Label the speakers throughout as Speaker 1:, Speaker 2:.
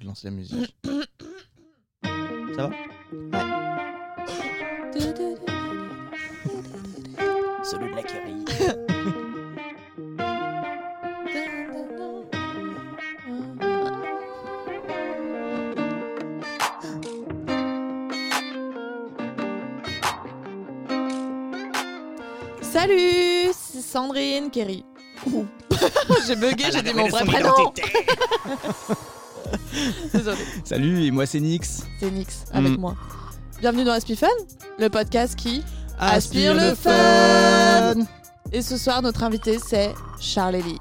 Speaker 1: Je lance la musique. Ça va Celui de la Kerry.
Speaker 2: Salut, c'est Sandrine Kerry. Ouh. j'ai bugué, j'ai dit mon vrai prénom. Désolée.
Speaker 1: Salut, et moi c'est Nix.
Speaker 2: C'est Nix avec
Speaker 1: Mm.
Speaker 2: moi. Bienvenue dans Aspie Fun, le podcast qui Aspire le fun. Et ce soir, notre invité, c'est Charles Ellie.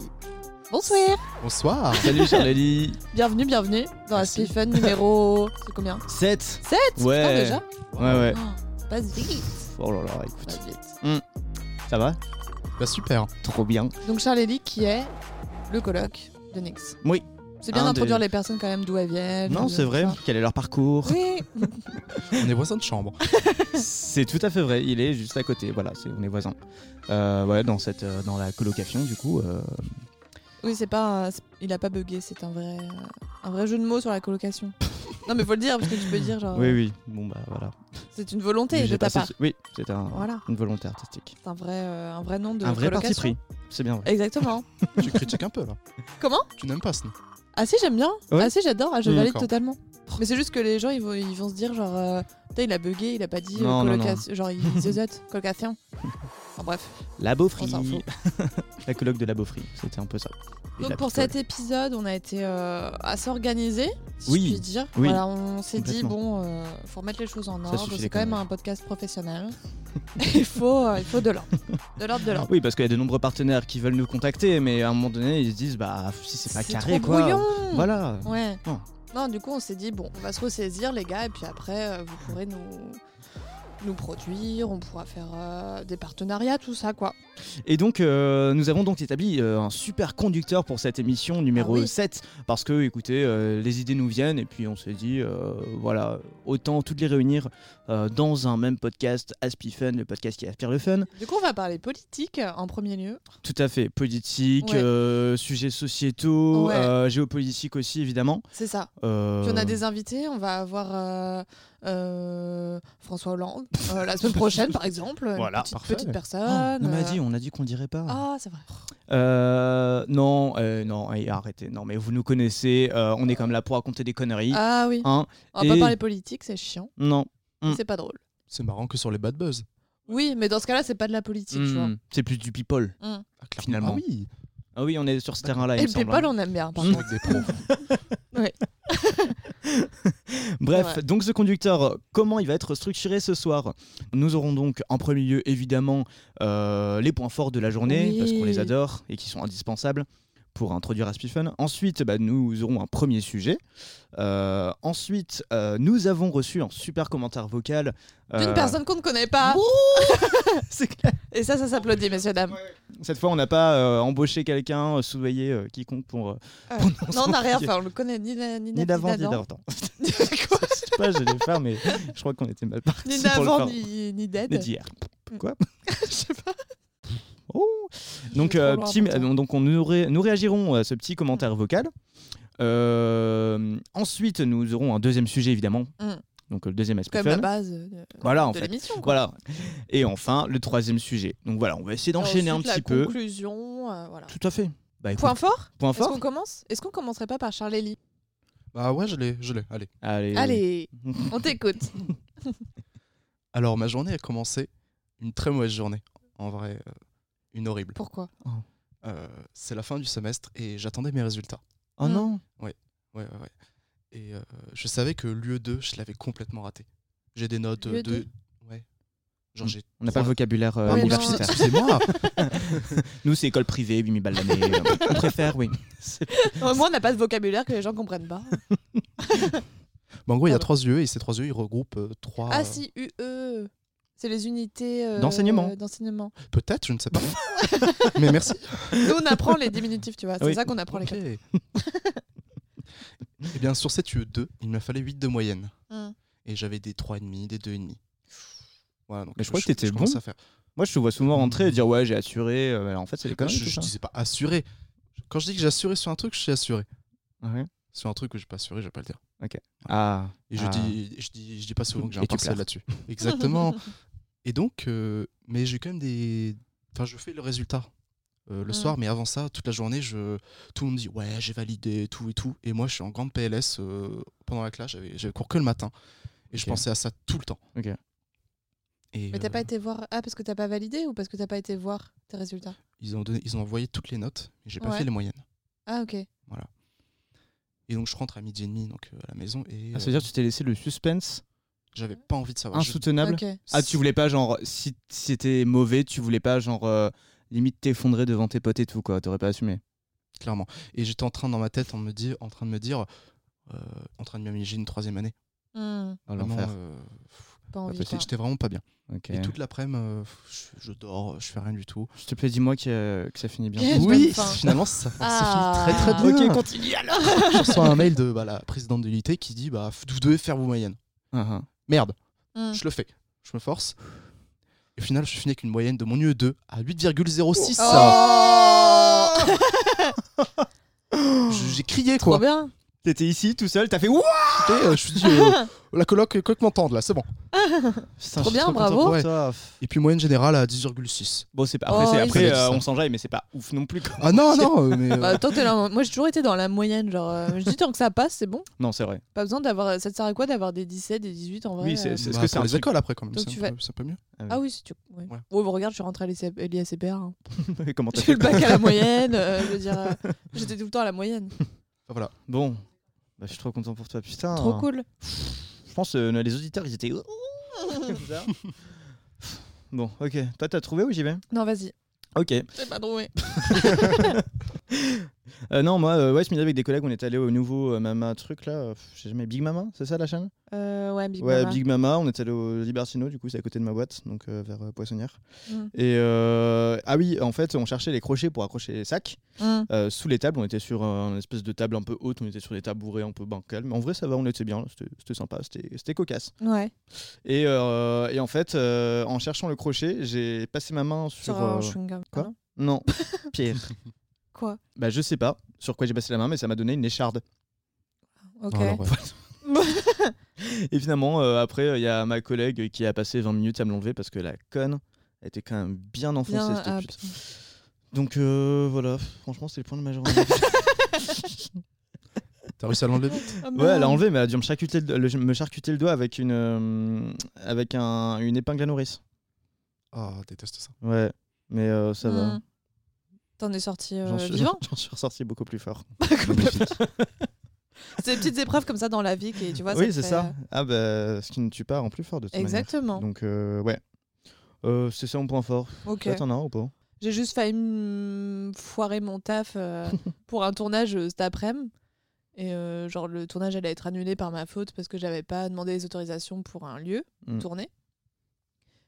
Speaker 2: Bonsoir.
Speaker 3: Bonsoir.
Speaker 1: Salut Charlie.
Speaker 2: Bienvenue, bienvenue dans Aspie Fun numéro. C'est combien
Speaker 1: 7
Speaker 2: 7
Speaker 1: Ouais.
Speaker 2: déjà
Speaker 1: Ouais, ouais.
Speaker 2: Oh, Passe vite.
Speaker 1: Oh là là, écoute.
Speaker 2: Passe vite.
Speaker 1: Ça va
Speaker 3: Bah super.
Speaker 1: Trop bien.
Speaker 2: Donc, Charles Ellie qui est le colloque de Nix.
Speaker 1: Oui.
Speaker 2: C'est bien
Speaker 1: Un
Speaker 2: d'introduire
Speaker 1: des-
Speaker 2: les personnes quand même d'où elles viennent.
Speaker 1: Non,
Speaker 2: de-
Speaker 1: c'est vrai. Quel est leur parcours
Speaker 2: Oui,
Speaker 3: On est voisins de chambre.
Speaker 1: C'est tout à fait vrai. Il est juste à côté. Voilà, c'est- on est voisins. Euh, ouais, dans, cette, euh, dans la colocation, du coup. euh,
Speaker 2: oui c'est pas. un- c'est- Il a pas bugué, c'est un vrai, un vrai jeu de mots sur la colocation. non, mais faut le dire, parce que tu peux dire, genre,
Speaker 1: Oui, oui. Bon, bah voilà.
Speaker 2: c'est une volonté de
Speaker 1: J'ai
Speaker 2: ta
Speaker 1: passé
Speaker 2: part.
Speaker 1: ce- Oui, c'est un,
Speaker 2: Voilà.
Speaker 1: une volonté artistique.
Speaker 2: C'est un vrai, euh, un vrai nom de
Speaker 1: un vrai
Speaker 2: colocation.
Speaker 1: parti pris. C'est bien vrai.
Speaker 2: Exactement.
Speaker 3: tu critiques un peu là.
Speaker 2: Comment
Speaker 3: Tu n'aimes pas ce nom.
Speaker 2: Ah si, j'aime bien.
Speaker 1: Ouais.
Speaker 2: Ah si, j'adore. Ah, je
Speaker 1: Mm,
Speaker 2: valide
Speaker 3: d'accord.
Speaker 2: totalement. Mais c'est juste que les gens, ils vont, ils vont se dire genre, euh, putain, il a bugué, il a pas dit euh,
Speaker 1: Non, non, non.
Speaker 2: colocation. Genre, il zezote, colocation. Enfin bref.
Speaker 1: La
Speaker 2: On s'en
Speaker 1: Beaufry.
Speaker 2: fout.
Speaker 1: la coloc de la Beaufry. C'était un peu ça. Et la
Speaker 2: Donc pour
Speaker 1: picole.
Speaker 2: cet épisode, on a été euh, assez organisé, si
Speaker 1: Oui.
Speaker 2: je puis dire.
Speaker 1: Oui.
Speaker 2: Voilà, on s'est dit
Speaker 1: Complètement.
Speaker 2: bon, euh, faut remettre les choses en
Speaker 1: Ça
Speaker 2: ordre.
Speaker 1: suffit,
Speaker 2: C'est
Speaker 1: les
Speaker 2: quand même
Speaker 1: conneries.
Speaker 2: un podcast professionnel. il faut, euh, il faut de l'ordre, de l'ordre, de l'ordre.
Speaker 1: Ah Oui, parce qu'il y a de nombreux partenaires qui veulent nous contacter, mais à un moment donné, ils se disent bah si c'est pas carré
Speaker 2: trop
Speaker 1: quoi.
Speaker 2: brouillon.
Speaker 1: Voilà.
Speaker 2: Ouais.
Speaker 1: Non.
Speaker 2: Non, du coup, on s'est dit, bon, on va se ressaisir, les gars, et puis après, euh, vous pourrez nous, nous produire, on pourra faire euh, des partenariats, tout ça, quoi.
Speaker 1: Et donc euh, nous avons donc établi euh, un super conducteur pour cette émission numéro
Speaker 2: Ah oui.
Speaker 1: 7 parce que écoutez, euh, les idées nous viennent et puis on s'est dit euh, voilà, autant toutes les réunir euh, dans un même podcast Aspi Fun, le podcast qui aspire le fun.
Speaker 2: Du coup, on va parler politique euh, en premier lieu.
Speaker 1: Tout à fait, politique,
Speaker 2: Ouais.
Speaker 1: euh, sujets sociétaux,
Speaker 2: Ouais.
Speaker 1: euh, géopolitique aussi évidemment.
Speaker 2: C'est ça.
Speaker 1: Euh,
Speaker 2: Puis on a des invités, on va avoir euh, euh, François Hollande euh, la semaine prochaine, par exemple. une
Speaker 1: Voilà,
Speaker 2: petite,
Speaker 3: parfait.
Speaker 2: petite personne.
Speaker 1: Oh, on m'a
Speaker 2: euh,
Speaker 1: dit, on a dit qu'on dirait pas.
Speaker 2: Ah, c'est vrai.
Speaker 1: Euh, non, euh, non, et arrêtez. Non, mais vous nous connaissez. euh, on est comme là pour raconter des conneries.
Speaker 2: Ah oui.
Speaker 1: Hein,
Speaker 2: On va
Speaker 1: et-
Speaker 2: pas parler politique, c'est chiant.
Speaker 1: non. Mm.
Speaker 2: C'est pas drôle.
Speaker 3: C'est marrant que sur les bad buzz.
Speaker 2: Oui, mais dans ce cas-là, c'est pas de la politique, tu vois.
Speaker 1: Hmm, c'est plus du people.
Speaker 3: Ah, clairement. Ah
Speaker 1: Finalement.
Speaker 3: oui.
Speaker 1: Ah oui, on est sur ce terrain-là. il
Speaker 2: Et
Speaker 1: me
Speaker 2: le
Speaker 1: semble, hein. Mm.
Speaker 2: PayPal, on aime bien, par contre.
Speaker 3: Avec des pros.
Speaker 1: Bref,
Speaker 2: Ouais.
Speaker 1: donc ce conducteur, comment il va être structuré ce soir Nous aurons donc en premier lieu évidemment euh, les points forts de la journée,
Speaker 2: Oui.
Speaker 1: parce qu'on les adore et qui sont indispensables pour introduire à Spiffen. Ensuite, bah, nous aurons un premier sujet. Euh, ensuite, euh, nous avons reçu un super commentaire vocal.
Speaker 2: D'une
Speaker 1: euh,
Speaker 2: personne qu'on ne connaît pas.
Speaker 1: c'est clair.
Speaker 2: Et ça, ça s'applaudit, messieurs, dames.
Speaker 1: Cette fois, on n'a pas euh, embauché quelqu'un, euh, soudoyé euh, quiconque pour. euh,
Speaker 2: Euh,
Speaker 1: pour nous
Speaker 2: Non, on n'a rien
Speaker 1: envoyer.
Speaker 2: fait, on le connaît ni, la- ni,
Speaker 1: Ni d'avant, ni
Speaker 2: d'avant.
Speaker 1: d'avant.
Speaker 2: Quoi
Speaker 1: Je sais pas, j'allais le faire, mais je crois qu'on était mal parti.
Speaker 2: Ni
Speaker 1: pour le
Speaker 2: d'avant,
Speaker 1: faire.
Speaker 2: ni Mm. ni
Speaker 1: Ni
Speaker 2: d'aide.
Speaker 1: d'hier. Quoi
Speaker 2: Je sais pas.
Speaker 1: Oh Donc,
Speaker 2: vais trop
Speaker 1: euh,
Speaker 2: loin, Mm.
Speaker 1: petit-
Speaker 2: putain.
Speaker 1: euh, donc on nous, ré- nous réagirons à ce petit commentaire vocal. Euh, ensuite, nous aurons un deuxième sujet, évidemment.
Speaker 2: Mm.
Speaker 1: Donc, le deuxième aspect
Speaker 2: Comme la base euh, de,
Speaker 1: Voilà, en
Speaker 2: de
Speaker 1: fait.
Speaker 2: l'émission. quoi.
Speaker 1: Voilà. Et enfin, le troisième sujet. Donc voilà, on va essayer
Speaker 2: Et
Speaker 1: d'enchaîner un
Speaker 2: ensuite,
Speaker 1: petit
Speaker 2: la
Speaker 1: peu.
Speaker 2: conclusion, euh, voilà.
Speaker 1: Tout à fait. Bah, écoute,
Speaker 2: Point fort
Speaker 1: point
Speaker 2: Est-ce
Speaker 1: fort.
Speaker 2: qu'on commence Est-ce qu'on commencerait pas par Charlélie
Speaker 3: Bah ouais, je l'ai, je l'ai. Allez.
Speaker 1: Allez.
Speaker 2: Allez, on t'écoute.
Speaker 3: Alors ma journée a commencé une très mauvaise journée. En vrai, euh, une horrible.
Speaker 2: Pourquoi
Speaker 3: Euh, c'est la fin du semestre et j'attendais mes résultats.
Speaker 1: Oh
Speaker 2: Mm.
Speaker 1: non
Speaker 3: Ouais, ouais, ouais. Et euh, je savais que l'UE2, je l'avais complètement raté. J'ai des notes euh,
Speaker 2: L'UE2?
Speaker 3: de. Ouais. Genre j'ai.
Speaker 1: On n'a pas le
Speaker 3: trois-
Speaker 1: vocabulaire euh,
Speaker 2: Ouais, non.
Speaker 3: Excusez-
Speaker 1: universitaire.
Speaker 3: Excusez-moi.
Speaker 1: Nous, c'est école privée, 8000 balles l'année. euh, on préfère, oui.
Speaker 2: Au moins, on n'a pas de vocabulaire que les gens comprennent pas.
Speaker 3: Bah, en gros, il y
Speaker 2: Ah
Speaker 3: a
Speaker 2: bah.
Speaker 3: trois UE et ces trois UE, ils regroupent euh,
Speaker 1: Oh.
Speaker 3: trois.
Speaker 2: Ah
Speaker 3: euh,
Speaker 2: si, UE. C'est les unités euh,
Speaker 1: D'enseignement.
Speaker 2: d'enseignement.
Speaker 3: euh, Peut-être, je ne sais pas. Mais merci.
Speaker 2: Nous, on apprend les diminutifs, tu vois. C'est
Speaker 1: Oui.
Speaker 2: ça qu'on apprend les quatre.
Speaker 3: Eh bien, sur cette UE2, il me fallait 8 de moyenne.
Speaker 2: Hum.
Speaker 3: Et j'avais des 3,5, des 2,5. Voilà, donc
Speaker 1: Mais je crois que t'étais
Speaker 3: je commence
Speaker 1: bon.
Speaker 3: à faire.
Speaker 1: Moi, je te vois souvent rentrer et dire ouais, j'ai assuré. euh, alors en fait, c'est les
Speaker 3: Je,
Speaker 1: conneries,
Speaker 3: je
Speaker 1: tout ça.
Speaker 3: disais pas assuré. Quand je dis que j'assurais sur un truc, je suis assuré.
Speaker 1: Ah Ouais.
Speaker 3: C'est un truc que je suis pas assuré, je vais pas le dire.
Speaker 1: Ah.
Speaker 3: Et je
Speaker 1: Ah.
Speaker 3: dis, je dis, je dis pas souvent que j'ai un
Speaker 1: Et tu pleures.
Speaker 3: partiel là-dessus. Exactement. Et donc, euh, mais j'ai quand même des. Enfin, je fais le résultat euh, le
Speaker 1: Ah.
Speaker 2: Mm.
Speaker 3: soir, mais avant ça, toute la journée, je... tout le monde me dit ouais, j'ai validé, tout et tout. Et moi, je suis en grande PLS euh, pendant la classe. J'avais j'avais cours que le matin, et je
Speaker 1: Ok.
Speaker 3: pensais à ça tout le temps.
Speaker 1: Ok.
Speaker 3: Et
Speaker 2: Mais t'as
Speaker 3: euh,
Speaker 2: pas été voir. Ah, parce que t'as pas validé ou parce que t'as pas été voir tes résultats
Speaker 3: ils ont donné- ils ont envoyé toutes les notes, mais j'ai pas
Speaker 2: Ouais.
Speaker 3: fait les moyennes.
Speaker 2: Ah, ok.
Speaker 3: Et donc, je rentre à midi et demi, donc euh, à la maison, et
Speaker 1: Ah, ça veut
Speaker 3: euh,
Speaker 1: dire que tu t'es laissé le suspense
Speaker 3: j'avais pas envie de
Speaker 1: Oh,
Speaker 3: savoir. Je-
Speaker 1: insoutenable.
Speaker 2: Ok.
Speaker 1: Ah, tu voulais pas, genre, si c'était mauvais, tu voulais pas, genre, euh, limite t'effondrer devant tes potes et tout, quoi. T'aurais pas assumé.
Speaker 3: clairement. Et j'étais en train dans ma tête en me dire, en train de me dire, euh, en train de m'imaginer une troisième année.
Speaker 2: Hmm,
Speaker 1: Oh,
Speaker 3: Vraiment,
Speaker 1: l'enfer.
Speaker 3: euh,
Speaker 2: pas envie.
Speaker 1: possible.
Speaker 2: quoi.
Speaker 3: j'étais vraiment pas bien.
Speaker 1: Ok.
Speaker 3: Et toute l'après-midi, euh, je, je dors, je fais rien du tout.
Speaker 1: S'il te plaît, dis-moi que, que ça finit bien.
Speaker 2: Yes.
Speaker 3: Oui,
Speaker 2: bonne fin.
Speaker 3: finalement, ça, ça finit
Speaker 2: Ah.
Speaker 3: très très bien.
Speaker 1: Ok, continue alors.
Speaker 3: je reçois un mail de bah, la présidente de l'unité qui dit bah, Vous devez faire vos moyennes.
Speaker 1: Ah, ah.
Speaker 3: Merde,
Speaker 2: Hmm.
Speaker 3: je le fais. Je me force. Et au final, je finis avec une moyenne de mon UE2 à 8,06.
Speaker 2: Oh
Speaker 3: Je- J'ai crié
Speaker 2: Trop
Speaker 3: quoi.
Speaker 2: bien.
Speaker 1: T'étais ici tout seul, t'as fait ouah
Speaker 3: Et, euh, je me suis dit euh, La coloc, quoi que m'entende là, c'est bon.
Speaker 1: Putain,
Speaker 2: Trop
Speaker 1: je suis
Speaker 2: bien,
Speaker 1: content
Speaker 2: bravo.
Speaker 1: pour toi.
Speaker 3: Et puis moyenne générale à 10,6.
Speaker 1: Bon, c'est pas-
Speaker 2: Oh,
Speaker 1: après, c'est-
Speaker 2: oui,
Speaker 1: après,
Speaker 3: c'est-
Speaker 1: euh, on s'enjaille, mais c'est pas ouf non plus. quoi.
Speaker 3: Ah non, non, euh, mais. euh,
Speaker 2: Bah, tant que t'es là- moi j'ai toujours été dans la moyenne, genre euh, je dis tant que ça passe, c'est bon.
Speaker 1: Non, c'est vrai.
Speaker 2: Pas besoin d'avoir. Ça te sert à quoi d'avoir des 17, des 18 en vrai
Speaker 1: Oui, c'est-
Speaker 2: euh,
Speaker 1: c'est-
Speaker 3: bah,
Speaker 1: que un
Speaker 3: pour les
Speaker 1: truc-
Speaker 3: écoles après quand même,
Speaker 2: Donc
Speaker 3: c'est un,
Speaker 2: tu
Speaker 3: peu- c'est un peu mieux.
Speaker 2: Ah oui, si tu. Ouais.
Speaker 3: Ouais.
Speaker 2: Ouais, bah, regarde, je suis rentrée à l'ICP à l'IACPR. hein.
Speaker 1: Comment t'as
Speaker 2: J'ai eu
Speaker 1: fait
Speaker 2: le bac à la moyenne, euh, je veux dire, euh, j'étais tout le temps à la moyenne.
Speaker 3: Enfin, voilà.
Speaker 1: Bon. Bah, je suis trop content pour toi, putain.
Speaker 2: Trop cool.
Speaker 1: Je pense que les auditeurs, ils étaient. Comme ça. bon, ok. Toi, t'as trouvé ou j'y vais
Speaker 2: Non, vas-y.
Speaker 1: Ok.
Speaker 2: J'ai pas trouvé.
Speaker 1: Euh, non, moi, euh, ouais, ce midi avec des collègues, on est allé au nouveau euh, Mama truc là. euh, Je sais jamais, Big Mama, c'est ça la chaîne
Speaker 2: Euh, ouais, Big
Speaker 1: Ouais,
Speaker 2: Mama.
Speaker 1: Big Mama. On est allé au Libertino, du coup, c'est à côté de ma boîte, donc euh, vers euh, Poissonnière.
Speaker 2: Mm.
Speaker 1: Et euh, ah oui, en fait, on cherchait les crochets pour accrocher les sacs.
Speaker 2: Hmm.
Speaker 1: Euh, sous les tables, on était sur euh, une espèce de table un peu haute, on était sur des tabourets un peu bancales. Mais en vrai, ça va, on était bien, c'était c'était sympa, c'était c'était cocasse.
Speaker 2: Ouais,
Speaker 1: Et, euh, et en fait, euh, en cherchant le crochet, j'ai passé ma main sur.
Speaker 2: sur un
Speaker 1: euh,
Speaker 2: chewing-gum.
Speaker 1: quoi
Speaker 2: Ah non.
Speaker 1: Non, pire.
Speaker 2: Quoi
Speaker 1: bah, je sais pas sur quoi j'ai passé la main, mais ça m'a donné une écharde.
Speaker 2: Ok.
Speaker 3: Non, alors, ouais.
Speaker 1: Et finalement, euh, après, il y a ma collègue qui a passé 20 minutes à me l'enlever parce que la conne elle était quand même bien enfoncée,
Speaker 2: Bien,
Speaker 1: cette
Speaker 2: ah,
Speaker 1: pute. Donc euh, voilà, franchement, c'est le point de ma journée.
Speaker 3: T'as réussi à l'enlever
Speaker 2: Ah,
Speaker 1: ouais, elle
Speaker 2: merde.
Speaker 1: a enlevé, mais elle a dû me charcuter le, le- me charcuter le doigt avec une, euh, avec un- une épingle à nourrice.
Speaker 3: Ah, déteste ça.
Speaker 1: Ouais, mais euh, ça va.
Speaker 2: Hmm. T'en es sorti euh,
Speaker 1: J'en suis,
Speaker 2: vivant.
Speaker 1: j'en suis ressorti beaucoup plus fort.
Speaker 2: C'est des petites épreuves comme ça dans la vie qui, tu vois, ça
Speaker 1: oui,
Speaker 2: te
Speaker 1: c'est
Speaker 2: fait,
Speaker 1: ça. Ah bah, ce qui ne tue pas rend plus fort de
Speaker 2: euh,
Speaker 1: toute
Speaker 2: Exactement.
Speaker 1: manière. Donc euh, ouais. Euh, c'est ça mon point fort.
Speaker 2: Ok.
Speaker 1: Toi, t'en as un ou pas
Speaker 2: J'ai juste failli me foirer mon taf euh, pour un tournage euh, cet après-midi. Et euh, genre, le tournage allait être annulé par ma faute parce que j'avais pas demandé les autorisations pour un lieu
Speaker 1: Mm.
Speaker 2: tourné.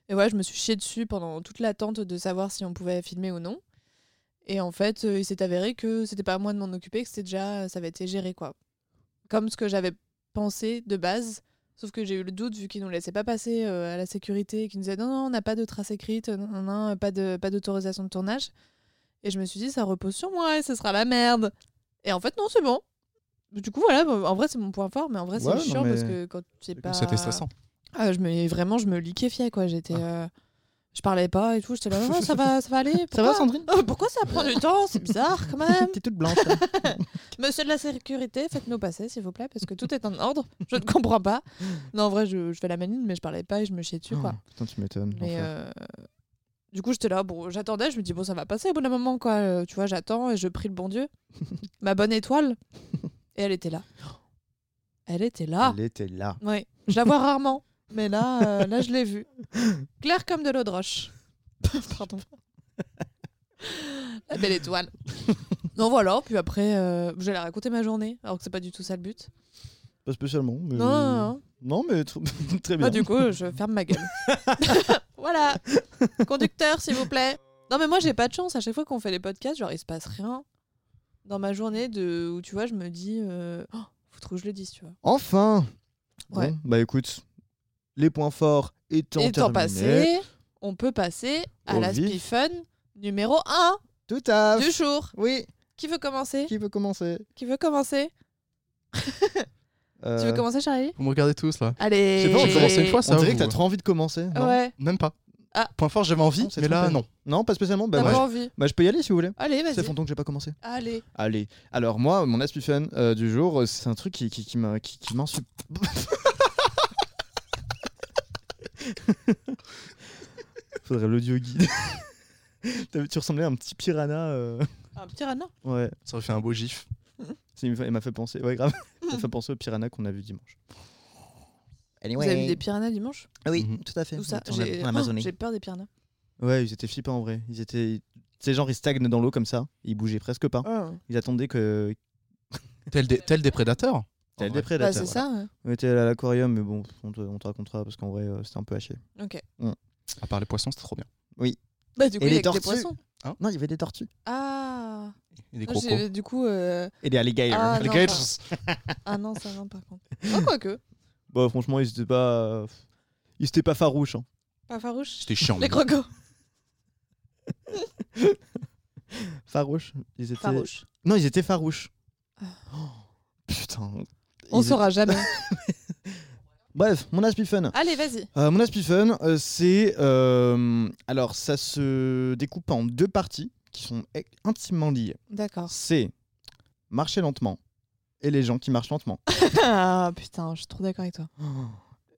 Speaker 2: Et ouais, je me suis chiée dessus pendant toute l'attente de savoir si on pouvait filmer ou non. Et en fait, euh, il s'est avéré que c'était pas à moi de m'en occuper, que c'était déjà, ça avait été géré quoi. Comme ce que j'avais pensé de base. Sauf que j'ai eu le doute vu qu'ils nous laissaient pas passer euh, à la sécurité et qu'ils nous disaient non, non, on n'a pas de trace écrite, euh, non, non, non, pas de pas d'autorisation de tournage. Et je me suis dit ça repose sur moi et ce sera la merde. Et en fait non, c'est bon. Du coup voilà, bah, en vrai c'est mon point fort, mais en vrai
Speaker 1: Ouais, non,
Speaker 2: c'est chiant
Speaker 1: mais-
Speaker 2: parce que quand tu sais pas.
Speaker 3: C'était stressant.
Speaker 2: Ah, je me vraiment je me liquéfiais quoi.
Speaker 1: Ah.
Speaker 2: J'étais, euh, je parlais pas et tout. J'étais là oh, ça va ça va aller.
Speaker 1: Ça va
Speaker 2: Pourquoi-
Speaker 1: Sandrine
Speaker 2: Oh, Pourquoi ça prend du temps C'est bizarre quand même.
Speaker 1: T'es toute blanche.
Speaker 2: Monsieur de la sécurité, faites-nous passer, s'il vous plaît, parce que tout est en ordre. Je ne comprends pas. Non, en vrai, je, je fais la maline, mais je parlais pas et je me chiais dessus, quoi.
Speaker 1: Putain, tu m'étonnes.
Speaker 2: Mais
Speaker 1: Oh, l'enfer.
Speaker 2: euh, du coup, j'étais là, bon, j'attendais, je me dis, bon, ça va passer au bout d'un moment, quoi. Euh, Tu vois, j'attends et je prie le bon Dieu. Ma bonne étoile. Et elle était là. Elle était là.
Speaker 1: Elle était là.
Speaker 2: Oui, je la vois rarement, mais là, euh, là, je l'ai vue. Claire comme de l'eau de roche. Pardon. La belle étoile. Non, voilà, puis après, euh, j'allais raconter ma journée, alors que c'est pas du tout ça le but.
Speaker 1: Pas spécialement. Mais...
Speaker 2: Non, non, non.
Speaker 1: Non, mais tr- très Mmh. Eh bien.
Speaker 2: Bah, du coup, je ferme ma gueule. voilà. Conducteur, s'il vous plaît. Non, mais moi, j'ai pas de chance. À chaque fois qu'on fait les podcasts, genre, il se passe rien dans ma journée de... où, tu vois, je me dis, euh, oh, faut trop que je le dise, tu vois.
Speaker 1: Enfin.
Speaker 2: Ouais.
Speaker 1: Bon, bah écoute, les points forts étant
Speaker 2: Et
Speaker 1: terminés.
Speaker 2: temps passé, on peut passer à
Speaker 1: Au
Speaker 2: la
Speaker 1: vif.
Speaker 2: Spifun numéro 1
Speaker 1: Tout à
Speaker 2: du jour.
Speaker 1: Oui.
Speaker 2: Qui veut commencer
Speaker 1: Qui veut commencer
Speaker 2: Qui veut commencer Tu veux commencer, Charlie
Speaker 3: Vous me regardez tous là.
Speaker 2: Allez.
Speaker 3: Je sais pas, on a commencé une fois,
Speaker 1: Euh, On
Speaker 3: ça,
Speaker 1: dirait
Speaker 3: vous,
Speaker 1: que t'as
Speaker 3: euh.
Speaker 1: trop envie de commencer. Non,
Speaker 2: Ouais.
Speaker 3: Même pas.
Speaker 2: Ah.
Speaker 3: Point fort, j'avais envie,
Speaker 1: On s'est
Speaker 3: mais là,
Speaker 1: trompé.
Speaker 3: non.
Speaker 1: non, pas spécialement. Bah,
Speaker 2: T'as
Speaker 1: moi,
Speaker 2: pas envie.
Speaker 1: je- bah, je peux y aller si vous voulez.
Speaker 2: Allez,
Speaker 1: Ça fait
Speaker 2: vas-y.
Speaker 1: longtemps que j'ai pas commencé.
Speaker 2: Allez.
Speaker 1: Allez, alors moi, mon aspect fun euh, du jour, euh, c'est un truc qui, qui, qui m'a- qui- qui m'insulte. Faudrait l'audio guide. T'as vu, tu ressemblais à un petit piranha. euh,
Speaker 2: Un petit rana.
Speaker 1: Ouais,
Speaker 3: Ça aurait fait un beau gif.
Speaker 1: c'est- il m'a fait penser. Ouais, grave. Ça m'a fait penser au piranha qu'on a vu dimanche.
Speaker 2: Vous avez vu des piranhas dimanche
Speaker 1: Ah oui,
Speaker 3: Mhm.
Speaker 1: tout à fait.
Speaker 2: Tout ça.
Speaker 1: On était en-
Speaker 2: J'ai
Speaker 1: en
Speaker 2: oh,
Speaker 1: Amazonie.
Speaker 2: j'ai peur des piranhas.
Speaker 1: ouais, ils étaient flippants en vrai. Ils étaient. Ces genre, ils stagnent dans l'eau comme ça. Ils bougeaient presque pas.
Speaker 2: Oh.
Speaker 1: Ils attendaient que.
Speaker 3: Tel des, tel des prédateurs.
Speaker 1: T'as
Speaker 3: vrai.
Speaker 1: des
Speaker 2: Bah,
Speaker 1: prédateurs.
Speaker 2: c'est
Speaker 1: voilà.
Speaker 2: ça. ouais.
Speaker 1: On était allé à l'aquarium, mais bon, on te, on te racontera parce qu'en vrai, euh, c'était un peu haché.
Speaker 2: Ok.
Speaker 3: À part les poissons, c'était trop bien.
Speaker 2: Bah, du coup,
Speaker 1: Et
Speaker 2: il y
Speaker 1: les
Speaker 2: a que des
Speaker 1: tortues
Speaker 2: poissons.
Speaker 1: Non, il y avait des tortues.
Speaker 2: Ah.
Speaker 3: Et des
Speaker 2: Ah,
Speaker 3: crocos.
Speaker 2: j'ai- Du coup. euh,
Speaker 1: Et des alligators.
Speaker 2: Ah,
Speaker 3: Les
Speaker 2: non,
Speaker 3: gars,
Speaker 2: pas- Ah non, ça non, par contre. Ah, quoique.
Speaker 1: Bah, franchement, ils étaient pas. Ils étaient pas farouches. hein.
Speaker 2: Pas farouche.
Speaker 3: c'était chiant.
Speaker 2: Les
Speaker 3: mais bon.
Speaker 2: crocos.
Speaker 1: Farouches Ils étaient.
Speaker 2: Farouche.
Speaker 1: Non, ils étaient farouches.
Speaker 2: Ah.
Speaker 1: Oh, putain.
Speaker 2: On
Speaker 1: Ils
Speaker 2: saura jamais.
Speaker 1: étaient- Bref, mon aspect fun.
Speaker 2: Allez, vas-y.
Speaker 1: Euh, mon aspect fun, euh, c'est. euh, Alors, ça se découpe en deux parties qui sont e- intimement liées.
Speaker 2: D'accord.
Speaker 1: C'est marcher lentement et les gens qui marchent lentement.
Speaker 2: Ah putain, je suis trop d'accord avec toi.
Speaker 1: Ah.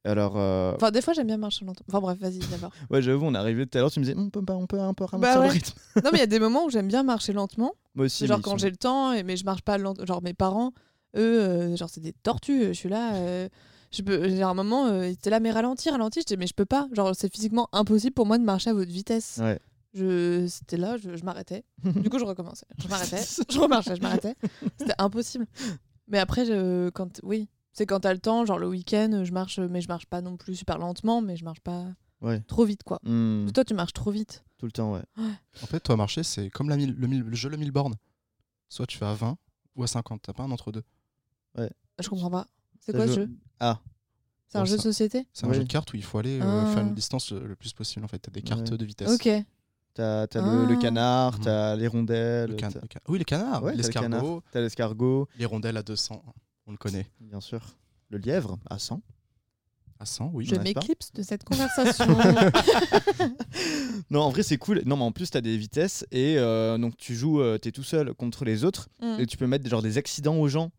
Speaker 1: Alors, euh,
Speaker 2: Enfin, des fois, j'aime bien marcher longtemps. Enfin, bref, vas-y d'abord.
Speaker 1: ouais, j'avoue, on est arrivé tout à l'heure, tu me disais, Hum, on peut, pas- on peut un peu ralentir
Speaker 2: Bah
Speaker 1: le
Speaker 2: ouais.
Speaker 1: rythme.
Speaker 2: non, mais il y a des moments où j'aime bien marcher lentement.
Speaker 1: Moi aussi.
Speaker 2: C'est genre
Speaker 1: mais ils
Speaker 2: quand
Speaker 1: sont-
Speaker 2: j'ai le temps, et- mais je marche pas lentement. Genre mes parents, eux, euh, genre c'est des tortues. Je suis là. euh, je peux, j'ai un moment, euh, ils étaient là, mais ralentis, ralentis. Je dis, mais je peux pas. Genre, c'est physiquement impossible pour moi de marcher à votre vitesse.
Speaker 1: Ouais.
Speaker 2: Je, c'était là, je, je m'arrêtais. Du coup, je recommençais. Je m'arrêtais. je remarchais, je m'arrêtais. C'était impossible. Mais après, je, quand, oui, c'est quand t'as le temps, genre le week-end, je marche, mais je marche pas non plus super lentement, mais je marche pas
Speaker 1: Ouais.
Speaker 2: trop vite, quoi.
Speaker 1: Hmm,
Speaker 2: Toi, tu marches trop vite.
Speaker 1: tout le temps, ouais.
Speaker 3: En fait, toi, marcher, c'est comme la mille- le, mille- le jeu le 1000 bornes. Soit tu vas à 20 ou à 50. T'as pas un entre deux.
Speaker 2: Je comprends pas. C'est
Speaker 1: Ça
Speaker 2: quoi
Speaker 1: joue-
Speaker 2: ce jeu
Speaker 1: Ah.
Speaker 2: C'est un
Speaker 3: Ouais,
Speaker 2: jeu
Speaker 3: ça-
Speaker 2: de société
Speaker 3: C'est un
Speaker 1: Ouais.
Speaker 3: jeu de cartes où il faut aller euh,
Speaker 2: Ah.
Speaker 3: faire une distance euh, le plus possible. En fait, t'as des cartes
Speaker 1: Ouais.
Speaker 3: de vitesse.
Speaker 2: Ok.
Speaker 1: T'as t'as le, le
Speaker 2: Ah.
Speaker 1: canard,
Speaker 3: Mhm.
Speaker 1: t'as les rondelles,
Speaker 3: Le can-
Speaker 1: t'as-
Speaker 3: le can- Oui, les canards,
Speaker 1: Ouais, t'as le
Speaker 3: l'escargot,
Speaker 1: canard. t'as l'escargot,
Speaker 3: les rondelles à 200. On le connaît.
Speaker 1: bien sûr. Le lièvre à 100.
Speaker 3: À 100, oui.
Speaker 2: Je
Speaker 1: n'est-ce pas
Speaker 2: m'éclipse de cette conversation.
Speaker 1: Non, en vrai, c'est cool. Non, mais en plus, t'as des vitesses et euh, donc tu joues, euh, t'es tout seul contre les autres
Speaker 2: Mm.
Speaker 1: et tu peux mettre genre des accidents aux gens.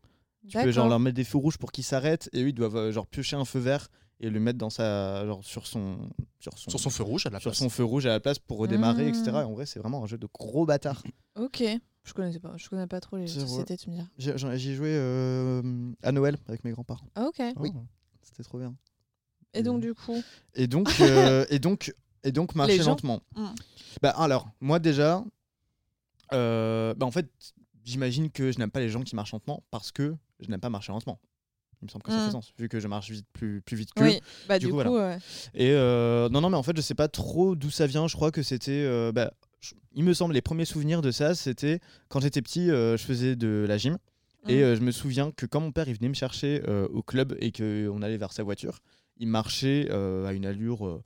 Speaker 1: Tu peux genre
Speaker 2: Hmm. D'accord.
Speaker 1: leur mettre des feux rouges pour qu'ils s'arrêtent et eux, ils doivent euh, genre piocher un feu vert et le mettre dans sa genre sur son sur son
Speaker 3: Sur son feu rouge, à la
Speaker 1: sur
Speaker 3: place.
Speaker 1: son feu rouge à la place pour redémarrer,
Speaker 2: Mm.
Speaker 1: etc. Et en vrai, c'est vraiment un jeu de gros bâtard.
Speaker 2: Ok. Je connaissais pas. Je connais pas trop les
Speaker 1: C'est
Speaker 2: jeux de
Speaker 1: vrai.
Speaker 2: société, tu me diras.
Speaker 1: J'ai j'en- j'y ai joué euh, à Noël avec mes grands-parents.
Speaker 2: Ah, ok.
Speaker 1: Oui.
Speaker 3: Oh.
Speaker 1: C'était trop bien.
Speaker 2: Et donc, du coup.
Speaker 1: Et donc, euh, et donc, et donc marcher
Speaker 2: Les gens.
Speaker 1: lentement.
Speaker 2: Mm.
Speaker 1: Bah alors, moi déjà, euh, bah en fait, j'imagine que je n'aime pas les gens qui marchent lentement parce que je n'aime pas marcher lentement. Il me semble que ça fait
Speaker 2: Mm.
Speaker 1: sens, vu que je marche vite, plus, plus vite que.
Speaker 2: Oui. Bah,
Speaker 1: du
Speaker 2: du,
Speaker 1: coup,
Speaker 2: coup.
Speaker 1: voilà.
Speaker 2: ouais.
Speaker 1: Et euh, non, non, mais en fait, je sais pas trop d'où ça vient. Je crois que c'était. euh, bah, je- il me semble, les premiers souvenirs de ça, c'était quand j'étais petit, euh, je faisais de la gym. Et
Speaker 2: Mm.
Speaker 1: euh, je me souviens que quand mon père il venait me chercher euh, au club et qu'on allait vers sa voiture, il marchait euh, à une allure, euh,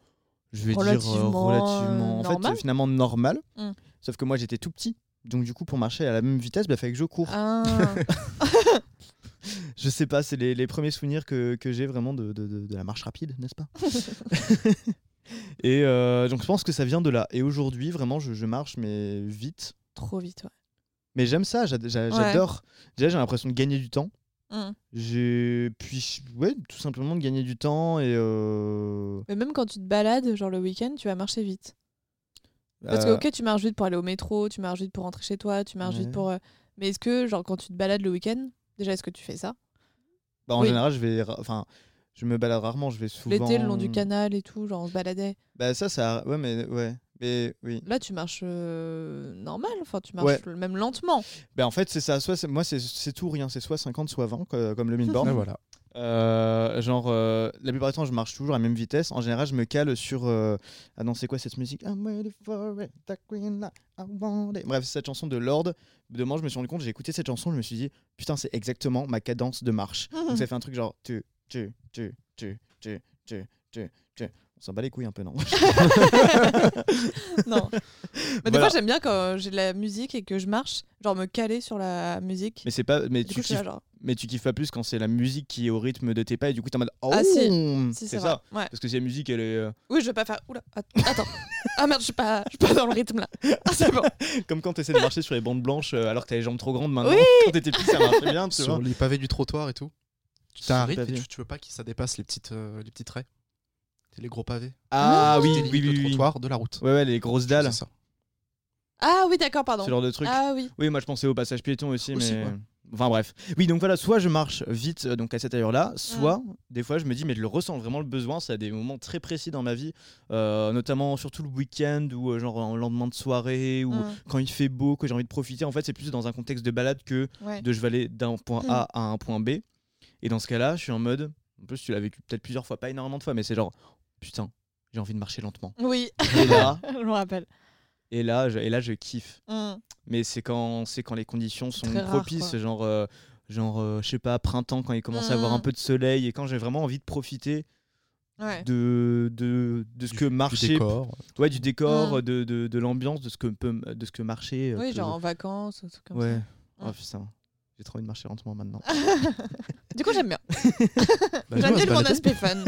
Speaker 1: je vais dire, euh,
Speaker 2: Relativement,
Speaker 1: relativement
Speaker 2: euh,
Speaker 1: en fait,
Speaker 2: normale.
Speaker 1: euh, finalement normale.
Speaker 2: Mm.
Speaker 1: Sauf que moi j'étais tout petit. Donc du coup pour marcher à la même vitesse, bah, fallait que je cours.
Speaker 2: Ah.
Speaker 1: Je sais pas, c'est les, les premiers souvenirs que, que j'ai vraiment de, de- de- de la marche rapide, n'est-ce pas Et euh, donc je pense que ça vient de là. Et aujourd'hui vraiment je, je marche mais vite.
Speaker 2: trop vite, ouais.
Speaker 1: Mais j'aime ça, j'ad- j'a-
Speaker 2: Ouais.
Speaker 1: j'adore. Déjà j'ai l'impression de gagner du temps.
Speaker 2: Mm.
Speaker 1: J'ai puis ouais, tout simplement de gagner du temps et euh,
Speaker 2: Mais même quand tu te balades, genre le week-end, tu vas marcher vite. Parce
Speaker 1: euh,
Speaker 2: que, ok, tu marches vite pour aller au métro, tu marches vite pour rentrer chez toi, tu marches
Speaker 1: Ouais.
Speaker 2: vite pour. euh, Mais est-ce que, genre, quand tu te balades le week-end, déjà, est-ce que tu fais ça
Speaker 1: bah, en
Speaker 2: oui.
Speaker 1: général, je vais ra- enfin je me balade rarement, je vais souvent
Speaker 2: L'été, le long du canal et tout, genre, on se baladait.
Speaker 1: Bah ça ça ouais mais ouais. Mais oui.
Speaker 2: Là, tu marches euh, normal, enfin, tu marches
Speaker 1: Ouais.
Speaker 2: même lentement.
Speaker 1: Bah en fait, c'est ça soit c'est- moi c'est- c'est tout ou rien, c'est soit 50 soit 20 co- comme le midboard.
Speaker 3: Ah, voilà.
Speaker 1: Euh, genre euh, la plupart du temps, je marche toujours à la même vitesse. En général, je me cale sur euh, ah non, c'est quoi cette musique I'm ready for it, that green light, I want it. Bref, c'est cette chanson de Lord. Demain, je me suis rendu compte, j'ai écouté cette chanson, je me suis dit putain, c'est exactement ma cadence de marche. Donc ça fait un truc genre tu tu tu tu tu tu tu tu. On s'en bat les couilles un peu non
Speaker 2: non. Mais des
Speaker 1: Voilà.
Speaker 2: fois, j'aime bien quand j'ai de la musique et que je marche, genre, me caler sur la musique.
Speaker 1: Mais c'est pas mais
Speaker 2: Du
Speaker 1: tu
Speaker 2: coup, je suis là,
Speaker 1: kiffes-
Speaker 2: genre.
Speaker 1: Mais tu kiffes pas plus quand c'est la musique qui est au rythme de tes pas et du coup t'es en mode oh
Speaker 2: Ah, si. Si,
Speaker 1: c'est
Speaker 2: vrai.
Speaker 1: ça
Speaker 2: Ouais.
Speaker 1: parce que si la musique elle est euh,
Speaker 2: Oui, je vais pas faire. Oula, att- attends. ah merde, je suis pas, je suis pas dans le rythme là. Ah, c'est bon.
Speaker 1: comme quand t'essaies de marcher sur les bandes blanches euh, alors que t'as les jambes trop grandes maintenant
Speaker 2: Oui.
Speaker 1: quand t'étais petit ça marchait bien tu
Speaker 3: sur
Speaker 1: vois
Speaker 3: les pavés du trottoir et tout.
Speaker 1: Sur
Speaker 3: T'as un
Speaker 1: les
Speaker 3: rythme et
Speaker 1: pavés.
Speaker 3: tu, tu veux pas que ça dépasse les petites, euh, les petits traits. C'est les gros pavés.
Speaker 1: ah oui
Speaker 3: Des lignes
Speaker 1: oui oui,
Speaker 3: de
Speaker 1: oui, oui.
Speaker 3: trottoir de la route.
Speaker 1: ouais ouais les grosses dalles
Speaker 3: C'est ça.
Speaker 2: Ah oui, d'accord, pardon.
Speaker 1: ce genre de truc
Speaker 2: Ah oui.
Speaker 1: Oui, moi je pensais au passage piéton aussi,
Speaker 3: Aussi,
Speaker 1: mais. euh,
Speaker 3: ouais.
Speaker 1: Enfin bref. Oui, donc voilà, soit je marche vite euh, donc à cette allure-là, soit
Speaker 2: Mmh.
Speaker 1: des fois je me dis, mais je le ressens vraiment le besoin, c'est à des moments très précis dans ma vie, euh, notamment surtout le week-end ou euh, genre en lendemain de soirée ou
Speaker 2: Hum,
Speaker 1: quand il fait beau, que j'ai envie de profiter. En fait, c'est plus dans un contexte de balade que
Speaker 2: ouais.
Speaker 1: de je vais aller d'un point
Speaker 2: Mm.
Speaker 1: A à un point B. Et dans ce cas-là, je suis en mode, en plus tu l'as vécu peut-être plusieurs fois, pas énormément de fois, mais c'est genre, putain, j'ai envie de marcher lentement.
Speaker 2: Oui,
Speaker 1: Et là,
Speaker 2: je me rappelle.
Speaker 1: et là, je- et là je kiffe
Speaker 2: Hum.
Speaker 1: mais c'est quand c'est quand les conditions sont
Speaker 2: très rare,
Speaker 1: propices
Speaker 2: quoi.
Speaker 1: genre euh, genre euh, je sais pas printemps quand il commence à avoir un
Speaker 2: Mm.
Speaker 1: peu de soleil et quand j'ai vraiment envie de profiter
Speaker 2: Ouais.
Speaker 1: de, de de ce que marcher
Speaker 3: Du décor.
Speaker 1: ouais du décor
Speaker 2: Mm.
Speaker 1: euh, de, de, de l'ambiance de ce que peut de ce que marcher euh,
Speaker 2: Oui,
Speaker 1: peut-
Speaker 2: genre en vacances ou truc comme
Speaker 1: ouais
Speaker 2: Mm.
Speaker 1: oh putain j'ai trop envie de marcher lentement maintenant
Speaker 2: ça. Du coup, j'aime bien.
Speaker 3: Bah, nous, on
Speaker 2: J'aime
Speaker 3: se
Speaker 2: bien mon
Speaker 3: baladait.
Speaker 2: aspect fun.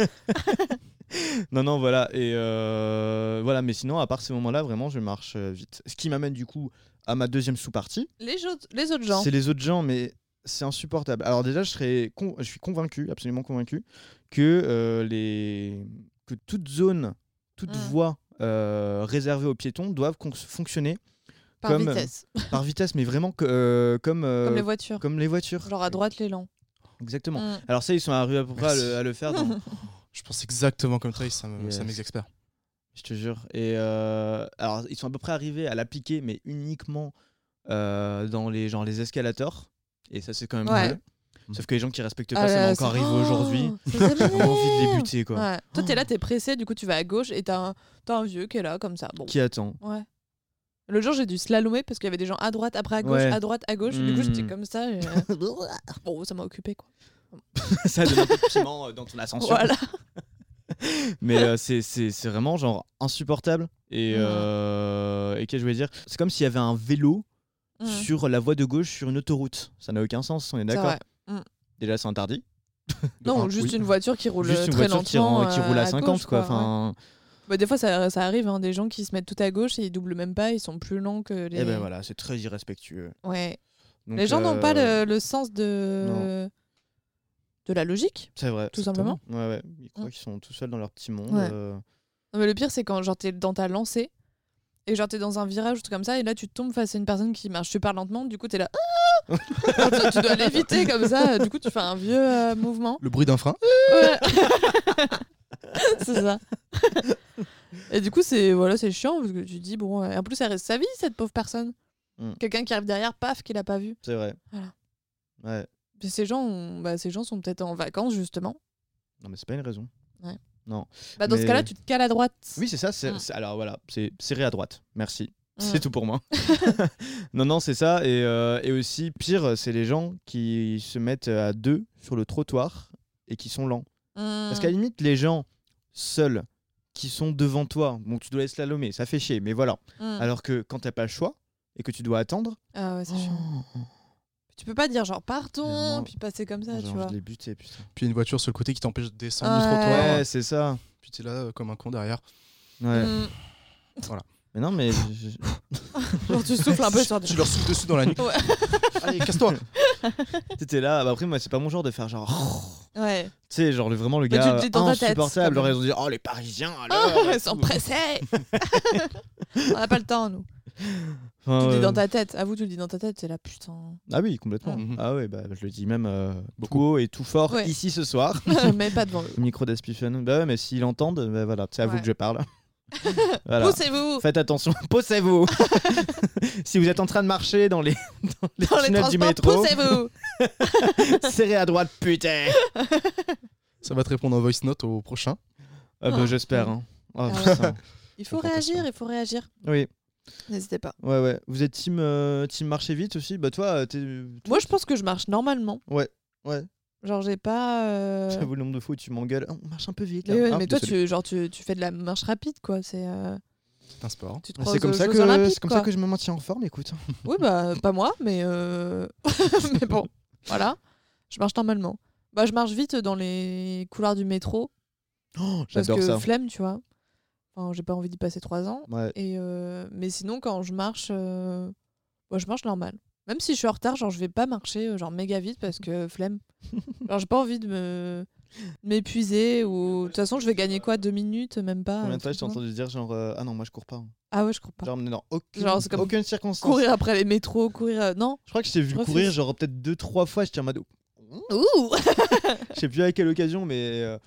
Speaker 1: non non voilà et euh, voilà mais sinon à part ces moments là vraiment je marche euh, vite ce qui m'amène du coup à ma deuxième sous-partie
Speaker 2: Les autres, les autres gens.
Speaker 1: C'est les autres gens, mais c'est insupportable. Alors déjà, je, serais con- je suis convaincu, absolument convaincu, que, euh, les... que toute zone, toute
Speaker 2: Mm.
Speaker 1: voie euh, réservée aux piétons doivent con- fonctionner
Speaker 2: Par
Speaker 1: comme-
Speaker 2: vitesse.
Speaker 1: par vitesse, mais vraiment que- euh, comme, euh,
Speaker 2: Comme les voitures.
Speaker 1: comme les voitures.
Speaker 2: Genre à droite, l'élan.
Speaker 1: Exactement.
Speaker 2: Hum.
Speaker 1: Alors ça, ils sont arrivés à peu près à le, à le faire. dans-
Speaker 3: bah, Je pense exactement comme toi et ça me- ça
Speaker 1: Yes.
Speaker 3: m'exaspère.
Speaker 1: je te jure. Et euh, alors, ils sont à peu près arrivés à l'appliquer, mais uniquement euh, dans les genre les escalators. Et ça, c'est quand même
Speaker 2: Ouais.
Speaker 1: cool. Sauf que les gens qui respectent pas,
Speaker 2: Ah
Speaker 1: ça
Speaker 2: là
Speaker 1: m'est
Speaker 2: là,
Speaker 1: encore
Speaker 2: c'est-
Speaker 1: arrivé aujourd'hui.
Speaker 2: Oh, ça, ça
Speaker 1: J'ai vraiment envie de les
Speaker 2: m'énerve.
Speaker 1: buter, quoi. Oh.
Speaker 2: Ouais. Toi, t'es là, t'es pressé, du coup, tu vas à gauche et t'as un, t'as un vieux qui est là, comme ça. Bon.
Speaker 1: Qui attend
Speaker 2: Ouais. Le jour, j'ai dû slalomer parce qu'il y avait des gens à droite, après à gauche,
Speaker 1: Ouais.
Speaker 2: à droite, à gauche. Du coup, j'étais
Speaker 1: Mm.
Speaker 2: comme ça. et- euh, bon, ça m'a occupé, quoi.
Speaker 1: Ça donne un peu de piment euh, dans ton ascension.
Speaker 2: Voilà.
Speaker 1: Mais euh, c'est- c'est c'est vraiment genre insupportable. Et,
Speaker 2: Ouais.
Speaker 1: euh, et qu'est-ce que je voulais dire C'est comme s'il y avait un vélo
Speaker 2: Mm.
Speaker 1: sur la voie de gauche sur une autoroute. Ça n'a aucun sens, on est
Speaker 2: C'est
Speaker 1: d'accord
Speaker 2: vrai.
Speaker 1: Déjà, c'est interdit. De
Speaker 2: Non,
Speaker 1: un,
Speaker 2: juste
Speaker 1: oui.
Speaker 2: une voiture qui roule
Speaker 1: Juste une
Speaker 2: très
Speaker 1: voiture qui,
Speaker 2: lentement.
Speaker 1: ren- qui
Speaker 2: euh,
Speaker 1: roule à
Speaker 2: gauche,
Speaker 1: 50, quoi. Enfin,
Speaker 2: ouais. Bah, des fois, ça, ça arrive, hein, des gens qui se mettent tout à gauche et ils doublent même pas, ils sont plus lents que les.
Speaker 1: et ben voilà, c'est très irrespectueux.
Speaker 2: Ouais.
Speaker 1: Donc,
Speaker 2: les gens n'ont pas
Speaker 1: euh,
Speaker 2: le, le sens de. de la logique.
Speaker 1: C'est vrai.
Speaker 2: tout simplement.
Speaker 1: Ouais, ouais. Ils croient
Speaker 2: Mm.
Speaker 1: qu'ils sont tout seuls dans leur petit monde.
Speaker 2: Ouais.
Speaker 1: euh,
Speaker 2: Non, mais le pire, c'est quand genre t'es dans ta lancée et genre t'es dans un virage ou truc comme ça et là tu tombes face à une personne qui marche super lentement. Du coup, t'es là. Ah Genre, tu, tu dois l'éviter comme ça. Du coup, tu fais un vieux euh, mouvement.
Speaker 3: Le bruit d'un frein.
Speaker 2: Ouais. c'est ça. et du coup, c'est voilà, c'est chiant parce que tu te dis bon. euh, En plus, elle reste sa vie cette pauvre personne.
Speaker 1: Mm.
Speaker 2: Quelqu'un qui arrive derrière, paf, qu'il a pas vu.
Speaker 1: C'est vrai.
Speaker 2: Voilà.
Speaker 1: Ouais.
Speaker 2: Puis ces gens, ont- bah, ces gens sont peut-être en vacances justement.
Speaker 1: Non, mais c'est pas une raison.
Speaker 2: Bah, dans
Speaker 1: Mais-
Speaker 2: ce cas-là, tu te cales à droite.
Speaker 1: Oui, c'est ça. c'est-
Speaker 2: Mm.
Speaker 1: c'est- Alors voilà, c'est serré à droite. Merci.
Speaker 2: Mm.
Speaker 1: C'est tout pour moi. non, non, c'est ça. Et, euh, et aussi, pire, c'est les gens qui se mettent à deux sur le trottoir et qui sont lents.
Speaker 2: Mm.
Speaker 1: Parce qu'à la limite, les gens seuls qui sont devant toi, bon, tu dois les slalomer, ça fait chier, mais voilà.
Speaker 2: Mm.
Speaker 1: Alors que quand t'as pas le choix et que tu dois attendre,
Speaker 2: Ah ouais, c'est
Speaker 1: oh,
Speaker 2: chiant. Tu peux pas dire genre partons
Speaker 1: Vraiment,
Speaker 2: puis passer comme ça,
Speaker 1: j'ai
Speaker 2: tu
Speaker 1: envie
Speaker 2: vois. Euh,
Speaker 1: de les buter, putain.
Speaker 3: Puis une voiture sur le côté qui t'empêche de descendre du
Speaker 2: Ah, Ouais.
Speaker 3: trottoir.
Speaker 1: Ouais, c'est ça.
Speaker 3: Puis t'es là euh, comme un con derrière.
Speaker 1: Ouais.
Speaker 2: Mm.
Speaker 1: Mais non, mais. je- je-
Speaker 2: Genre tu souffles un peu sur
Speaker 3: Tu leur souffles dessus dans la nuque.
Speaker 2: Ouais.
Speaker 3: Allez, casse-toi.
Speaker 1: T'étais là, bah après, moi, c'est pas mon genre de faire genre.
Speaker 2: Ouais.
Speaker 1: Tu sais, genre le- vraiment le
Speaker 2: Mais tu
Speaker 1: gars
Speaker 2: le dis dans ta tête,
Speaker 1: insupportable.
Speaker 2: quand
Speaker 1: Genre,
Speaker 2: même.
Speaker 1: ils ont dit Oh, les Parisiens, alors
Speaker 2: Oh, ils sont pressés. On n'a pas le temps nous.
Speaker 1: Enfin,
Speaker 2: Tu le
Speaker 1: euh,
Speaker 2: dis dans ta tête. Avoue, tu le dis dans ta tête, c'est là putain.
Speaker 1: Ah oui, complètement.
Speaker 3: Mhm.
Speaker 1: Ah ouais, bah, je le dis même euh,
Speaker 3: Beaucoup.
Speaker 1: tout haut et tout fort
Speaker 2: Ouais.
Speaker 1: ici ce soir.
Speaker 2: Mais pas devant eux.
Speaker 1: Au micro d'Aspifen. Bah ouais, mais s'ils entendent, bah voilà, c'est à vous
Speaker 2: Ouais.
Speaker 1: que je parle. voilà.
Speaker 2: Poussez-vous
Speaker 1: Faites attention, posez-vous Si vous êtes en train de marcher dans les, dans les
Speaker 2: dans les
Speaker 1: tunnels du
Speaker 2: transports,
Speaker 1: métro,
Speaker 2: poussez-vous.
Speaker 1: serrez à droite, putain
Speaker 3: Ça va te répondre en voice note au prochain.
Speaker 1: Ah bah
Speaker 2: Oh.
Speaker 1: j'espère. hein. Oh,
Speaker 2: Ah ouais.
Speaker 1: putain.
Speaker 2: Il faut
Speaker 1: Faut qu'on fasse
Speaker 2: réagir,
Speaker 1: ça.
Speaker 2: il faut réagir.
Speaker 1: Oui,
Speaker 2: N'hésitez pas.
Speaker 1: ouais, ouais. Vous êtes team, euh, team marcher vite aussi Bah toi, euh, t'es.
Speaker 2: Moi, je pense que je marche normalement.
Speaker 1: Ouais, ouais.
Speaker 2: Genre j'ai pas. euh,
Speaker 1: J'avoue le nombre de fois où tu m'engueules. Oh, on marche un peu vite là.
Speaker 2: Mais, ouais,
Speaker 1: Ah,
Speaker 2: mais toi,
Speaker 1: désolé.
Speaker 2: tu, genre, tu, tu fais de la marche rapide, quoi. C'est, euh,
Speaker 3: C'est un sport.
Speaker 2: tu te
Speaker 1: Ah,
Speaker 2: croises
Speaker 1: C'est comme,
Speaker 2: aux
Speaker 1: ça
Speaker 2: Jeux
Speaker 1: que,
Speaker 2: Olympiques,
Speaker 1: c'est comme ça
Speaker 2: quoi.
Speaker 1: que je me maintiens en forme, écoute.
Speaker 2: Oui, bah, pas moi, mais, euh, mais bon, voilà. Je marche normalement. Bah, je marche vite dans les couloirs du métro.
Speaker 1: Oh,
Speaker 2: Parce
Speaker 1: J'adore
Speaker 2: que
Speaker 1: ça.
Speaker 2: flemme, tu vois. Enfin, j'ai pas envie d'y passer trois ans.
Speaker 1: Ouais.
Speaker 2: Et euh, mais sinon, quand je marche, euh, bah, je marche normal. Même si je suis en retard, genre je vais pas marcher euh, genre méga vite parce que flemme. genre j'ai pas envie de me de m'épuiser ou de toute façon je vais gagner quoi deux minutes même pas.
Speaker 1: Combien
Speaker 2: euh,
Speaker 1: de fois je t'ai
Speaker 2: franchement.
Speaker 1: entendu dire genre euh, ah non moi je cours pas. hein.
Speaker 2: Ah ouais je cours pas.
Speaker 1: Genre mais dans aucune,
Speaker 2: Genre, c'est comme
Speaker 1: aucune circonstance.
Speaker 2: courir après les métros, courir euh, non.
Speaker 1: Je crois que je t'ai vu
Speaker 2: Je refuse.
Speaker 1: courir genre peut-être deux trois fois. J'étais en mode oh.
Speaker 2: Ouh.
Speaker 1: je sais plus à quelle occasion mais euh,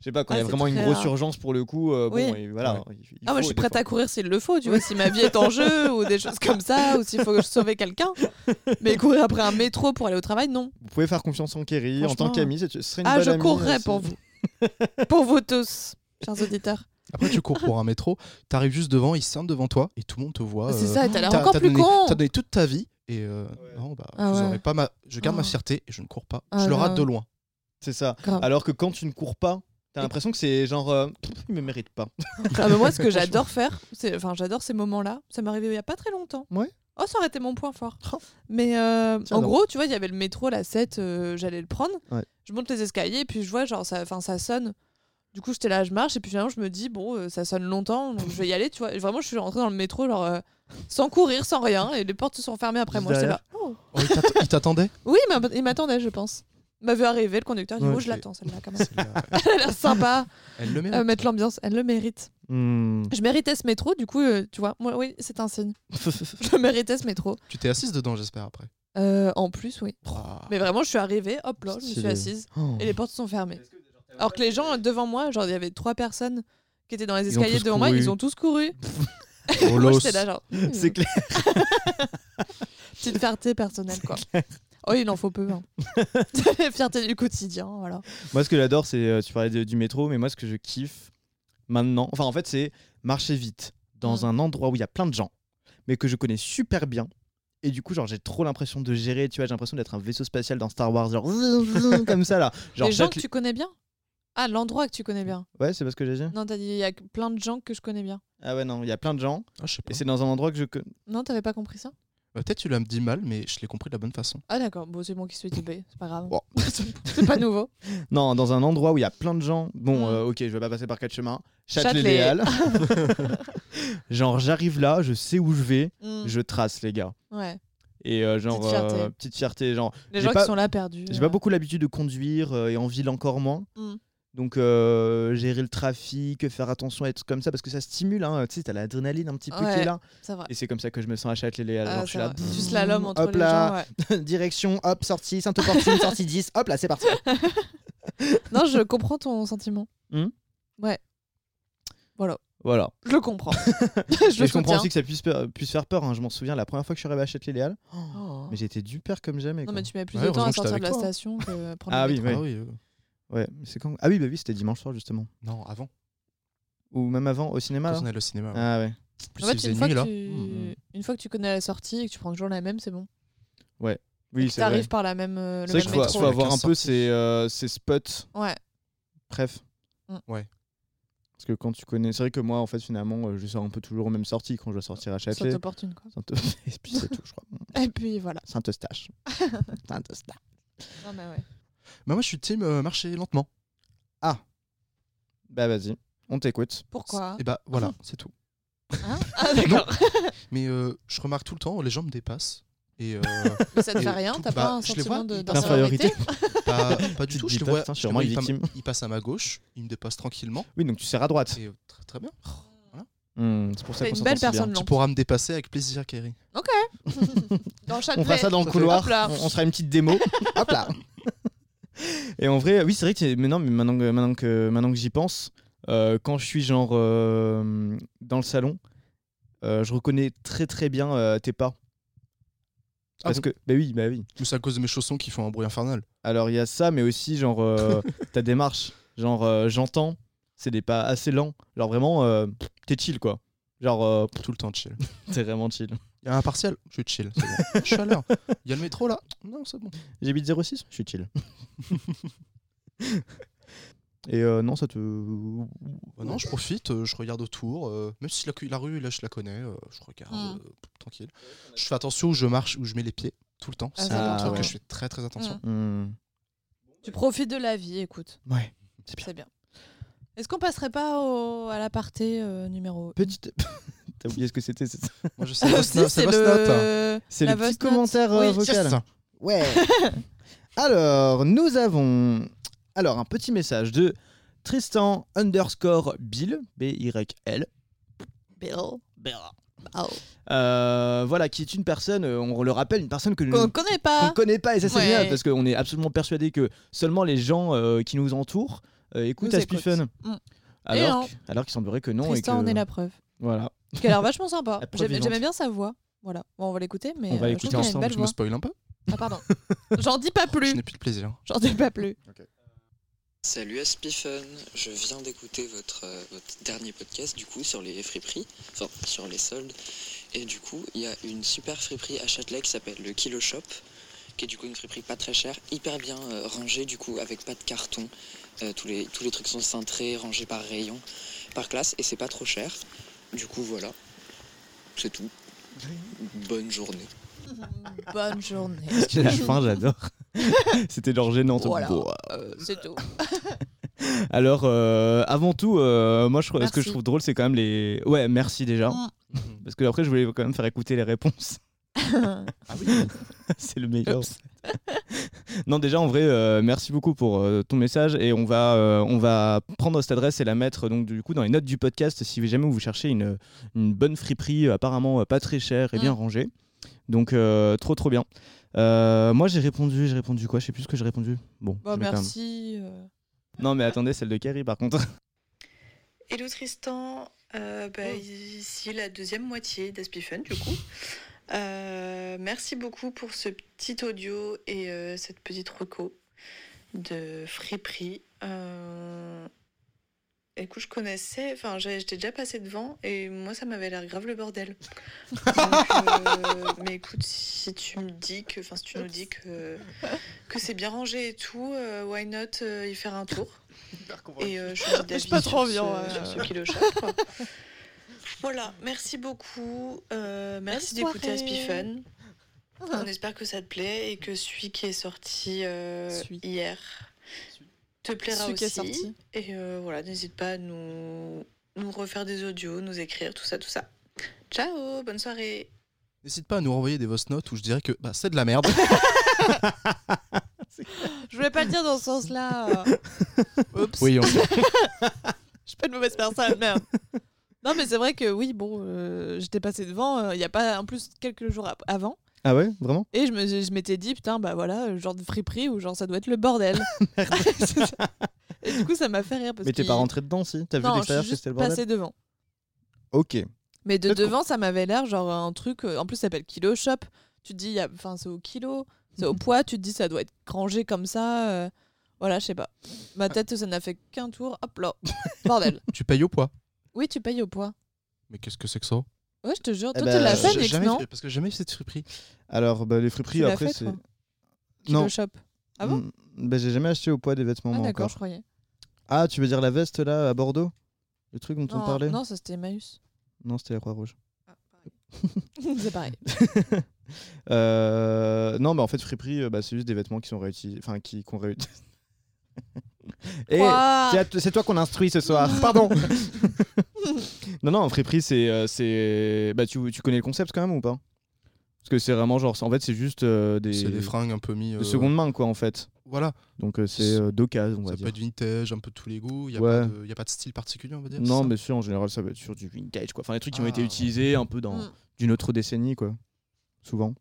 Speaker 1: je sais pas quand il
Speaker 2: Ah,
Speaker 1: y a
Speaker 2: c'est
Speaker 1: vraiment une
Speaker 2: très
Speaker 1: grosse
Speaker 2: rare.
Speaker 1: urgence pour le coup. euh,
Speaker 2: Oui.
Speaker 1: Bon et voilà. il- il
Speaker 2: Ah moi
Speaker 1: faut,
Speaker 2: je suis
Speaker 1: des
Speaker 2: prête
Speaker 1: fois.
Speaker 2: à courir s'il le faut, tu vois si ma vie est en jeu ou des choses comme ça ou s'il faut que je sauve quelqu'un. Mais courir après un métro pour aller au travail non.
Speaker 1: Vous pouvez faire confiance en Kerry, en tant
Speaker 2: Franchement,
Speaker 1: qu'ami, c'est- ce serait une
Speaker 2: Ah
Speaker 1: bonne
Speaker 2: je
Speaker 1: amie,
Speaker 2: courrais
Speaker 1: euh,
Speaker 2: pour
Speaker 1: c'est-
Speaker 2: vous. pour vous tous, chers auditeurs.
Speaker 3: Après, tu cours pour un métro, t'arrives juste devant, il scinde devant toi et tout le monde te
Speaker 1: Oh,
Speaker 3: voit.
Speaker 2: C'est
Speaker 3: euh,
Speaker 2: ça, t'as l'air
Speaker 3: T'as-
Speaker 2: encore
Speaker 3: t'as
Speaker 2: plus
Speaker 3: donné-
Speaker 2: con.
Speaker 3: T'as donné toute ta vie et euh,
Speaker 1: Ouais.
Speaker 3: non, bah,
Speaker 2: Ah
Speaker 3: vous
Speaker 2: ouais.
Speaker 3: aurez pas ma... je garde ma
Speaker 2: Oh.
Speaker 3: fierté et je ne cours pas.
Speaker 2: Ah
Speaker 3: je le rate
Speaker 2: non.
Speaker 3: de loin.
Speaker 1: C'est ça.
Speaker 2: Grave.
Speaker 1: Alors que quand tu ne cours pas, t'as
Speaker 2: Et-
Speaker 1: l'impression que c'est genre euh, Pff, il me mérite pas.
Speaker 2: Ah bah moi, ce que j'adore faire, c'est, enfin, j'adore ces moments-là. Ça m'est arrivé il y a pas très longtemps.
Speaker 1: Ouais.
Speaker 2: Oh, ça aurait été mon point fort.
Speaker 1: Oh.
Speaker 2: Mais euh,
Speaker 1: Tiens
Speaker 2: en
Speaker 1: donc.
Speaker 2: gros, tu vois, il y avait le métro, la 7, euh, j'allais le prendre.
Speaker 1: Ouais.
Speaker 2: Je monte les escaliers, puis je vois, genre, ça, enfin, ça sonne. Du coup, j'étais là, je marche, et puis finalement, je me dis, bon, euh, ça sonne longtemps, donc je vais y aller, tu vois. Et vraiment, je suis rentrée dans le métro, genre, euh, sans courir, sans rien, et les portes se sont fermées après
Speaker 1: Juste
Speaker 2: moi. J'étais là, oh.
Speaker 3: Oh, il t'att- il t'attendait
Speaker 2: Oui, il m'a- il m'attendait, je pense. Il m'a vu arriver, le conducteur, il dit,
Speaker 1: Ouais,
Speaker 2: oh, je
Speaker 3: c'est-
Speaker 2: l'attends, celle-là, quand même.
Speaker 3: C'est la-
Speaker 2: Elle a l'air sympa,
Speaker 3: Elle le
Speaker 2: euh,
Speaker 3: mérite.
Speaker 2: mettre l'ambiance, elle le mérite.
Speaker 1: Hmm.
Speaker 2: Je méritais ce métro, du coup, euh, tu vois, moi, oui, c'est un signe. Je méritais ce métro.
Speaker 3: Tu t'es assise dedans, j'espère, après.
Speaker 2: Euh, en plus, oui.
Speaker 3: Ah.
Speaker 2: Mais vraiment, je suis arrivée, hop là, je me suis
Speaker 1: Stylé.
Speaker 2: assise
Speaker 1: Oh.
Speaker 2: et les portes sont fermées. Alors que les gens euh, devant moi, genre, il y avait trois personnes qui étaient dans les
Speaker 3: Ils ont
Speaker 2: escaliers
Speaker 3: tous
Speaker 2: devant moi,
Speaker 3: couru.
Speaker 2: ils ont tous couru.
Speaker 3: Oh,
Speaker 2: Moi,
Speaker 3: l'os.
Speaker 2: j'étais là, genre, hmm,
Speaker 1: C'est clair.
Speaker 2: petite fierté personnelle, quoi. Oh, il en faut peu. Hein. fierté du quotidien, voilà.
Speaker 1: Moi, ce que j'adore, c'est. euh, Tu parlais de- du métro, mais moi, ce que je kiffe maintenant, enfin, en fait, c'est marcher vite dans
Speaker 2: Mm.
Speaker 1: un endroit où il y a plein de gens, mais que je connais super bien. Et du coup, genre, j'ai trop l'impression de gérer, tu vois, j'ai l'impression d'être un vaisseau spatial dans Star Wars, genre, comme ça, là. Genre,
Speaker 2: les gens
Speaker 1: chaque-
Speaker 2: que tu connais bien Ah, l'endroit que tu connais bien.
Speaker 1: Ouais, c'est pas ce que j'ai dit.
Speaker 2: Non, t'as dit, il y a plein de gens que je connais bien.
Speaker 1: Ah ouais, non, il y a plein de gens,
Speaker 3: Ah, je sais pas.
Speaker 1: et c'est dans un endroit que je connais.
Speaker 2: Non, t'avais pas compris ça
Speaker 3: Bah, Peut-être tu l'as dit mal, mais je l'ai compris de la bonne façon.
Speaker 2: Ah, d'accord, bon, c'est bon qui suis typé, c'est pas grave.
Speaker 1: Bon.
Speaker 2: c'est pas nouveau.
Speaker 1: Non, dans un endroit où il y a plein de gens. Bon,
Speaker 2: Mm.
Speaker 1: euh, ok, je vais pas passer par quatre chemins.
Speaker 2: Châtelet.
Speaker 1: Châtelet-Léal. genre, j'arrive là, je sais où je vais,
Speaker 2: Hmm,
Speaker 1: je trace, les gars.
Speaker 2: Ouais.
Speaker 1: Et euh, genre,
Speaker 2: Petite fierté.
Speaker 1: euh, petite fierté, genre.
Speaker 2: Les
Speaker 1: J'ai
Speaker 2: gens
Speaker 1: pas-
Speaker 2: qui sont là perdus.
Speaker 1: J'ai
Speaker 2: euh,
Speaker 1: pas beaucoup l'habitude de conduire euh, et en ville encore moins.
Speaker 2: Mm.
Speaker 1: Donc euh, gérer le trafic, faire attention à être comme ça parce que ça stimule. Hein. Tu sais, t'as l'adrénaline un petit peu qui
Speaker 2: Ouais.
Speaker 1: est là.
Speaker 2: C'est vrai.
Speaker 1: Et c'est comme ça que je me sens à Châtelet. Alors
Speaker 2: euh, Ah,
Speaker 1: je
Speaker 2: c'est
Speaker 1: suis là,
Speaker 2: vrai. tu
Speaker 1: pff,
Speaker 2: slalomes entre
Speaker 1: hop
Speaker 2: les
Speaker 1: là.
Speaker 2: gens. ouais.
Speaker 1: direction, hop, sortie, Sainte-Opportune, sortie 10, hop là, c'est parti.
Speaker 2: Non, je comprends ton sentiment.
Speaker 1: Hmm.
Speaker 2: ouais. Voilà.
Speaker 1: Voilà.
Speaker 2: Je le comprends. je
Speaker 1: Et
Speaker 2: le
Speaker 1: je comprends
Speaker 2: soutiens.
Speaker 1: aussi que ça puisse, pe- puisse faire peur. hein. Je m'en souviens, la première fois que je suis arrivé à Châtelet-Léal,
Speaker 2: Oh.
Speaker 1: mais j'étais du père comme jamais.
Speaker 2: Non,
Speaker 1: quoi.
Speaker 2: mais tu mets plus
Speaker 3: Ouais,
Speaker 2: de temps
Speaker 3: heureusement
Speaker 2: à
Speaker 3: que j'étais
Speaker 2: sortir de la
Speaker 3: avec toi. hein.
Speaker 2: station que à prendre
Speaker 1: Ah
Speaker 2: le
Speaker 1: oui,
Speaker 2: métro.
Speaker 1: Ouais.
Speaker 3: Ah oui. euh,
Speaker 1: Ouais, mais c'est quand Ah oui, bah oui, c'était dimanche soir justement.
Speaker 3: Non, avant.
Speaker 1: Ou même avant, au cinéma.
Speaker 3: Quand
Speaker 1: là.
Speaker 3: on allait au cinéma. ouais.
Speaker 1: Ah ouais.
Speaker 3: Plus
Speaker 2: En fait,
Speaker 3: il faisait
Speaker 2: une fois,
Speaker 3: nuit,
Speaker 2: que
Speaker 3: là.
Speaker 2: tu...
Speaker 1: Mm.
Speaker 2: une fois que tu connais la sortie et que tu prends toujours la même, c'est bon.
Speaker 1: Oui, c'est vrai.
Speaker 2: T'arrives par la même. euh,
Speaker 1: C'est
Speaker 2: le
Speaker 1: vrai
Speaker 2: même
Speaker 1: qu'il faut,
Speaker 2: métro.
Speaker 1: faut avoir un
Speaker 3: Avec un
Speaker 1: peu
Speaker 3: sorti.
Speaker 1: ces, euh, ces spots.
Speaker 2: Ouais.
Speaker 1: Bref.
Speaker 2: Mm.
Speaker 3: Ouais.
Speaker 1: Parce que quand tu connais. C'est vrai que moi, en fait, finalement, euh, je sors un peu toujours aux mêmes sorties quand je dois sortir à
Speaker 2: C'est
Speaker 1: Châtelet.
Speaker 2: opportune, quoi.
Speaker 1: Sainte... Et puis c'est tout, je crois.
Speaker 2: Et puis voilà.
Speaker 1: Saint-Eustache. Saint-Eustache.
Speaker 2: Non, mais ouais.
Speaker 3: Bah, moi, je suis team euh, marcher lentement.
Speaker 1: Bah vas-y, on t'écoute.
Speaker 2: Pourquoi
Speaker 3: Et bah voilà,
Speaker 2: Ah.
Speaker 3: c'est tout.
Speaker 2: Hein Ah, d'accord.
Speaker 3: Mais euh, je remarque tout le temps, les gens me dépassent. Et euh,
Speaker 2: Mais ça te
Speaker 3: Et
Speaker 2: fait rien, t'as
Speaker 3: tout-
Speaker 2: pas
Speaker 3: bah,
Speaker 2: un
Speaker 3: je les
Speaker 2: sentiment
Speaker 3: vois,
Speaker 2: de-
Speaker 3: ils-
Speaker 2: d'infériorité
Speaker 3: pas, pas
Speaker 1: Tu
Speaker 3: du
Speaker 1: te
Speaker 3: tout.
Speaker 1: dis,
Speaker 3: Je le
Speaker 1: putain,
Speaker 3: vois,
Speaker 1: je suis
Speaker 3: je le
Speaker 1: vraiment
Speaker 3: vois,
Speaker 1: une
Speaker 3: il, pa-
Speaker 1: victime.
Speaker 3: il passe à ma gauche, il me dépasse tranquillement.
Speaker 1: Oui, donc tu sers à droite.
Speaker 3: Et euh, très, très bien.
Speaker 1: Oh, Hmm, c'est pour ça qu'on
Speaker 2: T'es une
Speaker 1: s'entend
Speaker 2: belle
Speaker 1: si bien.
Speaker 2: personne
Speaker 3: Tu
Speaker 2: lente.
Speaker 3: pourras me dépasser avec plaisir, Kerry.
Speaker 2: Dans chaque
Speaker 1: On fera ça dans le
Speaker 3: Ça fait-
Speaker 1: couloir.
Speaker 2: Hop là.
Speaker 1: On, on se fera une petite démo. Hop là. Et en vrai, oui, c'est vrai que c'est- mais non, mais maintenant que maintenant que maintenant que j'y pense, euh, quand je suis genre euh, dans le salon, euh, je reconnais très très bien euh, tes pas.
Speaker 3: Ah
Speaker 1: Parce
Speaker 3: bon
Speaker 1: que bah oui, bah oui.
Speaker 3: Mais c'est à cause de mes chaussons qui font un bruit infernal.
Speaker 1: Alors il y a ça, mais aussi genre euh, ta démarche, genre euh, j'entends, c'est des pas assez lents. Genre vraiment, euh, t'es chill quoi. Genre euh,
Speaker 3: Tout le temps chill.
Speaker 1: t'es vraiment chill.
Speaker 3: Il y a un partiel, je suis chill. c'est bon. je suis à l'heure. Il y a le métro là. Non, c'est bon.
Speaker 1: J'habite 06, je suis chill. Et euh, non, ça te.
Speaker 3: Bah non, je profite, euh, je regarde autour. euh, même si la, cu- la rue, là, je la connais, euh, je regarde
Speaker 1: Hmm.
Speaker 2: Mm.
Speaker 3: euh, tranquille. Je fais attention où je marche, où je mets les pieds, tout le temps.
Speaker 2: Ah,
Speaker 3: c'est
Speaker 2: ça,
Speaker 3: un
Speaker 1: ah
Speaker 3: truc
Speaker 1: ouais.
Speaker 3: que je fais très très attention.
Speaker 2: Mm.
Speaker 1: Hmm.
Speaker 2: Tu profites de la vie, écoute.
Speaker 1: Ouais, c'est bien.
Speaker 2: C'est bien. Est-ce qu'on passerait pas au, à l'aparté euh, numéro
Speaker 1: Petite. T'as oublié ce que c'était c'est ça
Speaker 3: Moi, je sais
Speaker 2: Ah,
Speaker 3: pas,
Speaker 2: si,
Speaker 3: c'est
Speaker 2: c'est
Speaker 3: pas Snot. hein.
Speaker 2: le...
Speaker 1: C'est
Speaker 2: La
Speaker 1: le petit
Speaker 2: voice note.
Speaker 1: commentaire euh,
Speaker 2: Oui.
Speaker 1: vocal. Ouais. Alors, nous avons alors un petit message de Tristan underscore Bill B Y L.
Speaker 2: Bill.
Speaker 1: Euh, voilà, qui est une personne. euh, On le rappelle, une personne que nous
Speaker 2: Qu'on connaît
Speaker 1: qu'on
Speaker 2: pas.
Speaker 1: ne connaît pas et ça c'est
Speaker 2: Ouais.
Speaker 1: génial parce qu'on est absolument persuadé que seulement les gens euh, qui nous entourent euh, écoutent
Speaker 2: Nous
Speaker 1: Aspie Fun.
Speaker 2: écoutent. Mm. Et
Speaker 1: Alors,
Speaker 2: non.
Speaker 1: que- alors qu'il semblerait que non.
Speaker 2: Tristan
Speaker 1: et que...
Speaker 2: en est la preuve.
Speaker 1: Voilà.
Speaker 2: Qui a l'air vachement sympa.
Speaker 1: La preuve
Speaker 2: J'aime-
Speaker 1: vivante.
Speaker 2: J'aimais bien sa voix. Voilà. Bon, on va l'écouter, mais
Speaker 1: On va
Speaker 2: euh, je
Speaker 1: l'écouter
Speaker 2: trouve qu'il a une
Speaker 1: ensemble,
Speaker 2: belle
Speaker 3: Je me
Speaker 2: voix.
Speaker 3: spoil un peu
Speaker 2: Ah, pardon. J'en dis pas
Speaker 3: Je
Speaker 2: plus.
Speaker 3: n'ai plus de plaisir.
Speaker 2: J'en dis pas plus.
Speaker 4: Salut Aspifun, je viens d'écouter votre, euh, votre dernier podcast du coup sur les friperies, enfin sur les soldes, et du coup il y a une super friperie à Châtelet qui s'appelle le Kilo Shop, qui est du coup une friperie pas très chère, hyper bien euh, rangée du coup avec pas de carton, Euh, tous, les, tous les trucs sont cintrés, rangés par rayon, par classe, et c'est pas trop cher, du coup voilà, c'est tout, bonne journée.
Speaker 2: Bonne journée.
Speaker 1: La fin, j'adore. C'était genre gênant.
Speaker 2: Voilà.
Speaker 1: Bon,
Speaker 2: euh, C'est tout.
Speaker 1: Alors, euh, avant tout, euh, moi, je, trouve- ce que je
Speaker 2: Merci.
Speaker 1: trouve drôle, c'est quand même les. Ouais, merci déjà.
Speaker 2: Mm.
Speaker 1: Parce que après, je voulais quand même faire écouter les réponses.
Speaker 3: Ah
Speaker 1: c'est le meilleur.
Speaker 2: Oups.
Speaker 1: non, déjà, en vrai, euh, merci beaucoup pour euh, ton message. Et on va, euh, on va prendre cette adresse et la mettre euh, donc, du coup, dans les notes du podcast si jamais vous cherchez une, une bonne friperie, euh, apparemment euh, pas très chère et bien
Speaker 2: Mm.
Speaker 1: rangée. Donc, euh, trop, trop bien. Euh, moi, j'ai répondu, j'ai répondu quoi Je sais plus ce que j'ai répondu. Bon,
Speaker 2: Bon,
Speaker 1: je mets quand même.
Speaker 2: Bah, merci. euh,
Speaker 1: Non, mais attendez, celle de Kerry, par contre.
Speaker 5: Hello Tristan, Euh, bah,
Speaker 2: Oh.
Speaker 5: ici la deuxième moitié d'Aspifun du coup. Euh, merci beaucoup pour ce petit audio et euh, cette petite reco de friperie. Euh, Écoute, je connaissais, enfin j'ai- j'étais déjà passé devant et moi ça m'avait l'air grave le bordel. Donc, euh, mais écoute, si tu me dis que, enfin si tu nous dis que, que c'est bien rangé et tout, euh, why not euh, y faire un tour et euh, je suis d'avis
Speaker 2: pas
Speaker 5: sur
Speaker 2: trop euh.
Speaker 5: ce-
Speaker 2: bien, ouais.
Speaker 5: sur ce kilo shop, quoi. voilà, merci beaucoup. euh, merci
Speaker 2: Belle
Speaker 5: d'écouter
Speaker 2: soirée. Ah.
Speaker 5: Aspifun. On espère que ça te plaît et que celui qui est sorti euh,
Speaker 2: Celui.
Speaker 5: hier te plaira
Speaker 2: celui
Speaker 5: aussi.
Speaker 2: qui est sorti.
Speaker 5: Et euh, voilà, n'hésite pas à nous, nous refaire des audios, nous écrire, tout ça, tout ça. Ciao, bonne soirée.
Speaker 3: N'hésite pas à nous renvoyer des voice notes où je dirais que bah, c'est de la merde.
Speaker 2: Je voulais pas le dire dans ce sens-là. euh. Oups.
Speaker 3: oui, on sait.
Speaker 2: Je suis pas une mauvaise personne, merde. Non, mais c'est vrai que oui, bon, euh, j'étais passé devant, euh, il y a pas, en plus, quelques jours ap- avant,
Speaker 1: Ah ouais, vraiment
Speaker 2: et je me- je m'étais dit, putain, bah voilà, euh, genre de friperie ou genre ça doit être le bordel. C'est ça. et du coup, ça m'a fait rire. Parce
Speaker 1: Mais t'es
Speaker 2: qu'il-
Speaker 1: pas rentré dedans, si T'as vu
Speaker 2: Non, je
Speaker 1: d'extérieur
Speaker 2: suis
Speaker 1: que c'était
Speaker 2: juste
Speaker 1: le bordel
Speaker 2: passé devant.
Speaker 1: Ok.
Speaker 2: Mais de
Speaker 1: Peut-être qu'on-
Speaker 2: devant, ça m'avait l'air genre un truc. euh, En plus, ça s'appelle Kilo Shop. Tu te dis, y a- enfin, c'est au kilo, c'est au poids. Tu te dis, ça doit être rangé comme ça. euh, Voilà, je sais pas.
Speaker 1: Ah.
Speaker 2: Ma tête, ça n'a fait qu'un tour. Hop là, bordel.
Speaker 3: tu payes au poids.
Speaker 2: Oui, tu payes au poids.
Speaker 3: Mais qu'est-ce que c'est que ça
Speaker 2: Ouais, je te jure.
Speaker 1: Eh
Speaker 2: Toi,
Speaker 1: ben,
Speaker 2: tu l'as
Speaker 1: Euh,
Speaker 2: fait,
Speaker 3: J'ai
Speaker 2: Nix,
Speaker 3: jamais
Speaker 2: Bah, non
Speaker 3: fait- Parce que j'ai jamais fait de friperie.
Speaker 1: Alors, bah, les
Speaker 2: Tu
Speaker 1: friperies,
Speaker 2: l'as
Speaker 1: après,
Speaker 2: fait,
Speaker 1: c'est.
Speaker 2: toi
Speaker 1: Non.
Speaker 2: Kilo Shop. Ah bon
Speaker 1: Mm, bah, J'ai jamais acheté au poids des vêtements,
Speaker 2: Ah,
Speaker 1: moi,
Speaker 2: d'accord,
Speaker 1: encore.
Speaker 2: je croyais.
Speaker 1: Ah, tu veux dire la veste, là, à Bordeaux Le truc dont on
Speaker 2: Non,
Speaker 1: parlait
Speaker 2: Oh, non, ça c'était Emmaüs.
Speaker 1: Non, c'était la Croix-Rouge.
Speaker 2: c'est pareil.
Speaker 1: Euh, Non, mais en fait, friperie, euh, bah, c'est juste des vêtements qui sont réutilisés. Enfin, qui qu'on réutilise. Et
Speaker 2: Ouah
Speaker 1: c'est à t- c'est toi qu'on instruit ce soir. Pardon Non, non, friperie, c'est. euh, c'est- bah, tu, tu connais le concept quand même ou pas Parce que c'est vraiment genre. En fait, c'est juste euh, des.
Speaker 3: C'est des fringues un peu mis.
Speaker 1: de
Speaker 3: euh,
Speaker 1: seconde main, quoi, en fait.
Speaker 3: Voilà.
Speaker 1: Donc euh, c'est euh, d'occasion, on va
Speaker 3: Ça
Speaker 1: dire.
Speaker 3: peut être vintage, un peu de tous les goûts. Il n'y a,
Speaker 1: Ouais.
Speaker 3: pas de- y a pas de style particulier, on va dire.
Speaker 1: Non,
Speaker 3: c'est ça
Speaker 1: mais si, en général, ça va être sur du vintage, quoi. Enfin, des trucs qui ont
Speaker 3: Ah.
Speaker 1: été utilisés un peu dans
Speaker 2: Mm.
Speaker 1: d'une autre décennie, quoi. Souvent,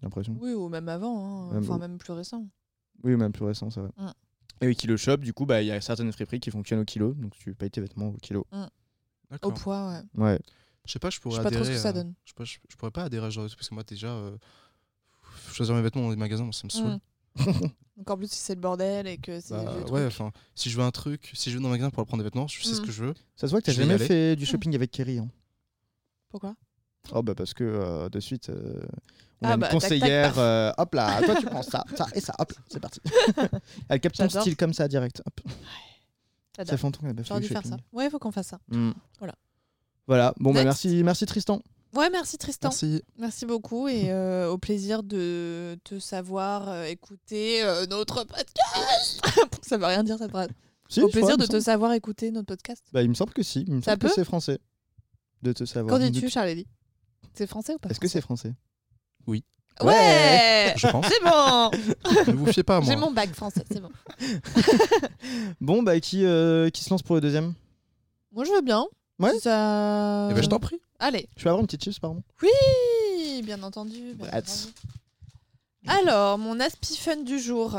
Speaker 1: j'ai l'impression.
Speaker 2: Oui, ou même avant, hein.
Speaker 1: Même-
Speaker 2: enfin même plus récent.
Speaker 1: Oui, même plus récent, ça va.
Speaker 2: Mm.
Speaker 1: Et oui, Kilo Shop, du coup, bah, il y a certaines friperies qui fonctionnent au kilo, donc tu payes tes vêtements au kilo.
Speaker 2: Au
Speaker 3: D'accord.
Speaker 2: poids, ouais.
Speaker 1: Ouais.
Speaker 3: Je sais pas, je
Speaker 2: Je
Speaker 3: pourrais
Speaker 2: sais pas trop ce
Speaker 3: adhérer
Speaker 2: que ça
Speaker 3: à-
Speaker 2: donne.
Speaker 3: Je, sais pas, je, je pourrais pas adhérer à ce genre de truc, parce que moi, déjà, euh, choisir mes vêtements dans les magasins, moi, ça me saoule.
Speaker 2: Mm. Donc en plus, si c'est le bordel et que c'est.
Speaker 3: Bah,
Speaker 2: des vieux
Speaker 3: ouais,
Speaker 2: trucs.
Speaker 3: enfin, si je veux un truc, si je vais dans un magasin pour prendre des vêtements, je sais ce
Speaker 2: Mm.
Speaker 3: que je veux.
Speaker 1: Ça se voit que t'as
Speaker 3: Je vais y
Speaker 1: jamais
Speaker 3: aller.
Speaker 1: fait du shopping avec Kerry. Hein.
Speaker 2: Pourquoi
Speaker 1: Oh, bah parce que euh, de suite, euh, on
Speaker 2: Ah,
Speaker 1: a une
Speaker 2: bah, tac, tac,
Speaker 1: conseillère.
Speaker 2: paf.
Speaker 1: euh, hop là, toi tu prends ça, ça et ça, hop, c'est parti. Elle capte ton
Speaker 2: J'adore.
Speaker 1: style comme ça direct. Hop.
Speaker 2: J'adore.
Speaker 1: Ça fait longtemps qu'elle a pas fait
Speaker 2: J'aurais
Speaker 1: du
Speaker 2: dû faire
Speaker 1: shopping.
Speaker 2: ça. Ouais, faut qu'on fasse ça.
Speaker 1: Mm.
Speaker 2: Voilà.
Speaker 1: Voilà. Bon, bah,
Speaker 2: Next.
Speaker 1: merci, merci Tristan.
Speaker 2: Ouais, merci Tristan. Merci,
Speaker 3: Merci.
Speaker 2: beaucoup et euh, au plaisir de te savoir euh, écouter euh, notre podcast. ça veut rien dire cette phrase.
Speaker 1: Si, je
Speaker 2: au
Speaker 1: crois,
Speaker 2: plaisir
Speaker 1: il me
Speaker 2: de te
Speaker 1: semble.
Speaker 2: savoir écouter notre podcast.
Speaker 1: Bah, il me semble que si. Il me
Speaker 2: Ça
Speaker 1: semble que
Speaker 2: peut
Speaker 1: c'est français. De te savoir.
Speaker 2: Qu'en dis-tu,
Speaker 1: De-
Speaker 2: Charlie C'est français ou pas
Speaker 1: Est-ce que c'est français
Speaker 2: français Ouais
Speaker 3: Je pense.
Speaker 2: C'est bon
Speaker 3: ne vous fiez pas à moi.
Speaker 2: J'ai mon bac français, c'est bon.
Speaker 1: Bon, bah, qui, euh, qui se lance pour le deuxième
Speaker 2: Moi, je veux bien.
Speaker 1: Ouais.
Speaker 2: Si ça-
Speaker 3: Eh ben, je t'en prie.
Speaker 2: Allez.
Speaker 1: Je peux avoir une petite chips, pardon
Speaker 2: Oui, bien entendu. bien
Speaker 1: Brats.
Speaker 2: entendu. Alors, mon aspifun du jour,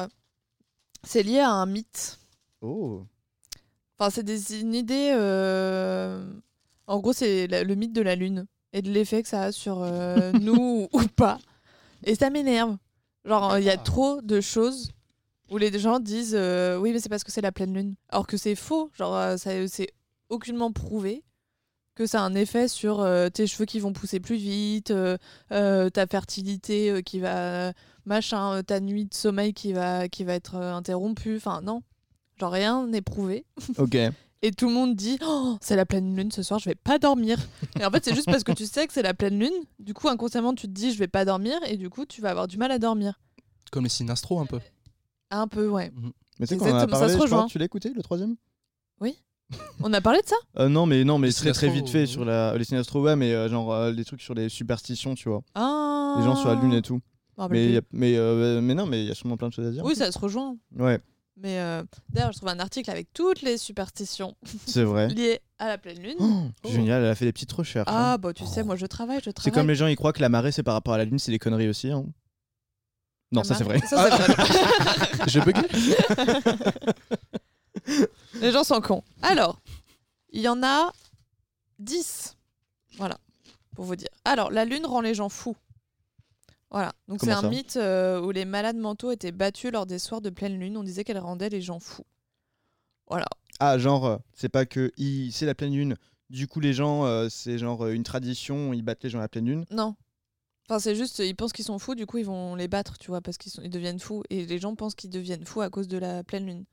Speaker 2: c'est lié à un mythe.
Speaker 1: Oh.
Speaker 2: Enfin, c'est des, une idée. euh, En gros, c'est la- le mythe de la Lune et de l'effet que ça a sur euh, nous ou pas. Et ça m'énerve. Genre, il y a trop de choses où les gens disent euh, oui, mais c'est parce que c'est la pleine Lune. Alors que c'est faux. Genre, euh, ça- c'est aucunement prouvé que ça a un effet sur euh, tes cheveux qui vont pousser plus vite, euh, euh, ta fertilité euh, qui va. machin, euh, ta nuit de sommeil qui va, qui va être euh, interrompue. Enfin, non. Genre, rien n'est prouvé.
Speaker 1: Ok.
Speaker 2: Et tout le monde dit Oh, c'est la pleine lune ce soir, je vais pas dormir. Et en fait, c'est juste parce que tu sais que c'est la pleine lune. Du coup, inconsciemment, tu te dis je vais pas dormir et du coup, tu vas avoir du mal à dormir.
Speaker 3: Comme les sinastros un peu.
Speaker 2: Un peu, ouais.
Speaker 1: Mais tu sais qu'on en
Speaker 2: Exactement,
Speaker 1: a
Speaker 2: ça
Speaker 1: parlé,
Speaker 2: se
Speaker 1: je crois,
Speaker 2: rejoint.
Speaker 1: tu l'as écouté, le troisième
Speaker 2: On a parlé de ça
Speaker 1: Euh, non, mais non, mais
Speaker 3: Les
Speaker 1: très très
Speaker 3: Sinastros,
Speaker 1: vite fait
Speaker 3: oui.
Speaker 1: sur la les Sinastros, ouais, mais euh, genre euh, les trucs sur les superstitions, tu vois,
Speaker 2: ah.
Speaker 1: les gens sur la lune et tout.
Speaker 2: Je m'en rappelle
Speaker 1: Mais
Speaker 2: plus.
Speaker 1: y a- mais euh, mais non, mais il y a sûrement plein de choses à dire.
Speaker 2: Oui, ça se rejoint.
Speaker 1: Ouais,
Speaker 2: Mais euh, d'ailleurs, je trouve un article avec toutes les superstitions
Speaker 1: c'est vrai.
Speaker 2: liées à la pleine lune.
Speaker 1: Oh, Génial, elle a fait des petites recherches. hein.
Speaker 2: Ah, bah tu sais, moi je travaille, je
Speaker 1: C'est
Speaker 2: travaille.
Speaker 1: comme les gens ils croient que la marée c'est par rapport à la lune, c'est des conneries aussi. hein. Non, ça c'est vrai.
Speaker 2: Ça, c'est vrai.
Speaker 3: J'ai bugué.
Speaker 2: Les gens sont cons. Alors, il y en a 10. Voilà, pour vous dire. Alors, la Lune rend les gens fous. Voilà, donc c'est
Speaker 1: Comment
Speaker 2: un
Speaker 1: ça
Speaker 2: mythe euh, où les malades mentaux étaient battus lors des soirs de pleine Lune. On disait qu'elle rendait les gens fous. Voilà.
Speaker 1: Ah, genre euh, c'est pas que il- c'est la pleine lune. Du coup, les gens, euh, c'est genre euh, une tradition, ils battent les gens à la pleine lune.
Speaker 2: Non. Enfin, c'est juste, ils pensent qu'ils sont fous, du coup, ils vont les battre, tu vois, parce qu'ils sont- ils deviennent fous. Et les gens pensent qu'ils deviennent fous à cause de la pleine lune.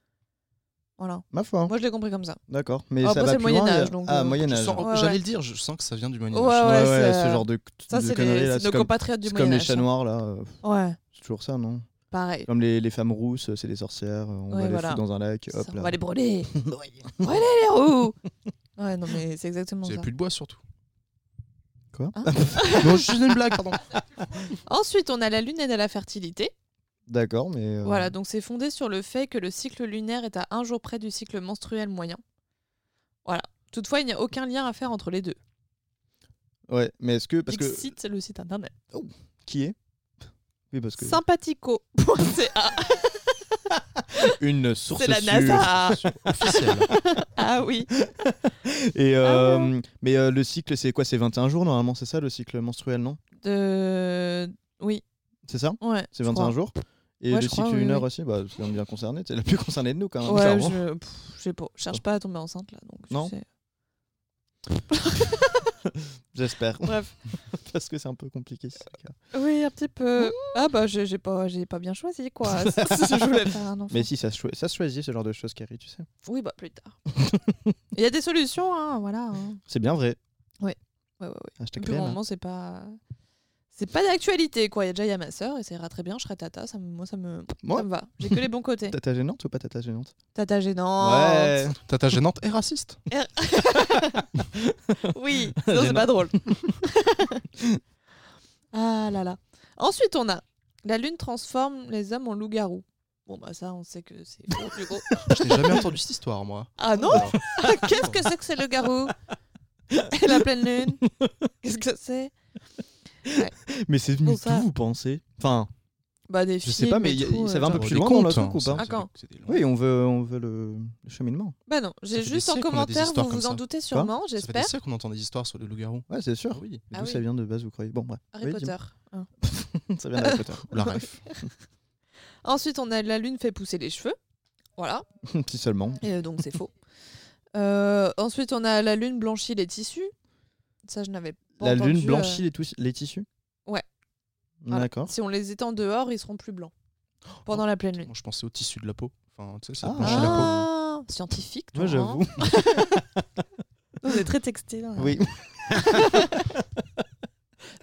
Speaker 2: Voilà.
Speaker 1: Ma foi, hein.
Speaker 2: Moi, je l'ai compris comme ça.
Speaker 1: d'accord. Mais
Speaker 2: Alors,
Speaker 1: ça
Speaker 2: après,
Speaker 1: va
Speaker 2: c'est
Speaker 1: plus
Speaker 2: le
Speaker 1: loin,
Speaker 2: Moyen
Speaker 1: il y a-
Speaker 2: Âge, donc,
Speaker 1: Ah,
Speaker 2: euh,
Speaker 1: Moyen
Speaker 3: Je
Speaker 1: Âge.
Speaker 3: sens-
Speaker 2: Ouais,
Speaker 3: J'allais
Speaker 2: ouais.
Speaker 3: le dire, je sens que ça vient du Moyen
Speaker 2: Ouais,
Speaker 3: Âge.
Speaker 1: Ouais, ouais,
Speaker 2: c'est,
Speaker 1: ce
Speaker 2: euh,
Speaker 1: genre de,
Speaker 2: Ça,
Speaker 1: de
Speaker 2: c'est
Speaker 1: conneries
Speaker 2: les-
Speaker 1: là,
Speaker 2: c'est nos
Speaker 1: comme,
Speaker 2: compatriotes du
Speaker 1: c'est comme les
Speaker 2: Moyen-Âge.
Speaker 1: chats noirs là. euh,
Speaker 2: Ouais,
Speaker 1: C'est toujours ça, non
Speaker 2: pareil.
Speaker 1: Comme les, les femmes rousses, euh, c'est des sorcières, euh, on
Speaker 2: Ouais,
Speaker 1: va
Speaker 2: voilà.
Speaker 1: les foutre dans un lac, hop
Speaker 2: Ça,
Speaker 1: là.
Speaker 2: on va les brûler. brûler les roues. Ouais, non, mais c'est exactement
Speaker 3: Vous
Speaker 2: ça.
Speaker 3: avez plus de bois surtout.
Speaker 1: Quoi
Speaker 2: Hein
Speaker 3: Non, juste une blague, pardon.
Speaker 2: Ensuite, on a la lune et à la fertilité.
Speaker 1: D'accord, mais. euh,
Speaker 2: Voilà, donc c'est fondé sur le fait que le cycle lunaire est à un jour près du cycle menstruel moyen. Voilà. Toutefois, il n'y a aucun lien à faire entre les deux.
Speaker 1: Ouais, mais est-ce que. Parce que.
Speaker 2: Excite le site internet.
Speaker 1: Qui est Oui, parce que.
Speaker 2: Sympathico.ca.
Speaker 1: Une source
Speaker 2: C'est la
Speaker 1: sûre.
Speaker 2: NASA.
Speaker 3: Officiel.
Speaker 2: Ah oui. Ah
Speaker 1: Et, euh, Mais euh, le cycle, c'est quoi C'est 21 jours normalement, c'est ça le cycle menstruel, non
Speaker 2: De... Oui,
Speaker 1: C'est ça
Speaker 2: ouais.
Speaker 1: C'est
Speaker 2: je
Speaker 1: 21
Speaker 2: crois.
Speaker 1: jours Et
Speaker 2: Ouais,
Speaker 1: le
Speaker 2: je crois,
Speaker 1: cycle
Speaker 2: oui,
Speaker 1: 1 heure
Speaker 2: oui.
Speaker 1: aussi Bah, c'est bien concerné, c'est la plus concernée de nous quand même.
Speaker 2: Ouais,
Speaker 1: clairement.
Speaker 2: je, pff, je sais pas. Je cherche pas à tomber enceinte là. Donc, je
Speaker 1: Oh. Non.
Speaker 2: sais.
Speaker 1: J'espère.
Speaker 2: Bref.
Speaker 1: parce que c'est un peu compliqué. ce cas.
Speaker 2: Oui, un petit peu. Ah bah j'ai j'ai pas, j'ai pas bien choisi quoi. Si je voulais faire un enfant.
Speaker 1: Mais si, ça se, choi- ça se choisit ce genre de choses, Carrie, tu sais.
Speaker 2: Oui bah plus tard. Il y a des solutions hein, voilà. hein.
Speaker 1: C'est bien vrai.
Speaker 2: Ouais, ouais, ouais. Et
Speaker 1: Hashtag
Speaker 2: puis, pour le
Speaker 1: réel.
Speaker 2: moment c'est pas, c'est pas d'actualité quoi. Il y a déjà il y a ma sœur et ça ira très bien. Je serai tata, ça me- moi ça me,
Speaker 1: Moi
Speaker 2: ça me va. J'ai que les bons côtés.
Speaker 1: Tata gênante ou pas tata gênante
Speaker 2: Tata gênante.
Speaker 1: Ouais.
Speaker 3: Tata gênante et raciste.
Speaker 2: Oui, sinon c'est
Speaker 1: Gênant.
Speaker 2: pas drôle. ah là là. Ensuite, on a la lune transforme les hommes en loups-garous. Bon, bah ça, on sait que c'est faux, du coup.
Speaker 3: Je n'ai jamais entendu cette histoire, moi.
Speaker 2: Ah non
Speaker 3: Alors,
Speaker 2: Qu'est-ce que c'est que c'est le garou Et la pleine lune Qu'est-ce que c'est
Speaker 1: Mais c'est venu
Speaker 2: Pour ça-
Speaker 1: d'où, vous pensez Enfin,
Speaker 2: Bah des
Speaker 1: je sais pas, mais
Speaker 2: films et
Speaker 1: y a-
Speaker 2: tout,
Speaker 1: ça
Speaker 2: euh,
Speaker 1: va un peu
Speaker 2: genre.
Speaker 3: des
Speaker 1: plus loin dans le
Speaker 3: contes,
Speaker 1: truc
Speaker 3: hein,
Speaker 1: ou
Speaker 3: ça,
Speaker 1: pas
Speaker 3: c'est des-
Speaker 2: D'accord.
Speaker 3: c'est des longs.
Speaker 1: oui, on veut, on veut le, le cheminement.
Speaker 2: Bah non, j'ai
Speaker 3: fait des
Speaker 2: juste en
Speaker 3: siècles qu'on a des
Speaker 2: commentaire,
Speaker 3: histoires
Speaker 2: vous vous
Speaker 3: comme
Speaker 2: en
Speaker 3: ça.
Speaker 2: doutez sûrement,
Speaker 3: Ça fait des
Speaker 2: j'espère.
Speaker 3: siècles qu'on entend des histoires sur le loup-garou.
Speaker 1: Ouais, c'est sûr.
Speaker 3: Ah oui.
Speaker 1: Mais
Speaker 2: Ah
Speaker 1: d'où
Speaker 2: oui.
Speaker 1: ça vient de base, vous croyez Bon, bref.
Speaker 2: Harry
Speaker 1: Oui,
Speaker 2: Potter. hein.
Speaker 1: dis-moi. ça vient d'Harry Potter.
Speaker 3: La ref.
Speaker 2: Ensuite, on a la lune fait pousser les cheveux. Voilà,
Speaker 1: si seulement.
Speaker 2: et euh, donc c'est faux. Euh, ensuite, on a la lune blanchit les tissus. Ça, je n'avais pas
Speaker 1: La
Speaker 2: entendu,
Speaker 1: lune
Speaker 2: euh,
Speaker 1: blanchit les, tous- les tissus
Speaker 2: Ouais. voilà.
Speaker 3: hein.
Speaker 1: D'accord.
Speaker 2: Si on les étend dehors, ils seront plus blancs
Speaker 3: Oh,
Speaker 2: pendant la pleine lune.
Speaker 3: Moi, je pensais au tissu de la peau. Enfin, tu sais, ça
Speaker 1: Ah.
Speaker 3: blanchit la
Speaker 2: Ah, scientifique, toi.
Speaker 1: Moi, j'avoue.
Speaker 2: hein. Vous êtes très textile. hein.
Speaker 1: oui.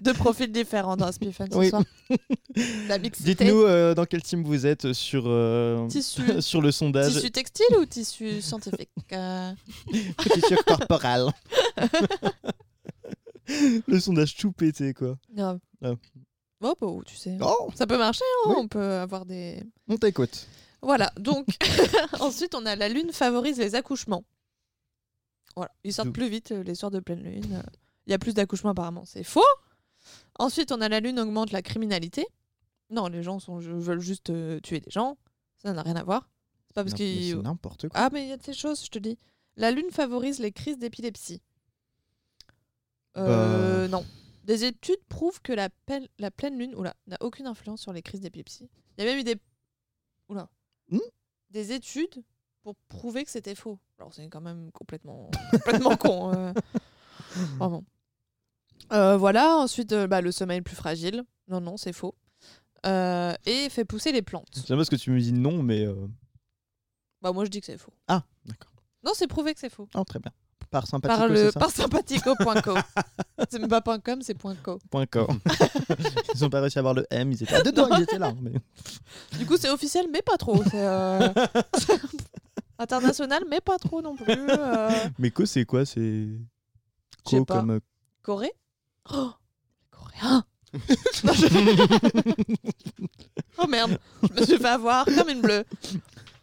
Speaker 2: Deux profils différents dans Spiffen ce
Speaker 1: Oui.
Speaker 2: soir. La mixité.
Speaker 1: Dites-nous euh, dans quel team vous êtes sur, euh,
Speaker 2: Tissu.
Speaker 1: sur le sondage
Speaker 2: Tissu textile ou tissu scientifique Euh,
Speaker 1: tissu corporal. le sondage tout pété, quoi.
Speaker 2: Grave.
Speaker 1: Ah.
Speaker 2: Oh, bah, tu sais.
Speaker 1: Oh,
Speaker 2: Ça peut marcher, hein,
Speaker 1: Oui.
Speaker 2: on peut avoir des.
Speaker 1: on t'écoute.
Speaker 2: Voilà, donc ensuite on a la lune favorise les accouchements. Voilà, ils sortent
Speaker 1: D'où-
Speaker 2: plus vite euh, les soirs de pleine lune. Euh, Il y a plus d'accouchements apparemment, c'est faux. Ensuite on a la lune augmente la criminalité. Non, les gens sont, veulent juste euh, tuer des gens, ça n'a rien à voir. C'est pas Ah, parce
Speaker 1: Non, mais
Speaker 2: qu'ils...
Speaker 1: C'est n'importe quoi.
Speaker 2: Ah mais il y a de ces choses, je te dis. La lune favorise les crises d'épilepsie. Euh,
Speaker 1: Bah.
Speaker 2: Non. Des études prouvent que la, pel- la pleine lune oula, n'a aucune influence sur les crises d'épilepsie. Il y a même eu des... Oula.
Speaker 1: Hmm
Speaker 2: des études pour prouver que c'était faux. Alors c'est quand même complètement, complètement con. euh. Vraiment. Euh, voilà, ensuite euh, bah, le sommeil plus fragile. Non, non, c'est faux. Euh, et fait pousser les plantes.
Speaker 1: J'aime parce que tu me dis non, mais. euh,
Speaker 2: Bah, moi je dis que c'est faux.
Speaker 1: Ah, d'accord.
Speaker 2: Non, c'est prouvé que c'est faux.
Speaker 1: Ah, très bien. Par sympathico,
Speaker 2: Par,
Speaker 1: c'est
Speaker 2: le,
Speaker 1: ça
Speaker 2: par sympathico.co. c'est même pas point .com, c'est point .co.
Speaker 1: Point co. ils ont pas réussi à avoir le M, ils étaient à deux doigts, ils étaient là. mais-
Speaker 2: Du coup, c'est officiel, mais pas trop. C'est, euh, International, mais pas trop non plus. euh,
Speaker 1: Mais co, c'est quoi C'est.
Speaker 2: Je sais
Speaker 1: Co
Speaker 2: pas.
Speaker 1: comme. euh,
Speaker 2: Corée Oh, Coréen Oh merde, je me suis fait avoir comme une bleue.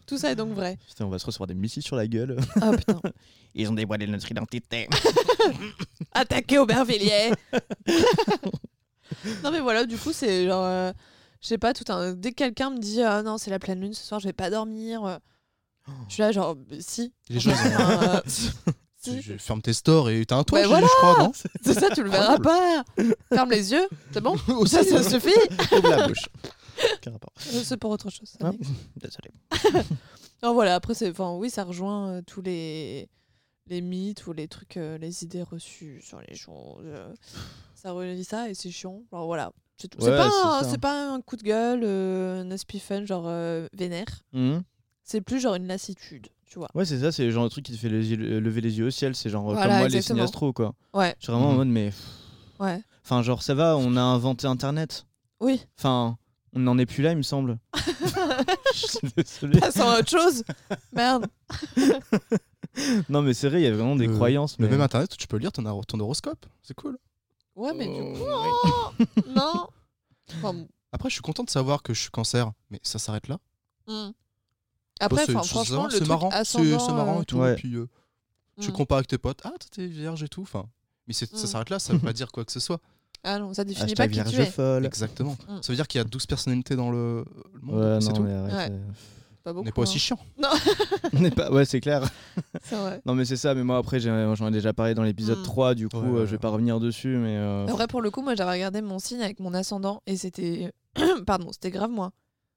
Speaker 2: Tout ça est donc vrai.
Speaker 1: Putain, on va se recevoir des missiles sur la gueule.
Speaker 2: Ah putain.
Speaker 1: Ils ont dévoilé notre identité.
Speaker 2: Attaquer Aubervilliers Non mais voilà, du coup, c'est genre... euh, je sais pas, tout un... Dès que quelqu'un me dit « Ah non, c'est la pleine lune, ce soir, je vais pas dormir. euh, Je suis là genre « Si. »
Speaker 3: Les gens, ils ont-
Speaker 2: Enfin, euh,
Speaker 3: Tu-
Speaker 2: si.
Speaker 3: je ferme tes stores et t'as un toit,
Speaker 2: Bah
Speaker 3: j'ai-
Speaker 2: voilà
Speaker 3: je crois, non
Speaker 2: C'est ça, tu le verras pas. Ferme les yeux, c'est bon. Ça,
Speaker 3: hein.
Speaker 2: ça suffit.
Speaker 1: Ouvre la bouche. Quel rapport
Speaker 2: Euh, C'est pour autre chose. ça,
Speaker 1: Ah.
Speaker 2: mais-
Speaker 1: Désolé.
Speaker 2: Non, voilà, après, c'est, enfin, oui, ça rejoint euh, tous les, les mythes ou les trucs, euh, les idées reçues sur les choses. euh, ça relie ça et c'est chiant. Alors, voilà, c'est tout. C'est
Speaker 1: Ouais,
Speaker 2: pas,
Speaker 1: c'est
Speaker 2: un-
Speaker 1: ça.
Speaker 2: c'est pas un coup de gueule, euh, un espiphane, genre euh, vénère.
Speaker 1: Mhm.
Speaker 2: C'est plus genre une lassitude, tu vois.
Speaker 1: Ouais, c'est ça, c'est le genre de truc qui te fait les yeux- euh, lever les yeux au ciel. C'est genre euh,
Speaker 2: Voilà,
Speaker 1: comme moi,
Speaker 2: exactement.
Speaker 1: les signes astro, quoi.
Speaker 2: Ouais,
Speaker 1: Je suis vraiment en
Speaker 3: Mhm.
Speaker 1: mode, mais.
Speaker 2: ouais.
Speaker 1: Enfin, genre, ça va, on a inventé Internet.
Speaker 2: Oui,
Speaker 1: Enfin, on n'en est plus là, il me semble. Je suis désolé.
Speaker 2: passons à autre chose. Merde.
Speaker 1: Non, mais c'est vrai, il y a vraiment des
Speaker 3: Euh,
Speaker 1: croyances.
Speaker 3: Le
Speaker 1: Mais...
Speaker 3: même internet, tu peux lire ton, hor- ton horoscope. C'est cool.
Speaker 2: Ouais, mais du
Speaker 1: Oh,
Speaker 2: coup, hein.
Speaker 3: Euh,
Speaker 2: non. Enfin, bon.
Speaker 3: Après, je suis content de savoir que je suis cancer, mais ça s'arrête là.
Speaker 2: Mm. Après,
Speaker 3: Bah, c'est-
Speaker 2: enfin,
Speaker 3: c'est-
Speaker 2: franchement, le
Speaker 3: c'est
Speaker 2: truc
Speaker 3: marrant, c'est-
Speaker 2: ascendant,
Speaker 3: c'est marrant
Speaker 2: euh,
Speaker 3: et tout.
Speaker 1: Ouais.
Speaker 3: Et puis, euh, tu
Speaker 2: Mm.
Speaker 3: compares avec tes potes, ah, toi, t'es vierge et tout. Enfin, mais c'est-
Speaker 2: Mm.
Speaker 3: ça s'arrête là, ça veut pas dire quoi que ce soit.
Speaker 2: Ah non, ça définit
Speaker 1: Hashtag
Speaker 2: pas qui tu
Speaker 1: vierge
Speaker 2: es.
Speaker 1: folle.
Speaker 3: Exactement.
Speaker 2: Mm.
Speaker 3: Ça veut dire qu'il y a 12 personnalités dans le, le monde.
Speaker 1: Ouais,
Speaker 3: c'est
Speaker 1: non,
Speaker 3: tout.
Speaker 1: mais arrête,
Speaker 2: Ouais.
Speaker 1: euh,
Speaker 2: Pas
Speaker 3: On
Speaker 2: beaucoup.
Speaker 3: n'est pas aussi
Speaker 2: hein.
Speaker 3: chiant.
Speaker 1: on n'est pas... Ouais, c'est clair.
Speaker 2: C'est vrai.
Speaker 1: Non, mais c'est ça, mais moi, après, j'ai- euh, j'en ai déjà parlé dans l'épisode
Speaker 2: Mm.
Speaker 1: 3, du coup,
Speaker 3: Ouais, ouais,
Speaker 1: euh, je vais
Speaker 3: ouais.
Speaker 1: pas revenir dessus, mais. euh,
Speaker 2: Après, pour le coup, moi, j'avais regardé mon signe avec mon ascendant et c'était. Pardon, c'était grave, moi.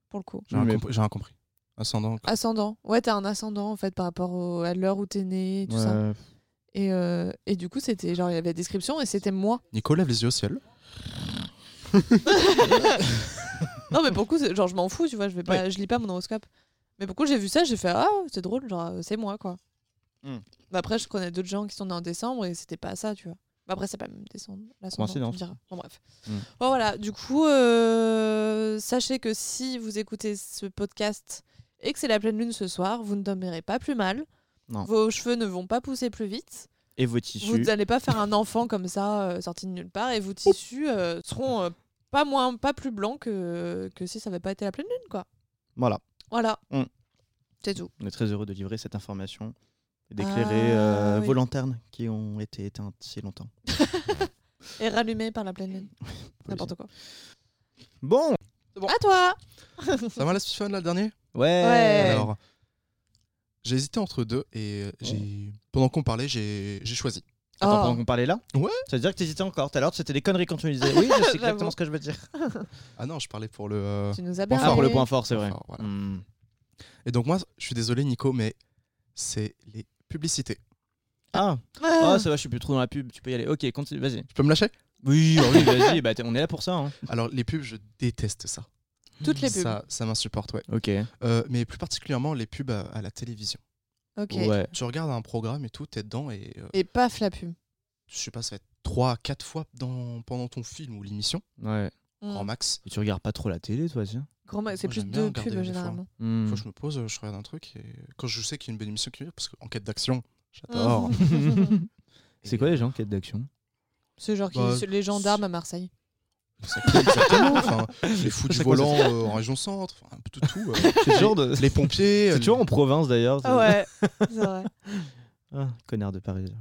Speaker 2: Pour le coup.
Speaker 3: J'ai
Speaker 1: Oui,
Speaker 3: rien,
Speaker 1: mais-
Speaker 3: compris- j'ai rien compris. Ascendant.
Speaker 2: Ascendant. Ouais, t'as un ascendant, en fait, par rapport au- à l'heure où t'es né et tout
Speaker 1: ouais.
Speaker 2: ça. Et, euh, et du coup, c'était genre, il y avait la description et c'était moi.
Speaker 3: Nico lève les yeux au ciel.
Speaker 2: Non, mais pour le coup, c'est- genre, je m'en fous, tu vois, je, vais pas, je lis pas mon horoscope. Mais pour le coup, j'ai vu ça, j'ai fait Ah, c'est drôle, genre, euh, c'est moi, quoi.
Speaker 1: Hmm.
Speaker 2: Bah, après, je connais d'autres gens qui sont nés en décembre et c'était pas ça, tu vois. Bah, après, c'est pas même décembre. l'ascendant, tu me
Speaker 1: Coïncidence.
Speaker 2: diras. Bon, bref.
Speaker 1: Hmm.
Speaker 2: Bon, voilà, du coup, euh, sachez que si vous écoutez ce podcast et que c'est la pleine lune ce soir, vous ne dormirez pas plus mal.
Speaker 1: Non.
Speaker 2: Vos cheveux ne vont pas pousser plus vite.
Speaker 1: Et vos tissus.
Speaker 2: Vous n'allez pas faire un enfant comme ça, euh, sorti de nulle part, et vos tissus euh, seront euh, pas moins, pas plus blancs que, que si ça n'avait pas été la pleine lune, quoi.
Speaker 1: Voilà,
Speaker 2: Voilà.
Speaker 1: Mm.
Speaker 2: C'est tout.
Speaker 1: on est très heureux de livrer cette information et d'éclairer
Speaker 2: Ah,
Speaker 1: euh,
Speaker 2: oui.
Speaker 1: vos lanternes qui ont été éteintes si longtemps.
Speaker 2: Et rallumé par la pleine lune. N'importe quoi.
Speaker 1: Bon
Speaker 2: À toi
Speaker 3: Ça va la Spiffon, là, le dernier
Speaker 1: Ouais,
Speaker 2: Ouais.
Speaker 3: Alors, j'ai hésité entre deux et euh, j'ai pendant qu'on parlait, j'ai j'ai choisi.
Speaker 1: Attends,
Speaker 2: Oh.
Speaker 1: pendant qu'on parlait là
Speaker 3: Ouais.
Speaker 1: Ça veut dire que t'hésitais encore. Tout à l'heure, c'était des conneries quand tu me disais. Oui, je sais
Speaker 2: J'avoue.
Speaker 1: exactement ce que je veux dire.
Speaker 3: Ah non, je parlais pour le. euh,
Speaker 2: Tu nous as
Speaker 1: Point
Speaker 2: bien
Speaker 1: fort pour le
Speaker 2: parlé.
Speaker 1: point fort, c'est
Speaker 3: Point
Speaker 1: vrai.
Speaker 3: fort, voilà.
Speaker 1: Mm.
Speaker 3: Et donc moi, je suis désolé Nico, mais c'est les publicités.
Speaker 1: Ah,
Speaker 2: Ah.
Speaker 1: oh, ça va, je suis plus trop dans la pub. Tu peux y aller. Ok, continue, vas-y.
Speaker 3: Tu peux me lâcher
Speaker 1: Oui, oui, vas-y. Bah, t'es- on est là pour ça. hein.
Speaker 3: Alors les pubs, je déteste ça.
Speaker 2: Toutes les pubs.
Speaker 3: Ça, ça m'insupporte, ouais.
Speaker 1: Ok.
Speaker 3: Euh, mais plus particulièrement les pubs à, à la télévision.
Speaker 2: Ah, Ok.
Speaker 1: Ouais.
Speaker 3: Tu regardes un programme et tout, t'es dedans et euh,
Speaker 2: Et paf la pub.
Speaker 3: je sais pas, ça va être 3 à 4 fois dans, pendant ton film ou l'émission,
Speaker 1: Ouais.
Speaker 2: Mm.
Speaker 3: grand max.
Speaker 1: Et tu regardes pas trop la télé, toi, tiens
Speaker 2: Grand ma- C'est
Speaker 3: Moi,
Speaker 2: plus
Speaker 3: j'aime bien
Speaker 2: deux
Speaker 3: regarder
Speaker 2: pubs
Speaker 3: des
Speaker 2: généralement.
Speaker 3: Une
Speaker 1: Hmm.
Speaker 3: fois, je me pose, euh, je regarde un truc et quand je sais qu'il y a une bonne émission qui vient, parce qu'en quête d'action,
Speaker 2: Mm.
Speaker 3: j'adore.
Speaker 1: C'est quoi les gens qui aident d'action
Speaker 2: C'est genre qui-
Speaker 3: Bah,
Speaker 2: c'est les gendarmes à Marseille.
Speaker 3: Exactement, exactement. Enfin, les fous du
Speaker 1: C'est quoi, ça
Speaker 3: volant euh, en région centre, enfin, un peu tout, tout. euh,
Speaker 1: C'est le genre de.
Speaker 3: les pompiers. euh,
Speaker 1: C'est toujours en province d'ailleurs. ça.
Speaker 2: Ah ouais, c'est vrai.
Speaker 1: Ah, connard de Parisien.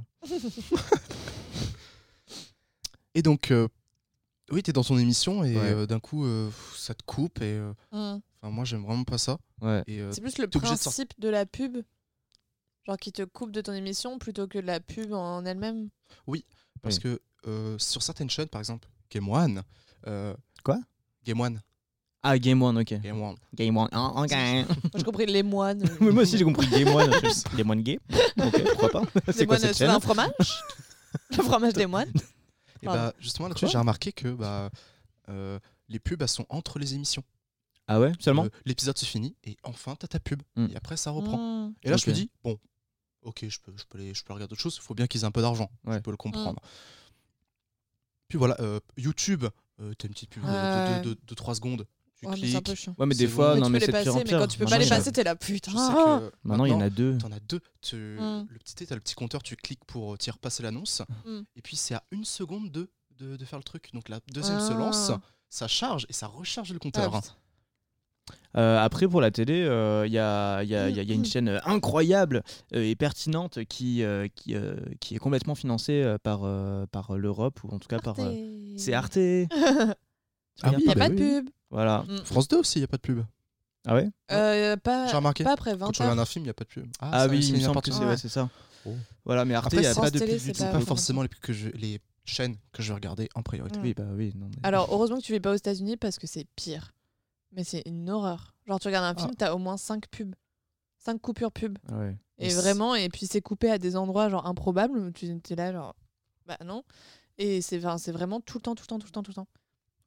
Speaker 3: Et donc, euh, oui, t'es dans ton émission et
Speaker 1: Ouais.
Speaker 3: euh, d'un coup, euh, ça te coupe. Et euh, enfin, moi, j'aime vraiment pas ça.
Speaker 1: Ouais.
Speaker 3: Et euh,
Speaker 2: Mm. C'est plus le
Speaker 3: t'es obligé de sortir.
Speaker 2: principe de la pub, genre qui te coupe de ton émission plutôt que la pub en elle-même.
Speaker 3: parce
Speaker 1: Oui.
Speaker 3: que euh, sur certaines chaînes, par exemple, Game One. euh,
Speaker 1: Quoi
Speaker 3: Game One.
Speaker 1: Ah, Game One, ok.
Speaker 3: Game One.
Speaker 1: Game One,
Speaker 2: hein,
Speaker 1: ok.
Speaker 2: J'ai compris les moines.
Speaker 1: Mais moi aussi j'ai compris Game One. je me suis dit, Les moines gays Ok, pourquoi pas
Speaker 2: les
Speaker 1: C'est quoi
Speaker 2: moines,
Speaker 1: cette
Speaker 2: tu veux
Speaker 1: chaîne
Speaker 2: un fromage Mmh. Le fromage des moines
Speaker 3: Et
Speaker 2: Pardon.
Speaker 3: bah, justement, là-dessus,
Speaker 1: Quoi
Speaker 3: j'ai remarqué que bah, euh, les pubs, elles sont entre les émissions.
Speaker 1: Ah ouais Seulement
Speaker 3: Euh, L'épisode se finit et enfin, t'as ta pub.
Speaker 1: Mm.
Speaker 3: Et après, ça reprend.
Speaker 2: Mm.
Speaker 3: Et là, je me
Speaker 1: Ok.
Speaker 3: dis, bon, ok, je peux, je peux, aller- je peux regarder autre chose. Il faut bien qu'ils aient un peu d'argent. Je
Speaker 1: Ouais.
Speaker 3: peux le
Speaker 2: Mm.
Speaker 3: comprendre. Puis voilà, euh, YouTube, euh, t'as une petite pub de- de-
Speaker 2: Ouais.
Speaker 3: de 3 secondes. Tu
Speaker 2: Ouais, mais c'est un
Speaker 3: cliques.
Speaker 2: peu chiant.
Speaker 1: Ouais, mais des
Speaker 3: Oh, C'est
Speaker 1: fois,
Speaker 3: bon.
Speaker 1: non,
Speaker 2: tu
Speaker 1: mais
Speaker 2: peux
Speaker 1: c'est
Speaker 2: les
Speaker 1: de pire
Speaker 2: passer,
Speaker 1: en
Speaker 2: mais
Speaker 1: pire.
Speaker 2: quand tu peux
Speaker 1: Maintenant,
Speaker 2: pas les
Speaker 1: il y en a-
Speaker 2: passer, t'es là, putain.
Speaker 3: Je sais que
Speaker 1: Maintenant, il y en a deux.
Speaker 3: T'en as deux. tu-
Speaker 2: Mm.
Speaker 3: Le petit, t'as le petit compteur, tu cliques pour euh, t'y repasser l'annonce.
Speaker 2: Mm.
Speaker 3: Et puis c'est à une seconde de, de, de faire le truc. Donc la deuxième se
Speaker 2: Ah.
Speaker 3: lance, ça charge et ça recharge le
Speaker 2: Ah,
Speaker 3: compteur. hein.
Speaker 2: putain.
Speaker 1: Euh, après, pour la télé, euh, il y, a, il y a- il y a-
Speaker 2: Mm.
Speaker 1: il y a une chaîne euh, incroyable euh, et pertinente qui, euh, qui, euh, qui est complètement financée euh, par, euh, par l'Europe, ou en tout cas par. euh, C'est Arte Il
Speaker 3: Ah oui,
Speaker 2: Il n'y a
Speaker 3: bah
Speaker 2: pas de pub.
Speaker 1: Voilà.
Speaker 3: France 2 aussi, il n'y a pas de pub.
Speaker 1: Ah ouais
Speaker 2: Euh,
Speaker 3: J'ai
Speaker 2: pas,
Speaker 3: remarqué.
Speaker 2: pas après 20
Speaker 3: Quand tu regardes un film, il n'y a pas de pub.
Speaker 1: Ah,
Speaker 3: ça,
Speaker 1: oui,
Speaker 3: c'est
Speaker 1: il me semble
Speaker 3: n'importe
Speaker 1: que
Speaker 3: quoi.
Speaker 1: c'est
Speaker 2: Ouais.
Speaker 1: ouais, c'est ça.
Speaker 3: Oh.
Speaker 1: Voilà, mais Arte, il
Speaker 3: Après,
Speaker 1: n'y a
Speaker 3: c'est-
Speaker 1: pas hein.
Speaker 2: France
Speaker 1: de
Speaker 2: Télé,
Speaker 1: pub
Speaker 2: c'est
Speaker 1: du tout.
Speaker 3: C'est
Speaker 2: Ah,
Speaker 3: pas
Speaker 2: oui,
Speaker 3: forcément les, pubs que je- les chaînes que je vais regarder en priorité.
Speaker 2: Mm.
Speaker 1: Oui, bah oui. non, mais-
Speaker 2: Alors, heureusement que tu vis pas aux États-Unis parce que c'est pire. Mais c'est une horreur. Genre, tu regardes
Speaker 3: Ah.
Speaker 2: un film, t'as au moins 5 pubs. 5 coupures pub.
Speaker 1: Ah ouais.
Speaker 2: Et
Speaker 3: Mais c'est-
Speaker 2: vraiment, et puis c'est coupé à des endroits genre improbables où tu es là, genre, bah non. Et c'est enfin, c'est vraiment tout le temps, tout le temps, tout le temps, tout le temps.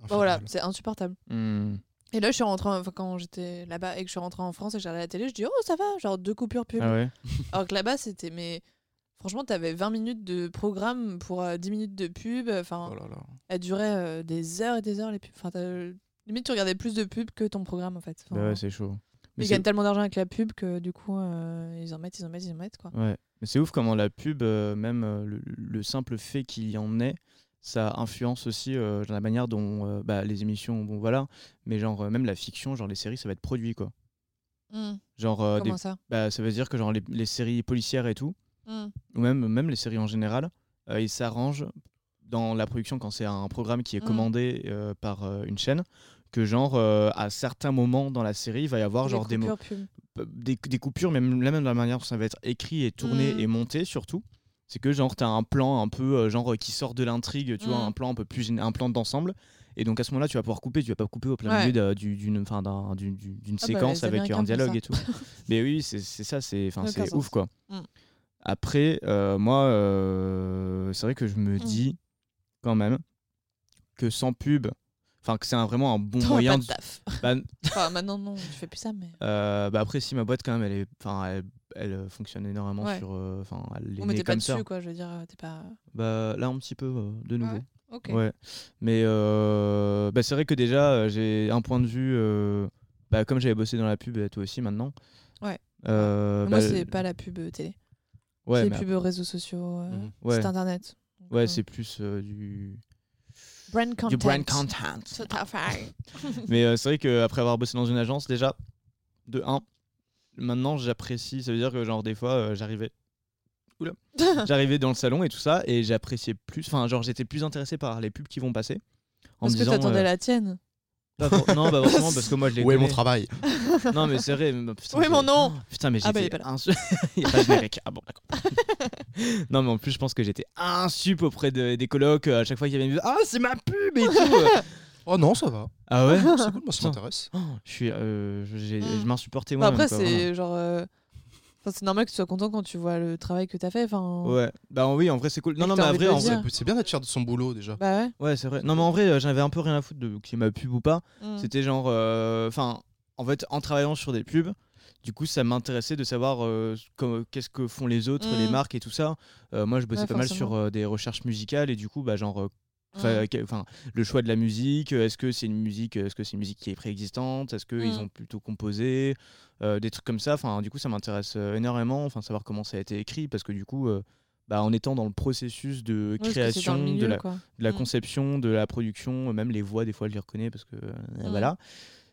Speaker 2: Bon, voilà, c'est insupportable.
Speaker 1: Hmm.
Speaker 2: Et là, je suis rentrée, enfin, quand j'étais là-bas et que je suis rentrée en France et que j'ai regardé la télé, je dis, oh, ça va, genre deux coupures pub.
Speaker 1: Ah ouais
Speaker 2: Alors que là-bas, c'était, mais franchement, t'avais 20 minutes de programme pour euh, 10 minutes de pub. Enfin,
Speaker 3: Oh là là.
Speaker 2: elle durait euh, des heures et des heures les pubs. Enfin, t'as- limite, tu regardais plus de pubs que ton programme en fait. Enfin,
Speaker 1: Bah ouais, c'est chaud. Mais
Speaker 2: ils
Speaker 1: c'est-
Speaker 2: gagnent tellement d'argent avec la pub que du coup, euh, ils en mettent, ils en mettent, ils en mettent quoi.
Speaker 1: Ouais. Mais c'est ouf comment la pub, euh, même euh, le, le simple fait qu'il y en ait, ça influence aussi euh, dans la manière dont euh, bah, les émissions, bon voilà, mais genre euh, même la fiction, genre les séries, ça va être produit quoi. Genre, euh, des-
Speaker 2: Comment ça Mmh.
Speaker 1: bah, ça veut dire que genre les, les séries policières et tout, ou même, même les séries en général, euh, ils s'arrangent dans la production quand c'est un programme qui est
Speaker 2: Mm.
Speaker 1: commandé euh, par euh, une chaîne, que genre euh, à certains moments dans la série, il va y avoir genre des mots
Speaker 2: coupures pub.
Speaker 1: des, des coupures, même là même dans la manière dont ça va être écrit et tourné
Speaker 2: Mm.
Speaker 1: et monté surtout. C'est que genre t'as un plan un peu euh, genre qui sort de l'intrigue, tu vois,
Speaker 2: Mm.
Speaker 1: un plan un peu plus gén- un plan d'ensemble. Et donc à ce moment-là, tu vas pouvoir couper, tu vas pas couper au plein
Speaker 2: Ouais.
Speaker 1: milieu d'un- du- d'une enfin, d'un- du- du- d'une
Speaker 2: Ah bah,
Speaker 1: séquence
Speaker 2: les
Speaker 1: avec
Speaker 2: Américains
Speaker 1: un
Speaker 2: font
Speaker 1: dialogue
Speaker 2: ça.
Speaker 1: et tout. Mais oui, c'est c'est ça, c'est enfin
Speaker 2: Ça n'a
Speaker 1: c'est
Speaker 2: aucun
Speaker 1: ouf
Speaker 2: sens.
Speaker 1: quoi.
Speaker 2: Mm.
Speaker 1: Après, euh, moi, euh, c'est vrai que je me
Speaker 2: Mm.
Speaker 1: dis quand même que sans pub, enfin que c'est un- vraiment un bon
Speaker 2: T'auras
Speaker 1: moyen.
Speaker 2: pas de
Speaker 1: de-
Speaker 2: taf.
Speaker 1: bah,
Speaker 2: enfin, maintenant, non, tu fais plus ça, mais.
Speaker 1: euh, bah après si ma boîte quand même elle est enfin elle, elle, euh, fonctionne énormément
Speaker 2: Ouais.
Speaker 1: sur euh, enfin elle est
Speaker 2: On mettait
Speaker 1: née
Speaker 2: pas
Speaker 1: comme
Speaker 2: dessus
Speaker 1: ça
Speaker 2: quoi, je veux dire, euh, t'es pas.
Speaker 1: bah là un petit peu euh, de nouveau ouais,
Speaker 2: Ok.
Speaker 1: mais euh, bah, c'est vrai que déjà euh, j'ai un point de vue euh, bah, comme j'avais bossé dans la pub et toi aussi maintenant
Speaker 2: Ouais.
Speaker 1: Euh,
Speaker 2: Moi,
Speaker 1: bah,
Speaker 2: c'est pas la pub euh, télé.
Speaker 1: ouais
Speaker 2: c'est
Speaker 1: mais-
Speaker 2: pub euh, réseaux sociaux, euh,
Speaker 3: Mhm.
Speaker 1: ouais.
Speaker 2: site internet. Donc,
Speaker 1: ouais
Speaker 2: euh,
Speaker 1: c'est plus euh, du
Speaker 2: brand content.
Speaker 1: du brand content
Speaker 2: Tout à fait.
Speaker 1: Mais euh, c'est vrai qu'après avoir bossé dans une agence, déjà, de 1, maintenant j'apprécie. Ça veut dire que, genre, des fois, euh, j'arrivais. Oula. J'arrivais dans le salon et tout ça, et j'appréciais plus. Enfin, genre, j'étais plus intéressé par les pubs qui vont passer. En
Speaker 2: Parce
Speaker 1: me
Speaker 2: que
Speaker 1: disant.
Speaker 2: t'attendais
Speaker 1: euh,
Speaker 2: la tienne.
Speaker 1: pas for- non, pas forcément, parce que moi je les
Speaker 3: Où est mon
Speaker 1: connais.
Speaker 3: travail
Speaker 1: Non, mais c'est vrai. mais- bah, putain,
Speaker 2: Oui,
Speaker 1: j'ai-
Speaker 2: mon nom.
Speaker 1: Putain, mais j'étais.
Speaker 2: Ah, bah, il est pas là.
Speaker 1: insu- il est pas générique. Ah bon, d'accord. non, mais en plus, je pense que j'étais insup auprès de- des colocs. euh, À chaque fois qu'il y avait une. Ah, c'est ma pub et tout.
Speaker 3: Oh non, ça va.
Speaker 1: ah ouais
Speaker 3: C'est cool, moi ça
Speaker 1: Putain.
Speaker 3: m'intéresse.
Speaker 1: Oh, je suis. euh, je- j'ai-
Speaker 2: Mm.
Speaker 1: je m'insupportais
Speaker 2: Bah
Speaker 1: moi.
Speaker 2: après, c'est genre. euh, enfin, c'est normal que tu sois content quand tu vois le travail que t'as fait. Enfin,
Speaker 1: Ouais, bah oui, en vrai c'est cool.
Speaker 2: Mais
Speaker 1: Non, non,
Speaker 2: t'as
Speaker 1: mais en
Speaker 2: envie de
Speaker 1: vrai,
Speaker 2: le
Speaker 1: en vrai.
Speaker 2: dire.
Speaker 3: C'est bien d'être fier de son boulot déjà.
Speaker 2: Bah ouais.
Speaker 1: Ouais, c'est vrai. Non, mais en vrai, euh, j'avais un peu rien à foutre de qui m'a pub ou pas.
Speaker 2: Mm.
Speaker 1: C'était genre. euh, Enfin, en fait, en travaillant sur des pubs, Du coup, ça m'intéressait de savoir euh, co- qu'est-ce que font les autres, les
Speaker 2: Mm.
Speaker 1: marques et tout ça. Euh, moi, je bossais
Speaker 2: Ouais,
Speaker 1: pas mal sur
Speaker 2: forcément.
Speaker 1: euh, des recherches musicales et du coup, bah, genre, euh,
Speaker 2: Mm.
Speaker 1: Enfin, que- enfin, le choix de la musique, euh, est-ce que c'est une musique, euh, est-ce que c'est une musique qui est préexistante, est-ce qu'ils
Speaker 2: Mm.
Speaker 1: ont plutôt composé, euh, des trucs comme ça. Enfin, du coup, ça m'intéresse euh, énormément, enfin, savoir comment ça a été écrit, parce que du coup, euh, bah, en étant dans le processus de
Speaker 2: Ouais, parce que c'est
Speaker 1: création,
Speaker 2: dans le
Speaker 1: de
Speaker 2: milieu,
Speaker 1: la,
Speaker 2: quoi.
Speaker 1: de la
Speaker 2: Mm.
Speaker 1: conception, de la production, euh, même les voix, des fois, je les reconnais parce que euh,
Speaker 2: Mm.
Speaker 1: voilà.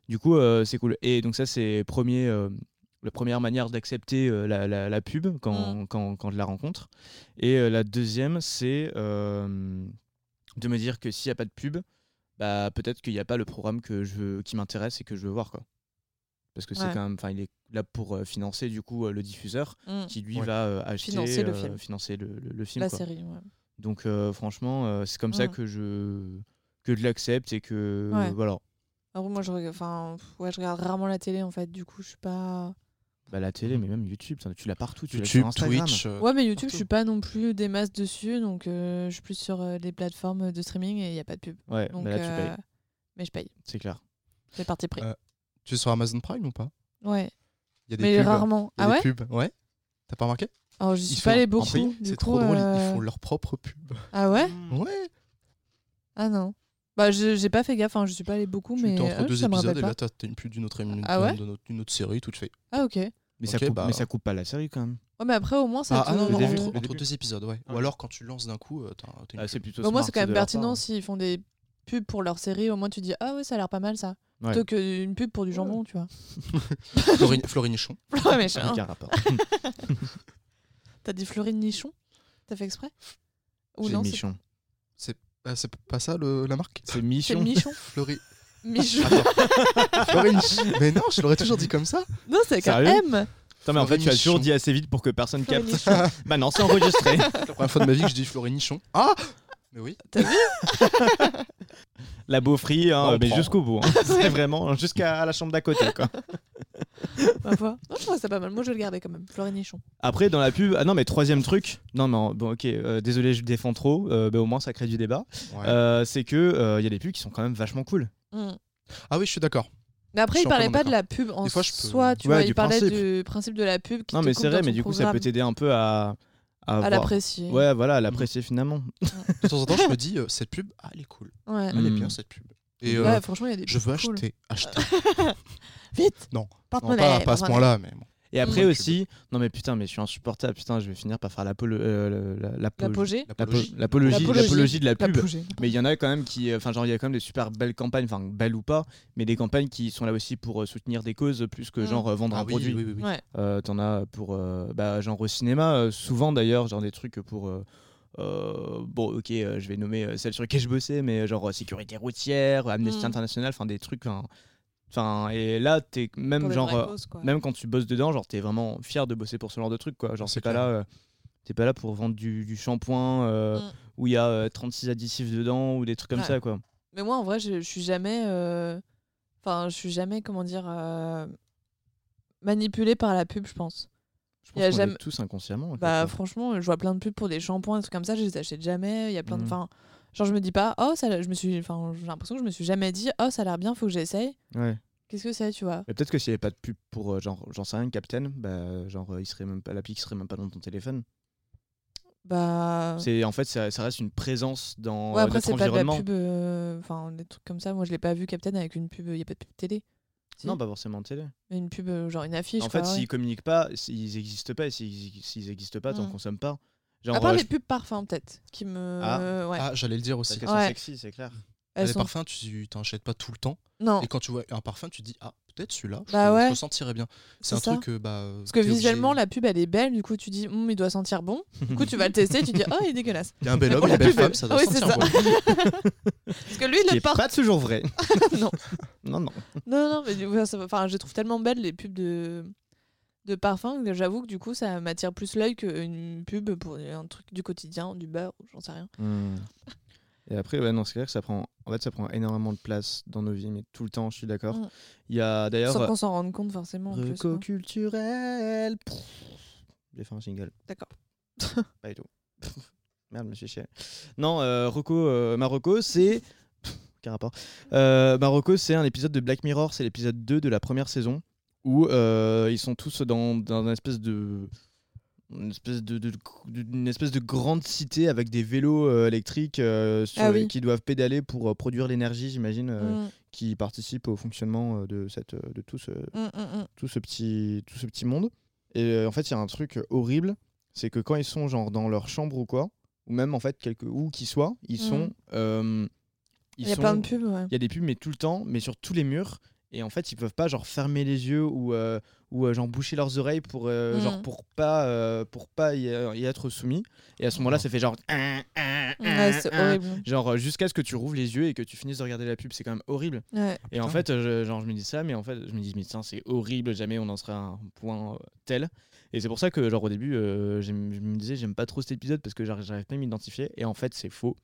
Speaker 1: Du coup, euh, c'est cool. Et donc, ça, c'est premier, euh, la première manière d'accepter euh, la, la- la pub quand,
Speaker 2: Mm.
Speaker 1: quand, quand je la rencontre. Et euh, la deuxième, c'est euh, de me dire que s'il n'y a pas de pub, bah, peut-être qu'il n'y a pas le programme que je veux- qui m'intéresse et que je veux voir. Quoi. Parce que c'est
Speaker 2: Ouais.
Speaker 1: quand même, enfin, il est là pour euh, financer du coup euh, le diffuseur
Speaker 2: Mm.
Speaker 1: qui lui
Speaker 3: Ouais.
Speaker 1: va euh, acheter,
Speaker 2: Financer le
Speaker 1: euh,
Speaker 2: film.
Speaker 1: financer le, le- le film.
Speaker 2: La
Speaker 1: quoi.
Speaker 2: série, ouais.
Speaker 1: Donc euh, franchement, euh, c'est comme ça
Speaker 2: Mm.
Speaker 1: que je que je l'accepte et que
Speaker 2: Ouais.
Speaker 1: voilà,
Speaker 2: Alors moi, je, reg- enfin, pff, ouais, je regarde rarement la télé, en fait. Du coup, je suis pas...
Speaker 1: bah, la télé, mais même YouTube, ça, tu l'as partout, tu l'as
Speaker 3: YouTube,
Speaker 1: sur Instagram.
Speaker 3: Twitch. euh,
Speaker 2: Ouais, mais YouTube,
Speaker 3: partout.
Speaker 2: je suis pas non plus des masses dessus, donc euh, je suis plus sur euh, les plateformes de streaming et il n'y a pas de pub.
Speaker 1: Ouais,
Speaker 2: Donc,
Speaker 1: bah là tu
Speaker 2: euh,
Speaker 1: payes,
Speaker 2: Mais je paye,
Speaker 1: c'est clair.
Speaker 2: c'est parti pris.
Speaker 3: Euh, Tu es sur Amazon Prime ou pas
Speaker 2: ouais,
Speaker 3: Il y a des
Speaker 2: mais
Speaker 3: pubs.
Speaker 2: rarement.
Speaker 3: Il y a
Speaker 2: Ah ouais
Speaker 3: des pubs, ouais. T'as pas remarqué
Speaker 2: Alors, je
Speaker 3: Ils
Speaker 2: suis
Speaker 3: font-
Speaker 2: pas allée
Speaker 3: en fait,
Speaker 2: beaucoup. du
Speaker 3: C'est
Speaker 2: coup,
Speaker 3: trop drôle, ils
Speaker 2: euh,
Speaker 3: font leur propre pub.
Speaker 2: Ah ouais
Speaker 3: Ouais.
Speaker 2: Ah non. Bah, je- j'ai pas fait gaffe, hein, je suis pas allée beaucoup,
Speaker 3: Tu
Speaker 2: mais
Speaker 3: étais entre
Speaker 2: euh,
Speaker 3: deux
Speaker 2: ça me rappelle
Speaker 3: épisodes et
Speaker 2: pas.
Speaker 3: là t'as t'as une pub d'une autre, émi-
Speaker 2: Ah ouais
Speaker 3: d'une autre- d'une autre série, tout de fait.
Speaker 2: Ah ok. Ouais,
Speaker 1: Mais,
Speaker 3: Ok,
Speaker 1: ça coupe,
Speaker 3: bah.
Speaker 1: mais ça coupe pas la série quand même.
Speaker 2: mais après, au moins, ça
Speaker 3: Ah, ah
Speaker 2: te-
Speaker 3: non,
Speaker 1: Le
Speaker 3: non,
Speaker 1: début.
Speaker 3: entre,
Speaker 1: Le
Speaker 3: entre
Speaker 1: début.
Speaker 3: deux épisodes, ouais. Ou
Speaker 1: Ouais.
Speaker 3: alors quand tu lances d'un coup, euh, t'as t'as une
Speaker 1: Ah, c'est plutôt.
Speaker 2: Au moins,
Speaker 1: smart,
Speaker 2: Bah, c'est quand même
Speaker 1: de leur part,
Speaker 2: pertinent
Speaker 1: hein.
Speaker 2: s'ils font des pubs pour leur série. Au moins, tu dis Ah ouais, ça a l'air pas mal ça.
Speaker 1: Ouais.
Speaker 2: Plutôt qu'une pub pour du jambon, tu vois.
Speaker 3: pub. Florine, Florine Nichon.
Speaker 2: Ouais, mais genre,
Speaker 1: Avec un rapport.
Speaker 2: T'as dit Florine Nichon T'as fait exprès Ou
Speaker 1: C'est
Speaker 2: non C'est
Speaker 1: Michon.
Speaker 3: Ah, c'est pas ça le- la marque
Speaker 1: C'est
Speaker 2: c'est
Speaker 1: Michon.
Speaker 2: Michon
Speaker 3: Flori...
Speaker 2: Michon.
Speaker 3: Florine Nichon. Mais non, je l'aurais toujours dit comme ça.
Speaker 2: Non, c'est avec un
Speaker 1: Sérieux
Speaker 2: M.
Speaker 1: Attends, mais en fait, tu as
Speaker 3: Michon.
Speaker 1: toujours dit assez vite pour que personne
Speaker 2: Florine
Speaker 1: capte. bah non, c'est enregistré.
Speaker 3: La première fois de ma vie que je dis Florine Nichon. Ah Mais oui.
Speaker 1: la beaufrie, hein,
Speaker 3: Bah, on
Speaker 1: mais
Speaker 3: prend.
Speaker 1: jusqu'au bout. hein. c'est vraiment jusqu'à la chambre d'à côté. Quoi.
Speaker 2: Ma foi. Non, je trouvais ça pas mal. Moi, je vais le gardais quand même. Florine Nichon.
Speaker 1: Après, dans la pub, ah non, mais troisième truc, non, non, bon, ok, euh, désolé, je défends trop, euh, bah, au moins ça crée du débat.
Speaker 3: Ouais.
Speaker 1: Euh, c'est que euh, il y a des pubs qui sont quand même vachement cool.
Speaker 2: Mm.
Speaker 3: Ah oui, je suis d'accord.
Speaker 2: Mais
Speaker 3: Je
Speaker 2: après, il
Speaker 3: suis
Speaker 2: parlait
Speaker 3: entièrement
Speaker 2: pas de la pub en
Speaker 3: Des fois, je peux-
Speaker 2: soi, tu
Speaker 1: Ouais,
Speaker 2: vois.
Speaker 1: du
Speaker 2: Il parlait
Speaker 1: principe.
Speaker 2: du principe de la pub qui
Speaker 1: non,
Speaker 2: te
Speaker 1: mais
Speaker 2: coupe
Speaker 1: c'est vrai,
Speaker 2: dans
Speaker 1: mais
Speaker 2: ton
Speaker 1: du coup, ça peut
Speaker 2: programme.
Speaker 1: t'aider un peu à à,
Speaker 2: à
Speaker 1: voir-
Speaker 2: l'apprécier. Mm.
Speaker 1: Ouais, voilà, à l'apprécier finalement.
Speaker 3: De temps en temps, je me dis, euh, cette pub, ah, elle est cool.
Speaker 2: Ouais.
Speaker 3: Elle est
Speaker 1: Mm.
Speaker 3: bien, cette pub. Et euh,
Speaker 2: Hmm. Ouais, franchement, il y a des
Speaker 3: je veux
Speaker 2: cool.
Speaker 3: acheter. Acheter.
Speaker 2: Vite
Speaker 3: Non, Non,
Speaker 2: Porte-monnaie,
Speaker 3: pas, pas à ce
Speaker 2: porte-monnaie.
Speaker 3: point-là, mais bon.
Speaker 2: Mm.
Speaker 1: Et après
Speaker 3: Bonne
Speaker 1: aussi, non mais putain, mais je suis insupportable, putain, je vais finir par faire l'apolo- euh, le- la- l'apo-
Speaker 2: L'apogée
Speaker 1: l'apo-
Speaker 3: L'apologie.
Speaker 1: l'apologie
Speaker 2: L'apologie.
Speaker 1: l'apologie de la pub.
Speaker 2: L'apogée.
Speaker 1: Mais il y en a quand même qui, euh, enfin genre il y a quand même des super belles campagnes, enfin belles ou pas, mais des campagnes qui sont là aussi pour euh, soutenir des causes plus que
Speaker 2: Mm.
Speaker 1: genre euh, vendre
Speaker 3: Ah
Speaker 1: un
Speaker 3: oui,
Speaker 1: produit.
Speaker 3: oui, oui, oui.
Speaker 2: Ouais.
Speaker 1: Euh, T'en as pour euh, bah, genre au cinéma, euh, souvent d'ailleurs, genre des trucs pour. euh, euh, bon, ok, euh, je vais nommer euh, celle sur laquelle je bossais, mais euh, genre euh, sécurité routière, Amnesty
Speaker 2: Mm.
Speaker 1: International, enfin des trucs. hein. Enfin, et là, t'es
Speaker 2: Pour
Speaker 1: même
Speaker 2: des
Speaker 1: genre.
Speaker 2: vraies
Speaker 1: euh,
Speaker 2: causes, quoi.
Speaker 1: même quand tu bosses dedans, genre t'es vraiment fier de bosser pour ce genre de truc quoi. Genre
Speaker 3: C'est
Speaker 1: c'est pas
Speaker 3: clair.
Speaker 1: là, euh, t'es pas là pour vendre du, du shampoing euh,
Speaker 2: Mm.
Speaker 1: où il y a euh, 36 additifs dedans ou des trucs comme
Speaker 2: Ouais.
Speaker 1: ça quoi.
Speaker 2: Mais moi, en vrai, je, je suis jamais. euh, Enfin, je suis jamais, comment dire. euh, manipulée par la pub, je pense.
Speaker 1: Je
Speaker 2: Y a
Speaker 1: pense qu'on
Speaker 2: jamais-
Speaker 1: est tous inconsciemment. en hein. quelque
Speaker 2: Bah,
Speaker 1: sorte.
Speaker 2: franchement, je vois plein de pubs pour des shampoings, des trucs comme ça, je les achète jamais. Il y a plein de.
Speaker 1: Mhm.
Speaker 2: Enfin, genre, je me dis pas, oh, ça. l'a- Je me suis. Enfin, j'ai l'impression que je me suis jamais dit, oh, ça a l'air bien, faut que j'essaye.
Speaker 1: Ouais.
Speaker 2: Qu'est-ce que c'est, tu vois
Speaker 1: Mais peut-être que s'il n'y avait pas de pub pour euh, genre j'en sais rien, Captain, bah genre euh, il serait même pas l'appli qui serait même pas dans ton téléphone.
Speaker 2: Bah.
Speaker 1: C'est en fait ça, ça reste une présence dans
Speaker 2: Ouais,
Speaker 1: euh,
Speaker 2: après,
Speaker 1: notre
Speaker 2: c'est pas de la
Speaker 1: environnement.
Speaker 2: pub. euh, Enfin, des trucs comme ça. Moi, je l'ai pas vu, Captain, avec une pub. Il y a pas de pub télé. si.
Speaker 1: Non, pas forcément de télé.
Speaker 2: Mais une pub, euh, genre une affiche.
Speaker 1: en
Speaker 2: quoi,
Speaker 1: fait, s'ils
Speaker 2: ouais.
Speaker 1: communiquent pas, s- ils existent pas. Et s'ils s'ils existent pas, t'en
Speaker 2: Mm.
Speaker 1: consommes pas. Genre,
Speaker 2: à part
Speaker 1: euh,
Speaker 2: les
Speaker 1: je-
Speaker 2: pubs parfums, peut-être, qui me. ouais.
Speaker 3: Ah, j'allais le dire aussi.
Speaker 1: parce qu'elles
Speaker 3: Ah,
Speaker 1: sont
Speaker 2: Ouais.
Speaker 1: sexy, c'est clair.
Speaker 2: elles
Speaker 3: les
Speaker 2: sont.
Speaker 3: parfums, tu t'en achètes pas tout le temps.
Speaker 2: Non,
Speaker 3: Et quand tu vois un parfum, tu te dis, ah, peut-être celui-là, je,
Speaker 2: Bah
Speaker 3: le- je
Speaker 2: ouais.
Speaker 3: le sentirais bien. C'est un
Speaker 2: ça.
Speaker 3: truc. euh, Bah,
Speaker 2: Parce que visuellement, la pub, elle est belle. Du coup, tu dis, Hum, il doit sentir bon. Du coup, tu vas le tester. Tu dis, oh, il est dégueulasse.
Speaker 3: Il y a un bel homme,
Speaker 2: la
Speaker 3: une belle
Speaker 2: pub est-
Speaker 3: femme, ça doit
Speaker 2: Oui, c'est
Speaker 3: sentir bon.
Speaker 2: ça. Parce que lui,
Speaker 1: Ce qui
Speaker 2: le
Speaker 1: est
Speaker 2: parfum.
Speaker 1: pas toujours vrai.
Speaker 2: non.
Speaker 1: Non, non.
Speaker 2: non, non, mais du coup, ça- enfin, je les trouve tellement belles les pubs de de parfum que j'avoue que du coup, ça m'attire plus l'œil qu'une pub pour un truc du quotidien, du beurre, ou j'en sais rien.
Speaker 1: Et après, ouais, non, c'est clair que ça prend, en fait, ça prend énormément de place dans nos vies, mais tout le temps, je suis d'accord.
Speaker 2: Mm.
Speaker 1: Il y a d'ailleurs. euh,
Speaker 2: Sans qu'on s'en rende compte forcément. En plus, hein.
Speaker 1: Reco
Speaker 2: quoi.
Speaker 1: culturel. Pff, J'ai fait un single.
Speaker 2: D'accord.
Speaker 1: Pas du tout. Pff, Merde, je me suis chié. Non, euh, Rocco, euh, Marocco, c'est. Pff, Aucun rapport. Euh, Marocco, c'est un épisode de Black Mirror, c'est l'épisode 2 de la première saison. où euh, ils sont tous dans, dans une espèce de une espèce de, de- de- une espèce de grande cité avec des vélos euh, électriques euh, sur-
Speaker 2: Ah oui.
Speaker 1: qui doivent pédaler pour euh, produire l'énergie j'imagine euh,
Speaker 2: Mm,
Speaker 1: qui participe au fonctionnement euh, de cette euh, de tout ce,
Speaker 2: mm, mm, mm.
Speaker 1: tout ce petit tout ce petit monde et euh, en fait il y a un truc horrible c'est que quand ils sont genre dans leur chambre ou quoi ou même en fait quelque où qu'ils soient ils
Speaker 2: Mhm.
Speaker 1: sont euh, ils
Speaker 2: Il y a
Speaker 1: sont-
Speaker 2: plein de pubs, ouais.
Speaker 1: il y a des pubs, mais tout le temps, mais sur tous les murs. Et en fait, ils peuvent pas genre fermer les yeux ou, euh, ou euh, genre boucher leurs oreilles pour, euh,
Speaker 2: Mhm.
Speaker 1: genre, pour pas, euh, pour pas y, y être soumis. Et à ce moment-là, ça fait genre.
Speaker 3: Ah,
Speaker 2: Ouais, c'est horrible.
Speaker 1: Genre euh, jusqu'à ce que tu rouvres les yeux et que tu finisses de regarder la pub, c'est quand même horrible.
Speaker 2: Ouais.
Speaker 1: Et en
Speaker 3: putain.
Speaker 1: fait, euh, je, genre, je me dis ça, mais en fait, je me dis, mais tiens, c'est horrible, jamais on en sera à un point euh, tel. Et c'est pour ça que, genre, au début, euh, j'aime- je me disais, j'aime pas trop cet épisode parce que j'arri- j'arrive pas à m'identifier. Et en fait, c'est faux.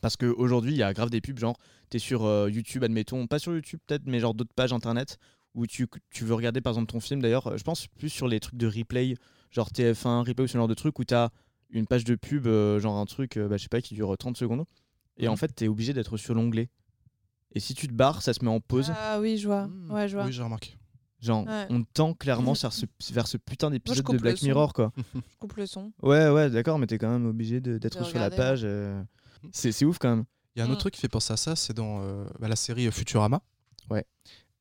Speaker 1: Parce qu'aujourd'hui, il y a grave des pubs, genre, t'es sur euh, YouTube, admettons, pas sur YouTube peut-être, mais genre d'autres pages internet où tu, tu veux regarder par exemple ton film. D'ailleurs, euh, je pense plus sur les trucs de replay, genre TF1, replay ou ce genre de truc où t'as une page de pub, euh, genre un truc, euh, bah, je sais pas, qui dure 30 secondes. Et en fait, t'es obligé d'être sur l'onglet. Et si tu te barres, ça se met en pause.
Speaker 2: Ah oui, je vois.
Speaker 3: Mm.
Speaker 2: Ouais, je vois.
Speaker 3: Oui, j'ai remarqué.
Speaker 1: Genre,
Speaker 2: Ouais.
Speaker 1: on tend clairement vers ce, vers ce putain d'épisode
Speaker 2: coupe
Speaker 1: de
Speaker 2: le
Speaker 1: Black
Speaker 2: son.
Speaker 1: Mirror, quoi.
Speaker 2: Je coupe le son.
Speaker 1: Ouais, ouais, d'accord, mais t'es quand même obligé de- d'être
Speaker 2: De
Speaker 1: sur la
Speaker 2: regarder,
Speaker 1: page. euh. C'est c'est ouf quand même.
Speaker 3: Il y a un
Speaker 2: Mm.
Speaker 3: autre truc qui fait penser à ça, c'est dans euh, bah, la série Futurama.
Speaker 1: Ouais.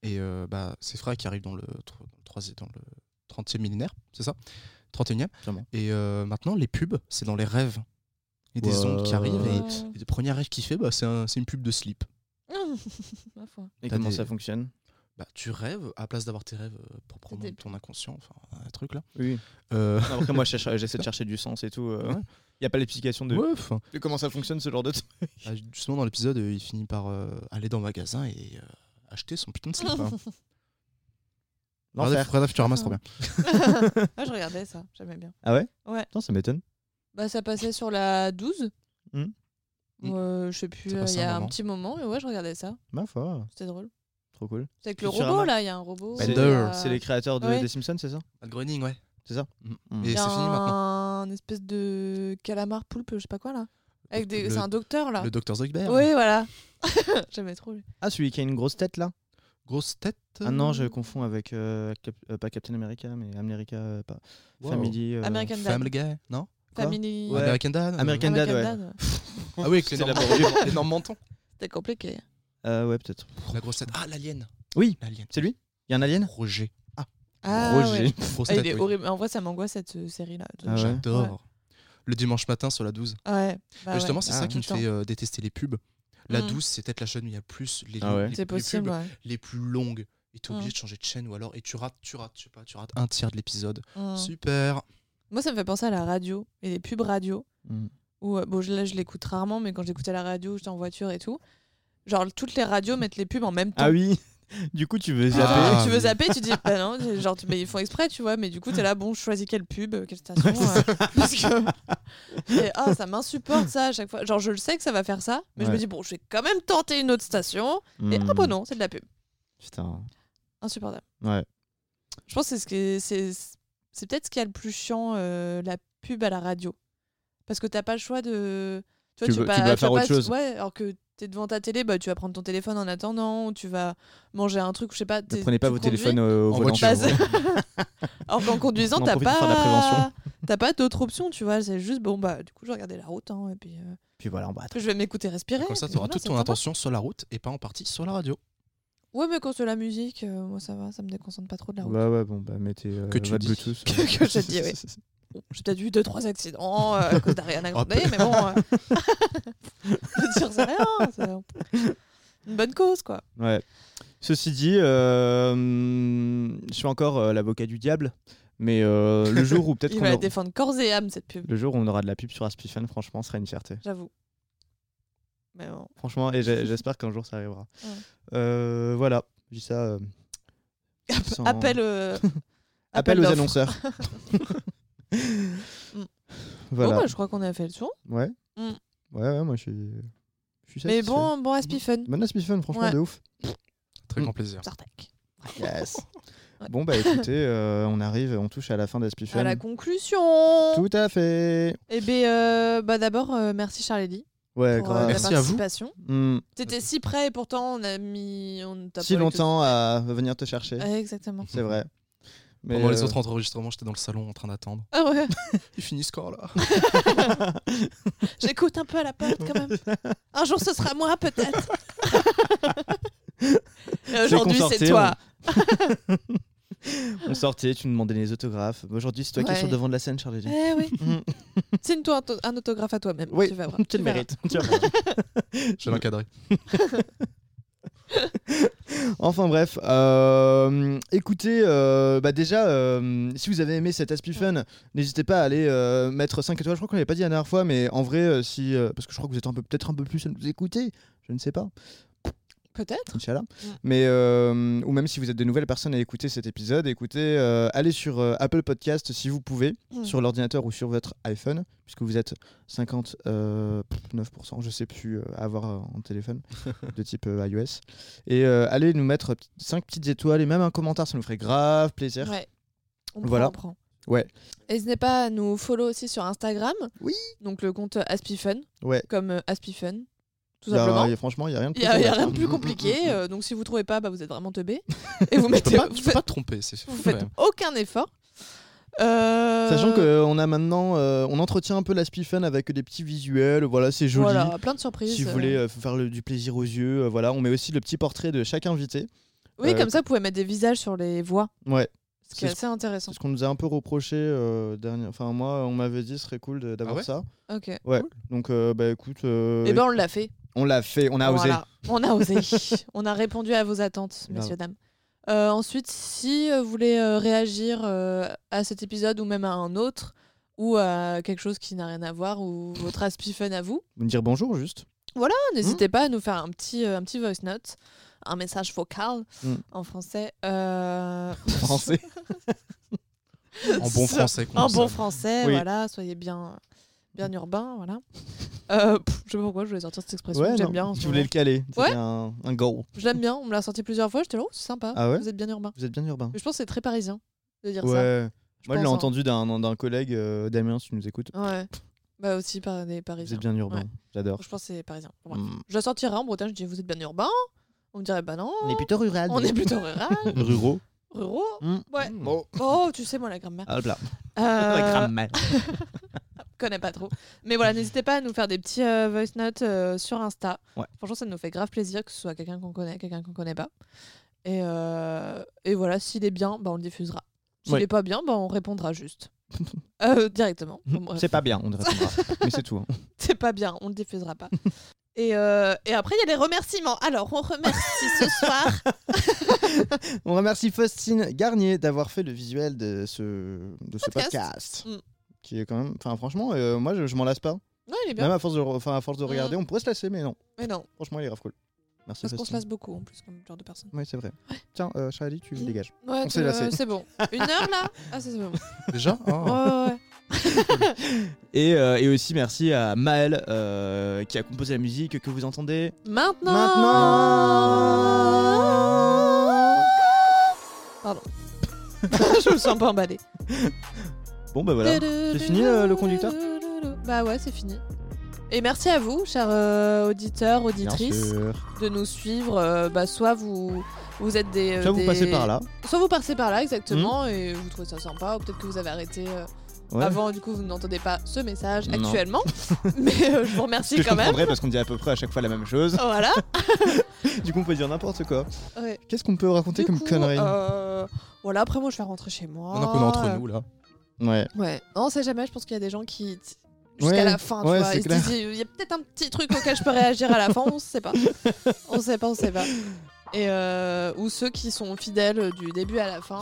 Speaker 3: Et euh, bah, c'est Fra qui arrive dans le, tro- dans le, troisi- dans le 30e millénaire, c'est ça 31e.
Speaker 1: Sûrement.
Speaker 3: Et euh, maintenant, les pubs, c'est dans les rêves. Il y a des ondes qui
Speaker 2: Euh,
Speaker 3: arrivent et, et le premier rêve qu'il fait, bah, c'est un- c'est une pub de slip.
Speaker 2: Ma foi.
Speaker 1: Et
Speaker 3: T'as
Speaker 1: comment
Speaker 3: des-
Speaker 1: ça fonctionne
Speaker 3: Bah, tu rêves, à la place d'avoir tes rêves euh, proprement
Speaker 2: des
Speaker 3: de ton inconscient, enfin un truc là.
Speaker 1: Oui.
Speaker 3: Euh,
Speaker 1: Après, moi, je cherche- j'essaie de chercher du sens et tout. euh,
Speaker 3: Ouais.
Speaker 1: Y a pas l'explication de,
Speaker 3: ouais, enfin,
Speaker 1: de comment ça fonctionne ce genre de truc.
Speaker 3: bah, justement, dans l'épisode, euh, il finit par euh, aller dans le magasin et euh, acheter son putain de slip. hein. Regardez- regardez Futurama, c'est trop bien.
Speaker 2: ah, je regardais ça, j'aimais bien.
Speaker 1: Ah ouais
Speaker 2: Ouais.
Speaker 1: Non, ça m'étonne.
Speaker 2: Bah, ça passait sur la 12.
Speaker 1: Hmm.
Speaker 2: Ou, euh, je sais plus,
Speaker 3: Ça
Speaker 2: euh, il
Speaker 3: passait
Speaker 2: y
Speaker 3: un
Speaker 2: a un
Speaker 3: moment.
Speaker 2: petit moment, et ouais, je regardais ça.
Speaker 1: Ma foi,
Speaker 2: C'était drôle.
Speaker 1: trop cool.
Speaker 2: C'est avec le
Speaker 1: Futurama.
Speaker 2: robot, là, il y a un robot.
Speaker 1: C'est euh,
Speaker 2: il y a-
Speaker 1: c'est les créateurs de,
Speaker 2: euh, Ouais.
Speaker 1: des Simpsons, c'est ça
Speaker 3: Matt Groening, ouais.
Speaker 1: C'est ça
Speaker 3: Mm.
Speaker 1: Mm.
Speaker 3: Et
Speaker 2: il y
Speaker 3: c'est
Speaker 2: a
Speaker 3: fini maintenant.
Speaker 2: un espèce de calamar poulpe, je sais pas quoi, là. Avec des...
Speaker 3: Le-
Speaker 2: C'est un docteur, là.
Speaker 3: Le Dr Zuckberg.
Speaker 2: Oui, voilà. j'aimais trop. lui.
Speaker 1: Ah, celui qui a une grosse tête là
Speaker 3: Grosse tête.
Speaker 1: Ah non, je confonds avec. euh, Cap- euh, pas Captain America, mais America. euh, pas...
Speaker 3: Wow.
Speaker 1: Family. euh,
Speaker 2: American Dad.
Speaker 3: Family Guy, non
Speaker 1: Quoi
Speaker 2: Family.
Speaker 1: Ouais.
Speaker 3: American Dad. euh,
Speaker 1: American Dad, ouais.
Speaker 3: Ah oui, avec
Speaker 1: C'est
Speaker 3: l'énorme l'énorme menton.
Speaker 2: C'était compliqué.
Speaker 1: Euh, ouais, peut-être.
Speaker 3: La grosse tête. Ah, l'alien.
Speaker 1: Oui.
Speaker 3: L'alien.
Speaker 1: C'est lui Il y a un alien
Speaker 3: Roger.
Speaker 2: Ah,
Speaker 1: Roger.
Speaker 2: ouais.
Speaker 3: Grosse
Speaker 2: Ah,
Speaker 3: tête.
Speaker 2: il est
Speaker 3: oui.
Speaker 2: horrible. En vrai, ça m'angoisse cette euh, série-là.
Speaker 1: Ah ouais.
Speaker 3: J'adore. Le dimanche matin sur la 12.
Speaker 2: Ouais, bah
Speaker 3: Mais justement, c'est
Speaker 1: Ah,
Speaker 3: ça qui me
Speaker 2: tout le
Speaker 3: fait euh, détester les pubs. La
Speaker 2: Mm.
Speaker 3: 12, c'est peut-être la chaîne où il y a le plus les,
Speaker 1: Ah ouais.
Speaker 2: ouais.
Speaker 3: les,
Speaker 2: C'est
Speaker 3: les
Speaker 2: possible,
Speaker 3: pubs
Speaker 2: ouais.
Speaker 3: les plus longues. Et t'es obligé
Speaker 2: Mm.
Speaker 3: de changer de chaîne ou alors et tu rates, tu rates, je sais pas, tu rates un tiers de l'épisode.
Speaker 2: Mm.
Speaker 3: Super.
Speaker 2: Moi, ça me fait penser à la radio et les pubs radio.
Speaker 1: Mm.
Speaker 2: Où, euh, bon, je- là, je l'écoute rarement, mais quand j'écoutais la radio, j'étais en voiture et tout. Genre, toutes les radios mettent les pubs en même temps.
Speaker 1: Ah oui Du coup, tu veux zapper
Speaker 3: Ah.
Speaker 2: tu
Speaker 3: oui.
Speaker 2: veux zapper, tu dis, bah non, c'est genre, tu- mais ils font exprès, tu vois, mais du coup, t'es là, bon, je choisis quelle pub, euh, quelle station. euh, parce que. Et, ah, ça m'insupporte ça à chaque fois. Genre, je le sais que ça va faire ça, mais je
Speaker 1: Ouais.
Speaker 2: me dis, bon, je vais quand même tenter une autre station. Et
Speaker 1: Mm.
Speaker 2: ah, bon, non, c'est de la pub.
Speaker 1: Putain.
Speaker 2: Insupportable.
Speaker 1: Ouais.
Speaker 2: Je pense que c'est ce qui est- c'est c'est peut-être ce qui a le plus chiant euh, la pub à la radio parce que t'as pas le choix de vois,
Speaker 1: Tu
Speaker 2: vas
Speaker 1: veux-
Speaker 2: pas-
Speaker 1: tu dois
Speaker 2: vas
Speaker 1: faire
Speaker 2: pas-
Speaker 1: autre chose.
Speaker 2: ouais alors que t'es devant ta télé bah tu vas prendre ton téléphone en attendant ou tu vas manger un truc ou je sais pas
Speaker 1: Ne prenez pas vos téléphones euh, au
Speaker 3: En
Speaker 1: volant.
Speaker 3: voiture.
Speaker 2: Bah, alors qu'en conduisant
Speaker 1: On en
Speaker 2: t'as
Speaker 1: profite pour faire de la
Speaker 2: pas
Speaker 1: prévention.
Speaker 2: t'as pas d'autres options tu vois c'est juste bon bah du coup je regardais la route hein, et puis euh,
Speaker 1: Puis voilà, on va
Speaker 2: après je vais m'écouter respirer
Speaker 3: Comme ça,
Speaker 2: et puis
Speaker 3: tu auras
Speaker 2: voilà,
Speaker 3: toute
Speaker 2: c'est
Speaker 3: ton
Speaker 2: sympa.
Speaker 3: attention sur la route et pas en partie sur la radio.
Speaker 2: ouais mais quand c'est la musique euh, moi ça va ça me déconcentre pas trop de la route
Speaker 1: Bah ouais, bon, bah mettez euh,
Speaker 3: Que tu
Speaker 1: votre
Speaker 3: dis.
Speaker 1: Bluetooth.
Speaker 2: Que- que je dis, oui. Bon, J'ai peut-être eu deux trois accidents euh, à cause
Speaker 1: Ah,
Speaker 2: d'Ariana
Speaker 1: bah.
Speaker 2: Grande, mais bon. euh, je tire ça rien. c'est Une bonne cause, quoi.
Speaker 1: Ouais. Ceci dit, euh, hum, je suis encore euh, l'avocat du diable, mais euh, le jour où peut-être
Speaker 2: Il
Speaker 1: qu'on
Speaker 2: va la
Speaker 1: aura-
Speaker 2: défendre corps et âme, cette pub,
Speaker 1: le jour où on aura de la pub sur Aspifan, franchement, ce serait une fierté.
Speaker 2: j'avoue. Mais bon.
Speaker 1: Franchement, et j'ai- j'espère qu'un jour ça arrivera.
Speaker 2: Ouais.
Speaker 1: Euh, voilà, je dis ça. euh, sans-
Speaker 2: Appel, euh,
Speaker 1: Appel aux
Speaker 2: d'offres.
Speaker 1: annonceurs.
Speaker 2: Bon,
Speaker 1: voilà.
Speaker 2: bah, je crois qu'on a fait le tour.
Speaker 1: Ouais.
Speaker 2: Mm.
Speaker 1: Ouais, ouais, moi je suis. Je suis
Speaker 2: Mais
Speaker 1: satisfait.
Speaker 2: bon, bon, Aspifun.
Speaker 1: Bon, Aspie Fun, franchement,
Speaker 2: Ouais.
Speaker 1: de ouf.
Speaker 3: Très
Speaker 1: Mm.
Speaker 3: grand plaisir.
Speaker 2: Sartac.
Speaker 1: Yes.
Speaker 2: Ouais.
Speaker 1: Bon, bah écoutez, euh, on arrive, on touche à la fin d'Aspie Fun.
Speaker 2: À la conclusion. ben,
Speaker 1: Tout à fait.
Speaker 2: Eh bien, bah, d'abord, euh, merci Charlie.
Speaker 1: Ouais,
Speaker 2: pour euh,
Speaker 1: grave.
Speaker 2: la
Speaker 3: Merci à vous.
Speaker 2: participation.
Speaker 1: Hmm.
Speaker 2: T'étais si près et pourtant on a mis. On t'a
Speaker 1: Si
Speaker 2: pas eu tout-
Speaker 1: longtemps à venir te chercher,
Speaker 2: Ouais, exactement.
Speaker 1: c'est vrai. Mais
Speaker 3: Pendant les
Speaker 1: euh,
Speaker 3: autres enregistrements, j'étais dans le salon en train d'attendre.
Speaker 2: Ah ouais,
Speaker 3: Ils finissent quand là
Speaker 2: j'écoute un peu à la porte quand même. Un jour ce sera moi peut-être. Et Aujourd'hui
Speaker 1: qu'on
Speaker 2: c'est
Speaker 1: sortait,
Speaker 2: toi.
Speaker 1: euh, on sortait, tu nous demandais les autographes. Bah, Aujourd'hui, c'est toi qui es sur
Speaker 2: Ouais.
Speaker 1: le devant de la scène, Charlie.
Speaker 2: Eh oui.
Speaker 1: Mm.
Speaker 2: Signe-toi un to- un autographe à toi-même.
Speaker 1: Oui,
Speaker 2: tu vas voir.
Speaker 1: tu le
Speaker 2: verras.
Speaker 1: mérites. Tu verras.
Speaker 3: Je vais l'encadrer.
Speaker 1: Enfin bref, euh, écoutez, euh, bah déjà, euh, si vous avez aimé cet Aspi Fun, n'hésitez pas à aller euh, mettre 5 étoiles. Je crois qu'on l'avait pas dit la dernière fois, mais en vrai, euh, si, euh, parce que je crois que vous êtes un peu, peut-être un peu plus à nous écouter, je ne sais pas,
Speaker 2: Peut-être.
Speaker 1: Inch'Allah.
Speaker 2: Ouais.
Speaker 1: Mais, euh, ou même si vous êtes de nouvelles personnes à écouter cet épisode, écoutez, euh, allez sur euh, Apple Podcast si vous pouvez,
Speaker 2: Mm.
Speaker 1: sur l'ordinateur ou sur votre iPhone, puisque vous êtes euh, 59%, je sais plus, euh, à avoir euh, en téléphone de type euh, iOS. Et euh, allez nous mettre 5 petites étoiles et même un commentaire, ça nous ferait grave plaisir.
Speaker 2: Ouais. On
Speaker 1: Voilà.
Speaker 2: prend, on prend.
Speaker 1: Ouais.
Speaker 2: N'hésitez pas à nous follow aussi sur Instagram.
Speaker 1: Oui.
Speaker 2: Donc le compte Aspifun,
Speaker 1: Ouais.
Speaker 2: comme euh, Aspifun, tout
Speaker 1: Y a-
Speaker 2: simplement.
Speaker 1: Bah, y a- franchement, il n'y a rien de
Speaker 2: Il n'y a, y a
Speaker 1: compliqué.
Speaker 2: rien de plus compliqué. euh, donc si vous trouvez pas, bah, vous êtes vraiment teubé. Et vous
Speaker 3: Tu
Speaker 2: mettez,
Speaker 3: peux pas,
Speaker 2: vous
Speaker 3: tu peux
Speaker 2: faites,
Speaker 3: pas te tromper, c'est
Speaker 2: vous
Speaker 3: fou,
Speaker 2: faites
Speaker 3: quand même.
Speaker 2: aucun effort. Euh,
Speaker 1: Sachant qu'on a maintenant, euh, on entretient un peu l'Aspi Fun avec des petits visuels, voilà, c'est joli.
Speaker 2: Voilà, plein de surprises.
Speaker 1: Si vous
Speaker 2: euh.
Speaker 1: voulez euh, faire le- du plaisir aux yeux, euh, voilà, on met aussi le petit portrait de chaque invité.
Speaker 2: Oui,
Speaker 1: euh,
Speaker 2: comme ça, vous pouvez mettre des visages sur les voix,
Speaker 1: Ouais,
Speaker 2: ce qui est,
Speaker 1: C'est-
Speaker 2: assez intéressant.
Speaker 1: c'est ce qu'on nous a un peu reproché euh, dernier. Enfin, moi, on m'avait dit ce serait cool de- d'avoir
Speaker 3: Ah ouais
Speaker 1: ça.
Speaker 2: Ok. Et
Speaker 1: Ouais. Donc, euh, bah écoute, euh,
Speaker 2: ben on l'a fait.
Speaker 1: on l'a fait, on a osé.
Speaker 2: Voilà. On a osé. on a répondu à vos attentes,
Speaker 1: Grave.
Speaker 2: messieurs, dames. Euh, ensuite, si euh, vous voulez euh, réagir euh, à cet épisode ou même à un autre, ou à quelque chose qui n'a rien à voir, ou votre aspi fun à vous,
Speaker 1: Vous me dire bonjour juste.
Speaker 2: ah, n'hésitez
Speaker 1: Hmm.
Speaker 2: pas à nous faire un petit, euh, un petit voice note, un message vocal
Speaker 1: Mm.
Speaker 2: en français. euh,
Speaker 1: Français.
Speaker 3: En bon français. qu'on
Speaker 2: en
Speaker 3: le
Speaker 2: bon
Speaker 3: sache.
Speaker 2: français,
Speaker 1: Oui.
Speaker 2: voilà, soyez bien, bien urbain, voilà. Euh, pff, je sais pas pourquoi je voulais sortir cette expression,
Speaker 1: Ouais,
Speaker 2: j'aime
Speaker 1: non,
Speaker 2: bien. en ce
Speaker 1: Tu voulais
Speaker 2: moment.
Speaker 1: le caler. C'était
Speaker 2: Ouais.
Speaker 1: un, un go.
Speaker 2: Je l'aime bien, on me l'a sorti plusieurs fois, j'étais là, oh, c'est sympa,
Speaker 1: Ah ouais
Speaker 2: vous êtes bien urbain.
Speaker 1: Vous êtes bien urbain.
Speaker 2: Mais je pense que c'est très parisien de dire ça.
Speaker 1: Ouais. Moi, je l'ai
Speaker 2: pense, hein.
Speaker 1: entendu d'un d'un collègue, euh, Damien, si tu nous écoutes.
Speaker 2: Ouais. Bah aussi par des
Speaker 1: Vous
Speaker 2: parisiens.
Speaker 1: êtes bien urbain.
Speaker 2: Ouais.
Speaker 1: J'adore.
Speaker 2: Je pense que c'est parisien. Bon, bref.
Speaker 1: Mm.
Speaker 2: Je la sortirais en Bretagne, je dis vous êtes bien urbain. On me dirait bah non,
Speaker 1: On est plutôt rural.
Speaker 2: on est plutôt rural,
Speaker 1: ruraux.
Speaker 2: ruraux.
Speaker 1: Mm.
Speaker 2: Ouais.
Speaker 3: Mm.
Speaker 1: Bon.
Speaker 2: Oh, tu sais moi la grammaire.
Speaker 1: Hop là.
Speaker 2: Euh,
Speaker 1: Grammaire.
Speaker 2: connais pas trop. Mais voilà, n'hésitez pas à nous faire des petits euh, voice notes euh, sur Insta.
Speaker 1: Ouais.
Speaker 2: Franchement, ça nous fait grave plaisir que ce soit quelqu'un qu'on connaît, quelqu'un qu'on connaît pas. Et, euh, et voilà, s'il est bien, bah, on le diffusera. S'il
Speaker 1: Ouais.
Speaker 2: est pas bien, bah, on répondra juste. Euh, directement. Bon, bref.
Speaker 1: C'est pas bien, on ne répondra. Mais c'est tout. hein.
Speaker 2: C'est pas bien, on le diffusera pas. et, euh, et après, il y a les remerciements. Alors, on remercie ce soir.
Speaker 1: On remercie Faustine Garnier d'avoir fait le visuel de ce, de ce
Speaker 2: Podcast.
Speaker 1: podcast.
Speaker 2: Mm.
Speaker 1: Qui est quand même. Enfin, franchement, euh, moi, je, je m'en lasse pas.
Speaker 2: Non, il est bien. Mm.
Speaker 1: Même à force de, re- enfin, à force de regarder, on pourrait se lasser, mais non.
Speaker 2: Mais non,
Speaker 1: Franchement, il est grave cool. Merci,
Speaker 2: parce qu'on se
Speaker 1: Faustine.
Speaker 2: lasse beaucoup en plus, comme genre de personne.
Speaker 1: Oui, c'est vrai. Tiens, euh, Charlie, tu
Speaker 2: Mm.
Speaker 1: dégages.
Speaker 2: Ouais,
Speaker 1: On s'est
Speaker 2: tu-
Speaker 1: lassé.
Speaker 2: c'est bon. Une heure là Ah, c'est c'est bon.
Speaker 3: Déjà
Speaker 2: Ouais,
Speaker 3: Ah.
Speaker 2: ouais, ouais.
Speaker 1: Et, euh, et aussi, merci à Maël euh, qui a composé la musique que vous entendez
Speaker 2: Maintenant
Speaker 1: maintenant.
Speaker 2: Je me sens pas emballée.
Speaker 1: Bon, bah voilà.
Speaker 2: C'est
Speaker 1: fini, euh, le conducteur
Speaker 2: Bah ouais, c'est fini. Et merci à vous, chers euh, auditeurs,
Speaker 1: Bien
Speaker 2: auditrices,
Speaker 1: sûr.
Speaker 2: de nous suivre. euh, bah, soit vous, vous êtes des. euh,
Speaker 1: Ça, vous
Speaker 2: des-
Speaker 1: passez par là. Hmm.
Speaker 2: Soit vous passez par là, exactement, et vous trouvez ça sympa, ou peut-être que vous avez arrêté euh,
Speaker 1: Ouais.
Speaker 2: avant, du coup, vous n'entendez pas ce message
Speaker 1: Non.
Speaker 2: actuellement. Mais euh, je vous
Speaker 1: Ce
Speaker 2: remercie
Speaker 1: que je
Speaker 2: quand même.
Speaker 1: comprendrais parce qu'on dit à peu près à chaque fois la même chose.
Speaker 2: Voilà.
Speaker 1: Du coup, on peut dire n'importe quoi.
Speaker 2: Ouais.
Speaker 1: Qu'est-ce qu'on peut raconter
Speaker 2: Du
Speaker 1: comme
Speaker 2: coup,
Speaker 1: connerie
Speaker 2: euh, Voilà, après, moi, je vais rentrer chez moi.
Speaker 3: Maintenant qu'on est entre
Speaker 2: euh,
Speaker 3: nous là.
Speaker 1: Ouais.
Speaker 2: Ouais, on sait jamais, je pense qu'il y a des gens qui. t- Jusqu'à
Speaker 1: Ouais,
Speaker 2: la fin, tu
Speaker 1: ouais,
Speaker 2: vois.
Speaker 1: c'est
Speaker 2: Ils se
Speaker 1: clair.
Speaker 2: disent, il y a peut-être un petit truc auquel je peux réagir à la fin, on sait pas. On sait pas, on sait pas. Et euh, ou ceux qui sont fidèles euh, du début à la fin.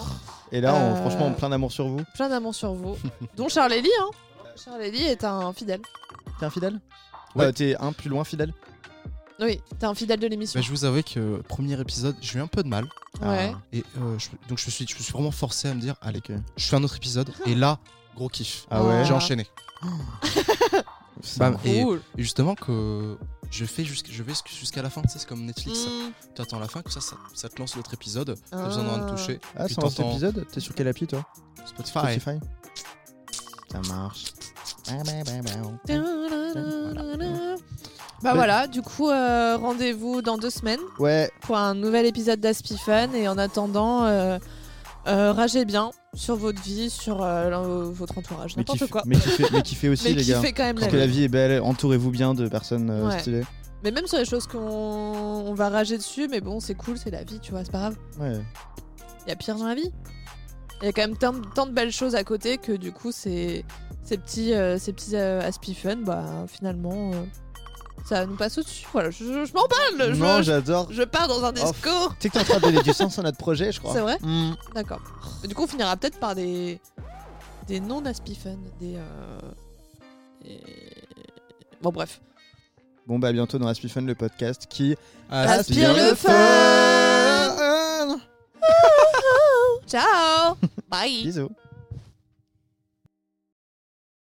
Speaker 1: Et là, on-
Speaker 2: Euh,
Speaker 1: franchement, on plein d'amour sur vous.
Speaker 2: Plein d'amour sur vous. Dont Charlélie, hein. Charlélie est un fidèle.
Speaker 1: T'es un fidèle
Speaker 3: Ouais.
Speaker 1: Euh, T'es un plus loin fidèle
Speaker 2: Oui, t'es un fidèle de l'émission.
Speaker 3: Mais je vous avouais que euh, premier épisode, j'ai eu un peu de mal.
Speaker 1: ah.
Speaker 2: Ouais.
Speaker 3: Et euh, je- donc je me suis, je me suis vraiment forcé à me dire, allez,
Speaker 1: Ok.
Speaker 3: je fais un autre épisode. Et là, gros kiff.
Speaker 1: Ah ouais
Speaker 3: J'ai enchaîné.
Speaker 1: Bah,
Speaker 3: Bam. Et,
Speaker 2: Cool.
Speaker 3: et justement que je fais jusqu'- je vais jusqu- jusqu'à la fin, tu sais, c'est comme Netflix.
Speaker 2: Mm.
Speaker 3: Tu attends la fin, comme ça, ça, ça te lance l'autre épisode. Pas
Speaker 2: Ah.
Speaker 3: besoin de rien de toucher.
Speaker 1: Ah,
Speaker 3: Puis
Speaker 1: c'est un
Speaker 3: t'entends
Speaker 1: épisode T'es sur quelle appli toi
Speaker 3: Spotify.
Speaker 1: Ça marche.
Speaker 2: oh. Tadadadada. Bah
Speaker 1: Ouais.
Speaker 2: voilà, du coup, euh, rendez-vous dans deux semaines
Speaker 1: Ouais,
Speaker 2: pour un nouvel épisode d'Aspifun. Et en attendant, euh, euh, ragez bien sur votre vie, sur euh, l'en- votre entourage,
Speaker 1: mais kiffez
Speaker 2: n'importe quoi.
Speaker 1: mais kiffez- mais kiffez aussi,
Speaker 2: Mais
Speaker 1: les gars.
Speaker 2: kiffez quand même
Speaker 1: Parce
Speaker 2: la
Speaker 1: que la
Speaker 2: vie.
Speaker 1: vie est belle, entourez-vous bien de personnes euh,
Speaker 2: Ouais.
Speaker 1: stylées.
Speaker 2: Mais même sur les choses qu'on on va rager dessus, mais bon, c'est cool, c'est la vie, tu vois, c'est pas grave.
Speaker 1: Ouais.
Speaker 2: Il y a pire dans la vie. Il y a quand même tant, tant de belles choses à côté que du coup, ces, ces petits, euh, ces petits euh, aspifun, bah finalement, euh, ça nous passe au-dessus. Voilà, je, je- je m'en parle. Je,
Speaker 1: non,
Speaker 2: je,
Speaker 1: j'adore. Tu
Speaker 2: je pars dans un
Speaker 1: Oh,
Speaker 2: discours.
Speaker 1: sais que t'es en train de donner du sens à notre projet, je crois.
Speaker 2: C'est vrai
Speaker 1: Mm.
Speaker 2: D'accord. Mais Du coup, on finira peut-être par des, des non-aspifun. Des, euh, des- Bon, bref.
Speaker 1: Bon, bah, à bientôt dans Aspie Fun, le podcast qui.
Speaker 2: Aspire le fun
Speaker 1: fun
Speaker 2: Ciao Bye
Speaker 1: Bisous.